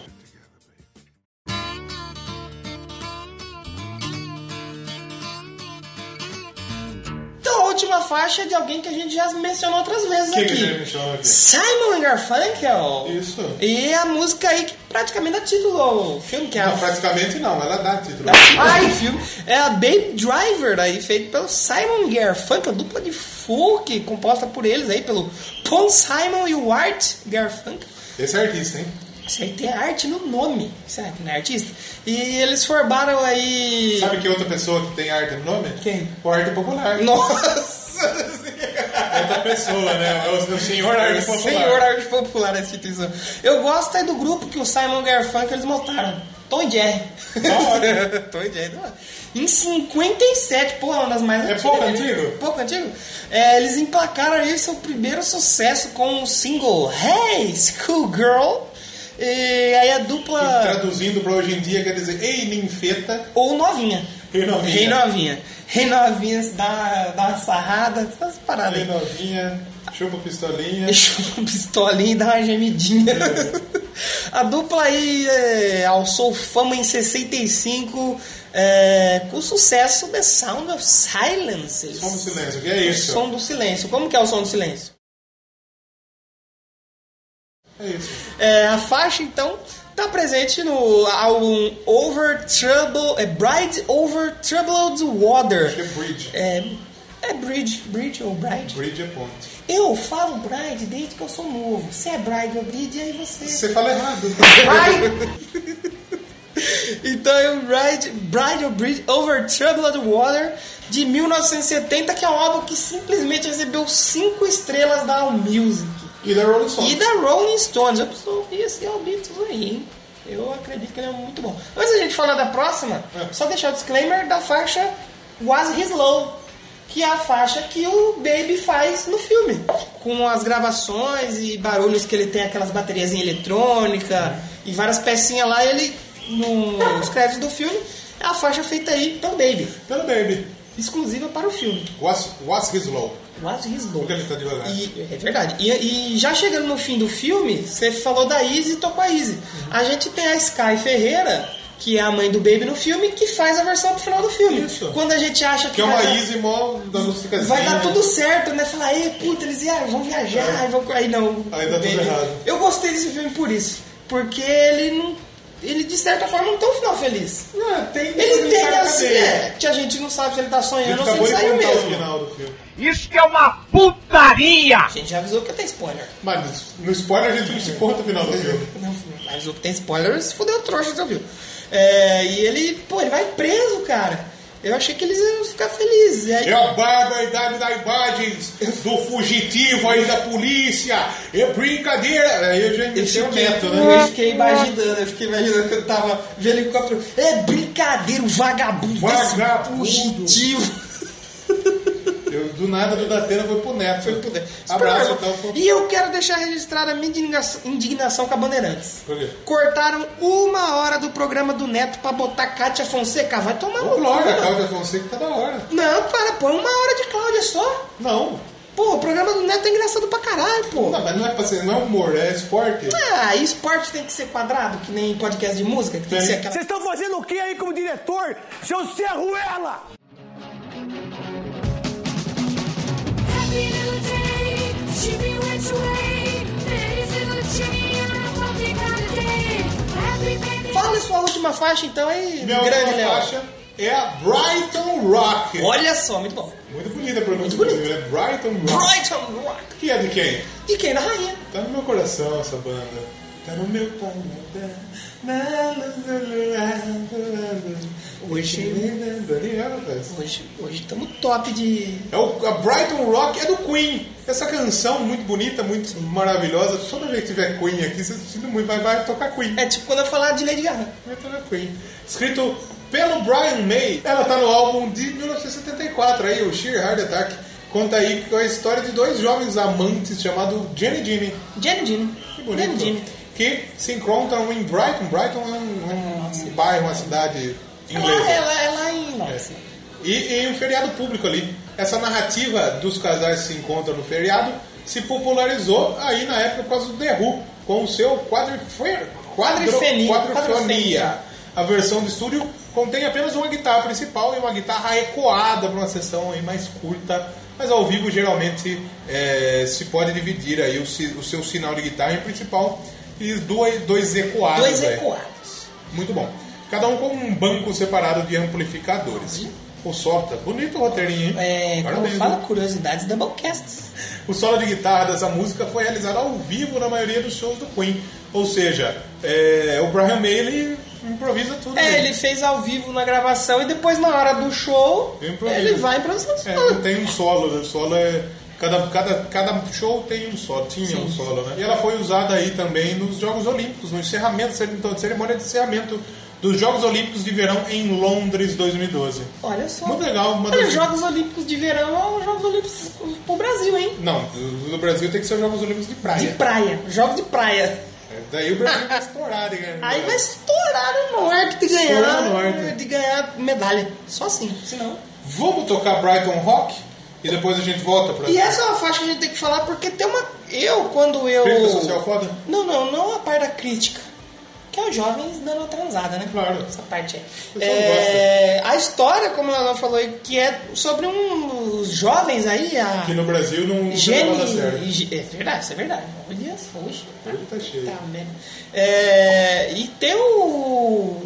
A: Então, a última faixa é de alguém que a gente já mencionou outras vezes
B: Quem que
A: aqui.
B: ele me chama aqui?
A: Simon and Garfunkel.
B: Isso.
A: E a música aí que praticamente dá título ao filme, que é a...
B: Não, praticamente não, ela dá título.
A: Ai, o filme. É a Baby Driver, aí, feito pelo Simon Garfunkel, dupla de folk, composta por eles aí, pelo Paul Simon e o Art Garfunkel.
B: Esse é artista, hein?
A: Isso aí tem arte no nome, sabe? Não é artista? E eles formaram aí...
B: Sabe que outra pessoa que tem arte no nome?
A: Quem?
B: O Arte Popular. É
A: Nossa!
B: Outra pessoa, né? É o, o senhor Arte Popular.
A: Senhor Arte Popular, a instituição. Eu gosto aí do grupo que o Simon Garfunkel eles montaram. Tom e Jerry. Tom e Jerry. da hora. Em 57, pô, uma das mais
B: É
A: antigas.
B: pouco
A: né?
B: antigo?
A: Pouco antigo. É, eles emplacaram aí seu primeiro sucesso com o single Hey Schoolgirl. E aí a dupla...
B: Traduzindo pra hoje em dia quer dizer Ei, ninfeta.
A: Ou novinha.
B: Rei novinha.
A: Rei novinha. Rei novinha, dá, dá uma sarrada, essas paradas aí.
B: Ei, novinha. Chupa pistolinha.
A: Deixa uma pistolinha e dá uma gemidinha. A dupla aí é, alçou fama em 65 é, com o sucesso The Sound of Silence.
B: Som do silêncio, que é isso?
A: O som do silêncio. Como que é o som do silêncio?
B: É isso.
A: É, a faixa, então, está presente no álbum Over Trouble, é Bride Over Troubled
B: Acho que é
A: Water.
B: bridge.
A: É, é Bridge, Bridge ou Bride?
B: Bridge é ponte.
A: Eu falo Bride desde que eu sou novo. Se é Bride ou Bride, aí você...
B: Você fala errado.
A: Então é o Bride, Bride or Bridge Over Troubled Water de 1970, que é um álbum que simplesmente recebeu 5 estrelas da AllMusic
B: E da Rolling Stones.
A: e da Rolling Stones. Eu preciso ouvir esse All Beatles aí, hein? Eu acredito que ele é muito bom. Antes da gente falar da próxima, só deixar o disclaimer da faixa Was His Low, que é a faixa que o Baby faz no filme, com as gravações e barulhos que ele tem, aquelas baterias em eletrônica e várias pecinhas lá, ele nos créditos do filme, é a faixa feita aí pelo Baby,
B: Pelo baby.
A: exclusiva para o filme.
B: What's, what's his low?
A: Was His Low.
B: Porque ele tá devagar.
A: E- é verdade. E, e já chegando no fim do filme, você falou da Izzy e tocou a
B: Uhum.
A: Izzy. A gente tem a Sky Ferreira, que é a mãe do Baby no filme, que faz a versão pro final do filme.
B: Isso.
A: Quando a gente acha que,
B: Que é uma
A: vai, dar-
B: easy mó da música
A: vai dar tudo certo, né? Falar, ei, puta, eles ia- vão viajar, vão... aí não.
B: É. Aí dá tudo
A: Baby-
B: errado.
A: Eu gostei desse filme por isso. Porque ele não. Ele de certa forma não tem um final feliz.
B: Não, É, tem
A: Ele tem assim, é,
B: cadeia.
A: que a gente não sabe se ele tá
B: A gente
A: sonhando ou se
B: acabou
A: ele
B: de
A: saiu
B: contar o
A: mesmo.
B: final do filme.
J: Isso que é uma putaria!
A: A gente já avisou que tem spoiler.
B: Mas no spoiler a gente não se conta o final do filme.
A: Não, Mas o que tem spoiler se fudeu trouxa, você ouviu? É, e ele, pô, ele vai preso, cara. Eu achei que eles iam ficar felizes. E aí-
B: É a barbaridade da idade do fugitivo aí da polícia. É brincadeira. Aí eu já
A: eu
B: imitei
A: fiquei,
B: o Neto,
A: eu
B: um né?
A: fiquei imaginando, eu fiquei imaginando que eu tava vendo helicóptero. É brincadeira, o vagabundo, esse
B: Vagabundo.
A: fugitivo.
B: Eu, do nada, do Datena foi pro Neto. Foi pro
A: Neto.
B: Abraço, então. Pro...
A: E eu quero deixar registrada a minha indignação, indignação com a Bandeirantes.
B: Por quê?
A: Cortaram uma hora do programa do Neto pra botar Kátia Fonseca. Vai tomar no
B: Ô,
A: cu,
B: Glória,
A: mano.
B: Cláudia Fonseca tá da hora.
A: Não, para, põe uma hora de Cláudia só.
B: Não.
A: Pô, o programa do Neto é engraçado pra caralho, pô.
B: Não, mas não é pra ser, não é humor, é esporte.
A: Ah, e esporte tem que ser quadrado, que nem podcast de música, que tem que ser aquela.
Q: estão fazendo o que aí como diretor, seu Cerruela?
A: Fala sua última faixa então aí,
B: Minha
A: grande
B: última
A: Léo.
B: faixa é a Brighton Rock.
A: Olha só, muito bom.
B: Muito bonita a pronúncia,
A: Muito bonita.
B: inclusive, né? Brighton Rock.
A: Brighton Rock.
B: Que é de quem?
A: E quem na rainha?
B: Tá no meu coração essa banda. Tá no meu paladar. Na luz do luar, do lado. Daniel, rapaz.
A: Hoje, hoje estamos top de.
B: É o, a Brighton Rock é do Queen. Essa canção muito bonita, muito maravilhosa. Toda vez que tiver Queen aqui, você sinto muito, vai, vai tocar Queen.
A: É tipo quando eu falar de Lady Gaga.
B: Vai tocar Queen. Escrito pelo Brian May. Ela tá no álbum de 1974 aí, o Sheer Heart Attack. Conta aí a história de dois jovens amantes chamado Jenny Jenny.
A: Jenny Jenny.
B: Que bonito. Que se encontram em Brighton. Brighton é um, um bairro, uma cidade inglesa.
A: Ela, ela, ela em.
B: É. E, e um feriado público ali. Essa narrativa dos casais se encontram no feriado se popularizou aí na época por causa do The Who, com o seu quadrifer... quadro...
A: Quadrifenia.
B: quadrofonia. A versão do estúdio contém apenas uma guitarra principal e uma guitarra ecoada para uma sessão aí mais curta, mas ao vivo geralmente é, se pode dividir aí o, si- o seu sinal de guitarra em principal e dois, dois ecoados.
A: Dois
B: aí.
A: ecoados.
B: Muito bom. Cada um com um banco separado de amplificadores. O Sorta, bonito o roteirinho, hein?
A: É, como
B: Parabéns,
A: fala
B: viu?
A: curiosidades Doublecasts.
B: O solo de guitarra dessa música foi realizado ao vivo na maioria dos shows do Queen. Ou seja, é, o Brian May ele improvisa tudo.
A: É,
B: mesmo.
A: ele fez ao vivo na gravação e depois na hora do show
B: Eu improviso.
A: ele vai improvisando
B: É,
A: tudo.
B: não tem um solo, né? O solo é. Cada, cada, cada show tem um solo, tinha um solo, né? E ela foi usada aí também nos Jogos Olímpicos, no encerramento, então, cerimônia de encerramento dos Jogos Olímpicos de Verão em Londres 2012.
A: Olha só.
B: Muito legal, uma
A: Olha,
B: das-
A: os Jogos Olímpicos de verão é os Jogos Olímpicos pro Brasil, hein?
B: Não, do, do Brasil tem que ser os Jogos Olímpicos de praia.
A: De praia. Jogos de praia.
B: É, Daí o Brasil vai estourar, né?
A: Aí vai estourar o norte de ganhar,
B: Estourar o norte.
A: de ganhar medalha. Só assim, senão.
B: Vamos tocar Brighton Rock e depois a gente volta pra.
A: E essa é uma faixa que a gente tem que falar porque tem uma. Eu, quando eu.
B: Crítica social foda?
A: Não, não, não a parte da crítica. Que é os jovens dando uma transada, né? Claro. Essa parte aí.
B: pessoal
A: É, a história, como ela falou aí, que é sobre um, os jovens aí, a.
B: Aqui no Brasil não não
A: Gene-
B: leva a sério.
A: Ge- É verdade, isso é verdade. Olha só, hoje.
B: Ele tá cheio.
A: Tá mesmo. É, e tem o,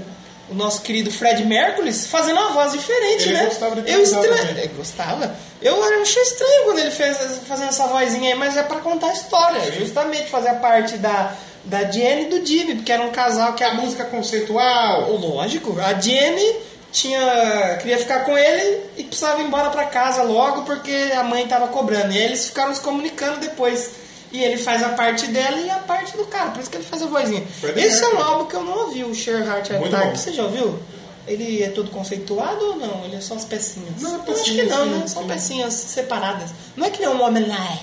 A: o nosso querido Fred Mercury fazendo uma voz diferente,
B: Ele
A: né?
B: gostava de
A: eu
B: improvisar
A: estra-
B: também.
A: é, gostava. Eu achei estranho quando ele fez fazendo essa vozinha aí, mas é pra contar a história. Justamente fazer a parte da, da Jenny e do Jimmy, porque era um casal que a
B: Música conceitual.
A: Oh, Lógico, a Jenny tinha, queria ficar com ele e precisava ir embora pra casa logo porque a mãe tava cobrando. E eles ficaram se comunicando depois. E ele faz a parte dela e a parte do cara, por isso que ele faz a vozinha.
B: Fred
A: Esse é um
B: Mercury.
A: álbum que eu não ouvi, o Share Heart
B: Muito bom.
A: Attack. Você já ouviu? Ele é todo conceituado ou não? Ele é só as pecinhas?
B: Não, é
A: Eu acho que
B: pecinhas,
A: não,
B: sim,
A: né? São
B: sim.
A: pecinhas separadas. Não é que nem um homem lá.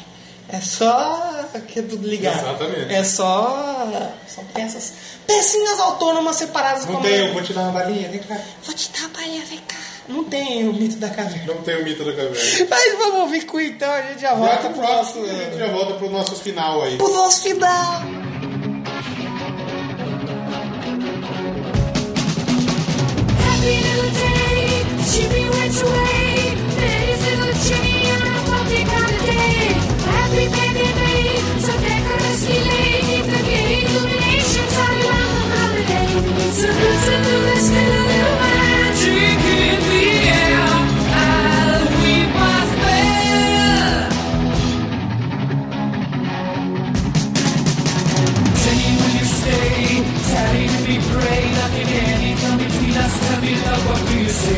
A: É só que é tudo ligado.
B: Exatamente.
A: É só. São peças. Pecinhas autônomas separadas
B: Não
A: como
B: tem,
A: é.
B: eu vou te dar uma balinha, vem cá.
A: Vou te dar uma palha, vem cá. Não tem o mito da caverna.
B: Não tem o mito da caverna.
A: Mas vamos ouvir cu então, a gente já volta
B: Volta
A: pro
B: pro
A: nosso.
B: próximo, né? a gente já volta pro nosso final aí.
A: Pro nosso final.
E: Happy little day, Jimmy went away. There's little Jimmy on a public holiday. Happy baby May, so decorously late. The gay illuminations are around the holiday. Salute, salute, it's still a little magic in the air. I'll weep my spell.
D: Jenny, will you stay? Daddy, if we pray, nothing any come between us. Tell me, love, what do you say?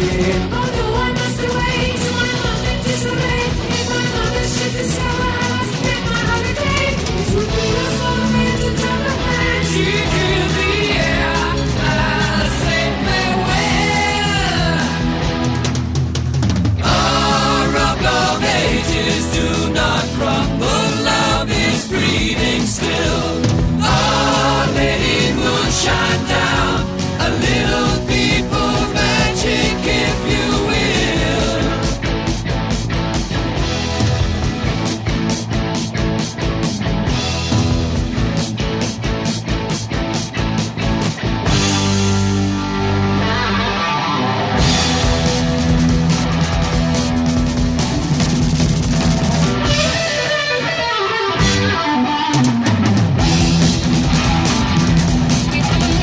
E: Oh no, I must away to my mom in disarray. If my mother should discover I must spend my holiday. It would be a sort of to tell the magic in the air. I'll say farewell.
D: Our rock of ages do not crumble. Love is breathing still. Our Lady will shine down. A little people magic, if you will.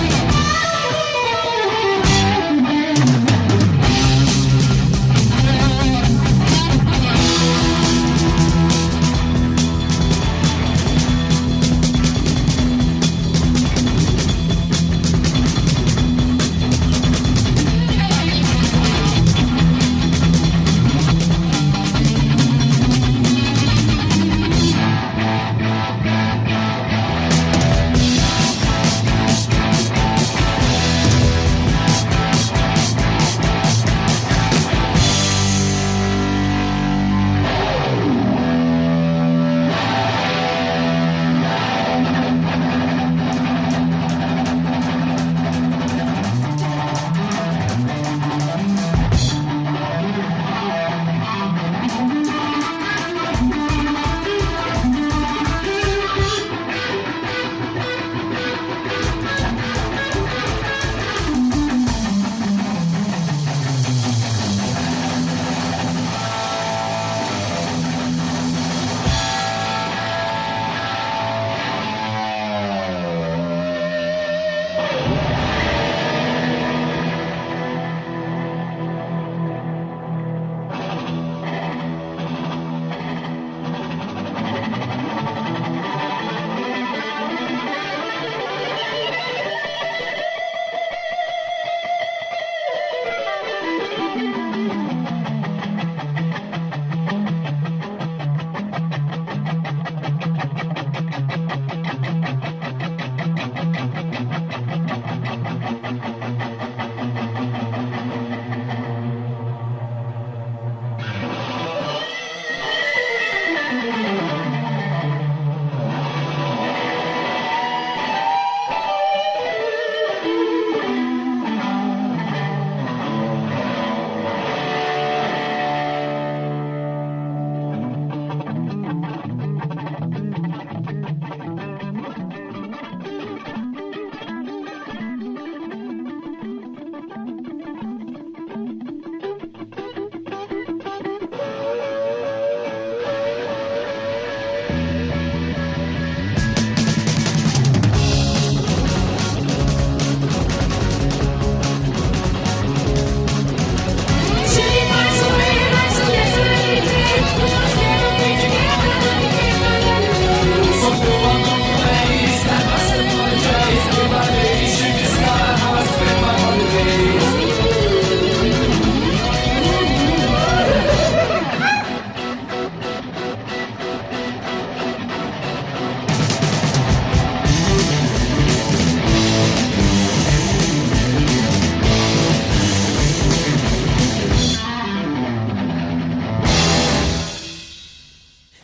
E: Thank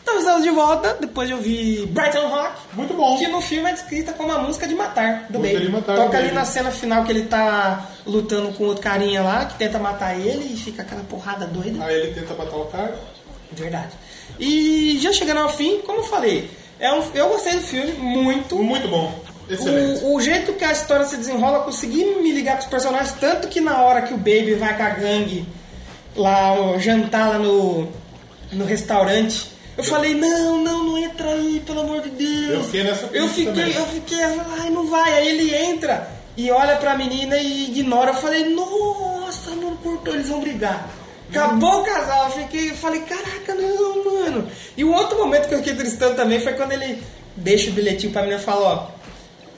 A: voltando de volta, depois eu vi Brighton Rock.
B: Muito bom.
A: Que no filme é descrita como a música de matar do
B: Música
A: Baby.
B: de matar do
A: Toca ali
B: Baby.
A: na cena final que ele tá lutando com outro carinha lá, que tenta matar ele e fica aquela porrada doida.
B: Aí ele tenta matar o cara.
A: Verdade. E já chegando ao fim, como eu falei, é um, eu gostei do filme muito.
B: Muito bom. Excelente.
A: O, o jeito que a história se desenrola, eu consegui me ligar com os personagens, tanto que na hora que o Baby vai com a gangue lá ó, jantar lá no, no restaurante, eu falei, não, não, não entra aí, pelo amor de Deus.
B: Eu fiquei nessa
A: Eu
B: pista também.
A: fiquei, eu fiquei, ai, não vai. Aí ele entra e olha pra menina e ignora. Eu falei, nossa, mano, cortou, eles vão brigar. Acabou o casal, eu fiquei, eu falei, caraca, não, mano. E o outro momento que eu fiquei tristão também foi quando ele deixa o bilhetinho pra menina e fala, ó,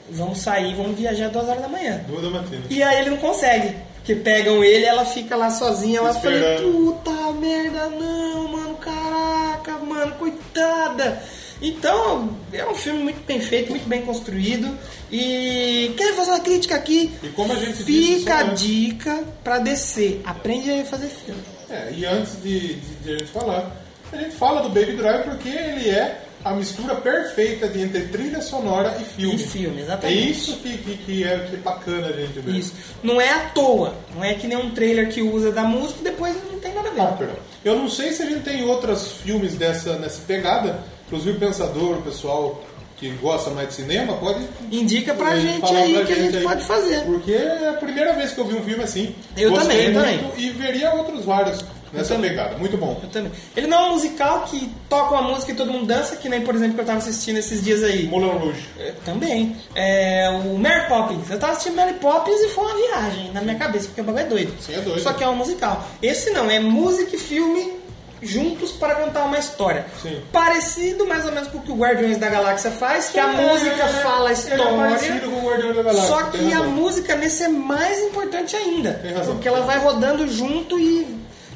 A: vamos sair, vamos viajar duas horas da manhã.
B: Duas da matina.
A: E aí ele não consegue. Que pegam ele ela fica lá sozinha. Ela fala,
B: Esperando.
A: puta merda, não, mano, caraca, mano, coitada. Então, é um filme muito bem feito, muito bem construído. E quero fazer uma crítica aqui.
B: E como a gente disse, só
A: Fica a
B: antes.
A: dica pra descer. Aprende a fazer filme.
B: É, e antes de, de, de a gente falar, a gente fala do Baby Drive porque ele é a mistura perfeita de entre trilha sonora e filme.
A: E filme,
B: É
A: exatamente.
B: isso que, que, que é, que é bacana, gente. Ver.
A: Isso. Não é à toa. Não é que nem um trailer que usa da música e depois não tem nada a ver.
B: Tá. Eu não sei se a gente tem outros filmes dessa, nessa pegada, inclusive o Pensador, o pessoal que gosta mais de cinema, pode.
A: Indica É pra
B: eh,
A: gente
B: falar
A: aí
B: pra
A: que a gente pode fazer.
B: Porque é a primeira vez que eu vi um filme assim.
A: Eu
B: Gostei
A: também,
B: muito E veria outros vários nessa pegada. Muito bom.
A: Eu também. Ele não é um musical que toca uma música e todo mundo dança, que nem, por exemplo, que eu tava assistindo esses dias aí.
B: Moulin Rouge.
A: É, também. É, o Mary Poppins. Eu tava assistindo Mary Poppins e foi uma viagem na minha cabeça, porque o bagulho é doido.
B: é doido.
A: Só que é um musical. Esse não, é música e filme juntos para contar uma história.
B: Sim.
A: Parecido mais ou menos com o que o Guardiões da Galáxia faz, que a música
B: É,
A: fala a
B: ele é
A: história.
B: parecido com o né? Guardião da Galáxia,
A: Só
B: tem
A: que a
B: razão.
A: música nesse é mais importante ainda.
B: razão.
A: Porque ela vai rodando junto e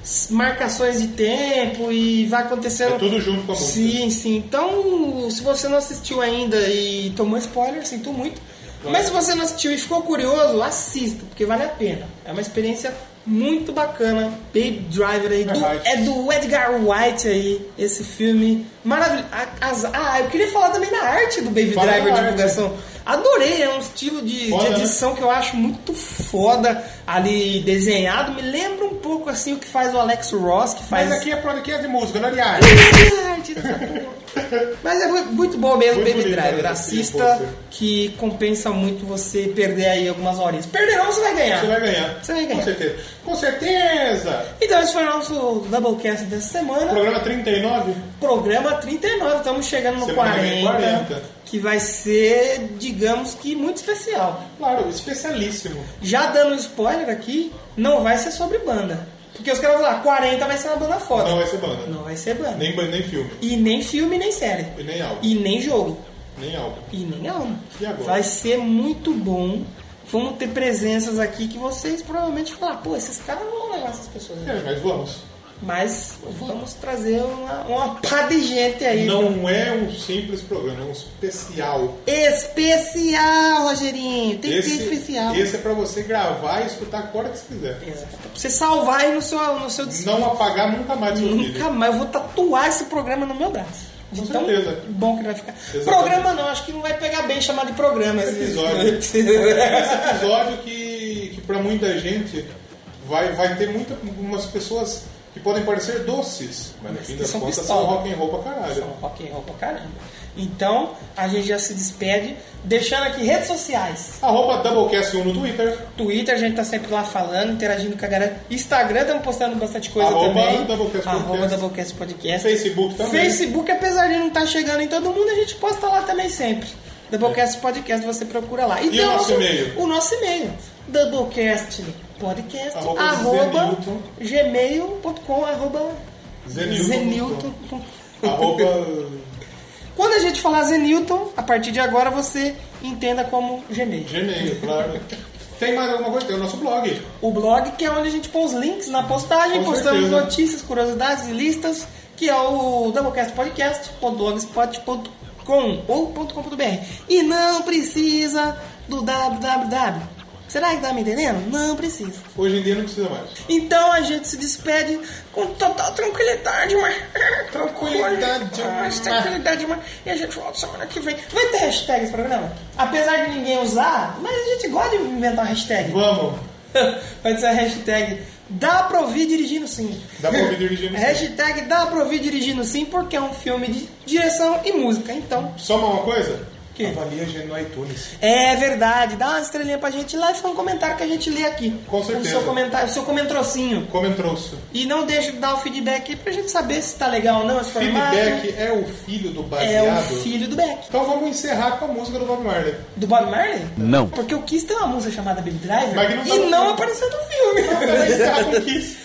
A: s- marcações de tempo e vai acontecendo.
B: É tudo junto com a música.
A: Sim, sim. Então, se você não assistiu ainda e tomou spoiler, sinto muito.
B: é.
A: Mas se você não assistiu e ficou curioso, assista, porque vale a pena. É uma experiência muito bacana. Baby Driver aí. do-
B: White.
A: é do Edgar White aí, esse filme. Maravilhoso. Ah, eu queria falar também da arte do Baby
B: Fala
A: Driver
B: da
A: de
B: arte.
A: divulgação. Adorei, é um estilo de, de
B: Foda, né?
A: edição que eu acho muito foda ali desenhado. Me lembra um pouco assim o que faz o Alex Ross, que faz.
B: Mas aqui é podcast de música, não é de arte.
A: Mas é mu- muito bom mesmo,
B: Muito
A: Baby
B: bonito,
A: Driver.
B: né?
A: Assista
B: Sim,
A: que compensa muito você perder aí algumas horinhas. Perder não, você vai ganhar.
B: Você vai ganhar.
A: Você vai
B: Com
A: ganhar.
B: certeza. Com certeza.
A: Então esse foi o nosso Doublecast dessa semana.
B: Programa 39?
A: Programa 39, estamos chegando no
B: Semana que
A: 40,
B: vem, 40.
A: que vai ser, digamos que, muito especial.
B: Claro, especialíssimo.
A: Já dando um spoiler aqui, não vai ser sobre banda. Porque os caras vão falar, 40 vai ser uma banda foda.
B: Não vai ser banda.
A: Não vai ser banda.
B: Nem, ban- nem filme.
A: E nem filme, nem série.
B: E nem álbum.
A: E nem jogo.
B: Nem álbum.
A: E nem alma.
B: E agora?
A: Vai ser muito bom. Vamos ter presenças aqui que vocês provavelmente falar, pô, esses caras não vão levar essas pessoas. aqui."
B: É, mas vamos.
A: Mas vamos trazer uma, uma pá de gente aí.
B: Não é um simples programa, é um especial.
A: Especial, Rogerinho. Tem que ser especial.
B: esse é pra você gravar e escutar a hora que você quiser.
A: Exato. Pra você salvar aí no seu, no seu disco.
B: Não apagar nunca mais seu
A: Nunca
B: filho.
A: mais. Eu vou tatuar esse programa no meu braço.
B: Com
A: De tão
B: certeza.
A: bom que vai ficar.
B: Exatamente.
A: Programa não, acho que não vai pegar bem chamar de programa esse
B: Episódio. Esse episódio que, que pra muita gente vai, vai ter muita, umas pessoas que podem parecer doces, mas no fim das
A: são
B: contas
A: pistola.
B: são rock and roll pra caralho.
A: São rock and roll pra caramba. Então, a gente já se despede, deixando aqui redes sociais.
B: Arroba Doublecast1 no Twitter.
A: Twitter, a gente tá sempre lá falando, interagindo com a galera. Instagram, estamos postando bastante coisa
B: Arroba
A: também.
B: Doublecast
A: Arroba
B: Podcast.
A: Doublecast Podcast.
B: Facebook também.
A: Facebook, apesar de não estar chegando em todo mundo, a gente posta lá também sempre. Doublecast Podcast, você procura lá.
B: E o nosso e-mail?
A: O nosso e-mail. Doublecast Podcast,
B: Arroba
A: arroba
B: Zenilton.
A: gmail.com, arroba
B: Zenilton.
A: zenilton.
B: Arroba.
A: Quando a gente falar Zenilton, a partir de agora você entenda como Gmail.
B: Gmail, claro. Tem mais alguma coisa? Tem o nosso blog.
A: O blog que é onde a gente põe os links na postagem,
B: Com
A: postamos
B: certeza.
A: notícias, curiosidades e listas, que é o doublecastpodcast.blogspot.com ou .com.br. E não precisa do www. Será que tá me entendendo? Não precisa.
B: Hoje em dia não precisa mais.
A: Então a gente se despede com total tranquilidade, mas...
B: tranquilidade.
A: Mais tranquilidade, mas. E a gente volta semana que vem. Vai ter hashtag esse programa? Apesar de ninguém usar, mas a gente gosta de inventar hashtag.
B: Vamos.
A: Vai ser a hashtag Dá pra ouvir dirigindo sim.
B: Dá pra ouvir dirigindo sim.
A: Hashtag Dá pra ouvir dirigindo sim, porque é um filme de direção e música. Então,
B: Só uma coisa? Que? Avalia a gente no iTunes.
A: É verdade, dá uma estrelinha pra gente lá e faz um comentário que a gente lê aqui.
B: Com certeza.
A: O seu comentário, o seu comentrocinho.
B: Comentroço.
A: E não deixa de dar o feedback aí pra gente saber se tá legal ou não esse formato.
B: Feedback é o filho do baseado.
A: É o filho do Beck.
B: Então vamos encerrar com a música do Bob Marley.
A: Do Bob Marley?
B: Não.
A: Porque o Kiss tem uma música chamada Baby Driver
B: Mas que não tá
A: e
B: no
A: não
B: filme.
A: apareceu no filme.
B: vai encerrar com Kiss.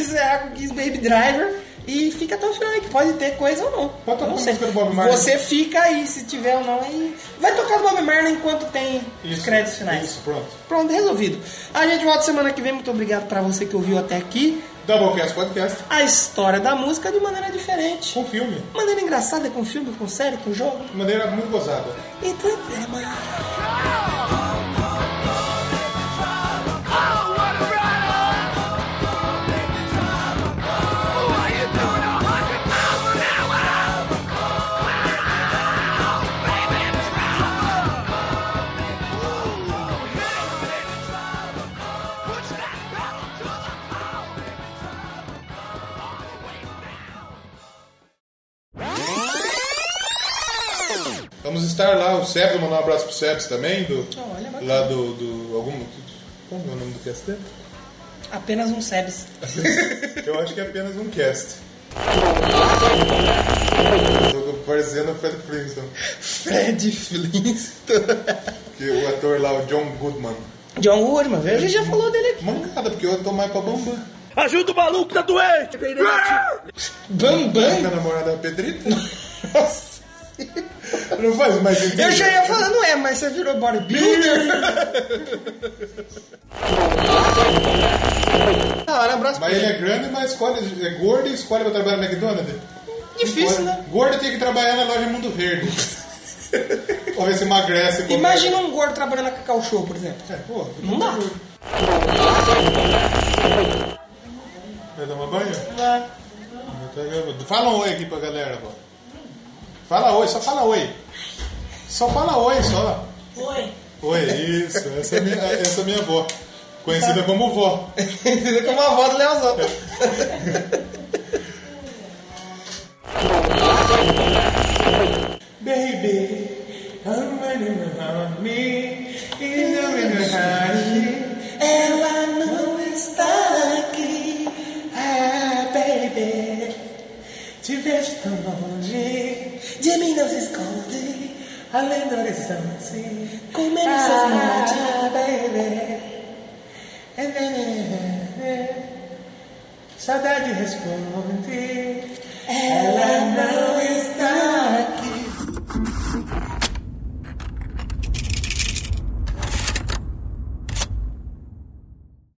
A: encerrar com Kiss Baby Driver e fica até o final aí, que pode ter coisa ou não. Pode
B: tocar
A: não
B: a
A: sei.
B: música do Bob Marley.
A: Você fica aí, se tiver ou não, aí. Vai tocar do Bob Marley enquanto tem os créditos finais.
B: Isso, pronto.
A: Pronto, resolvido. A gente volta semana que vem. Muito obrigado pra você que ouviu até aqui.
B: Doublecast Podcast.
A: A história da música de maneira diferente.
B: Com filme.
A: Maneira engraçada, com filme, com série, com jogo.
B: Maneira muito gozada.
A: Então, até mais.
B: Vamos estar lá, o Sebs, mandar um abraço pro Sebs também, do,
A: Olha, bacana.
B: lá do, do algum, qual é o nome do cast dele?
A: Apenas um Sebes.
B: Eu acho que é apenas um cast. Tô parecendo é o Fred Flintstone.
A: Fred Flintstone.
B: Que o ator lá, o John Goodman.
A: John Woodman, a gente já falou dele aqui.
B: Mancada, porque eu tô mais pra Bambam.
Q: Ajuda o maluco, tá doente!
A: Bambam?
B: Minha namorada é a Pedrita. Não faz mais sentido.
A: Eu já ia falar, não é, mas você virou bodybuilder. Da hora, um abraço pra
B: Mas ele é grande, mas escolhe, é gordo e escolhe pra trabalhar no McDonald's.
A: Difícil, né?
B: Gordo tem que trabalhar na loja Mundo Verde. Ou ver se emagrece. como-
A: Imagina um gordo trabalhando na Cacau Show, por exemplo.
B: Pô,
A: Não dá.
B: vai tomar banho?
A: Vai.
B: Fala um oi aqui pra galera, pô. Fala oi, só fala oi. Só fala oi, só.
A: Oi.
B: Oi, isso. Essa é minha, essa é minha avó. Conhecida como vó.
A: Como a avó do Leozão.
B: Baby, I'm running around me. It's running
A: Ela não está aqui. Ah, baby. Te vejo tão longe. De mim não se esconde. Além do horizonte. Comendo seus
Q: Ah,
A: mates. baby. Eh, eh, eh, eh. Saudade responde. Ela não está aqui.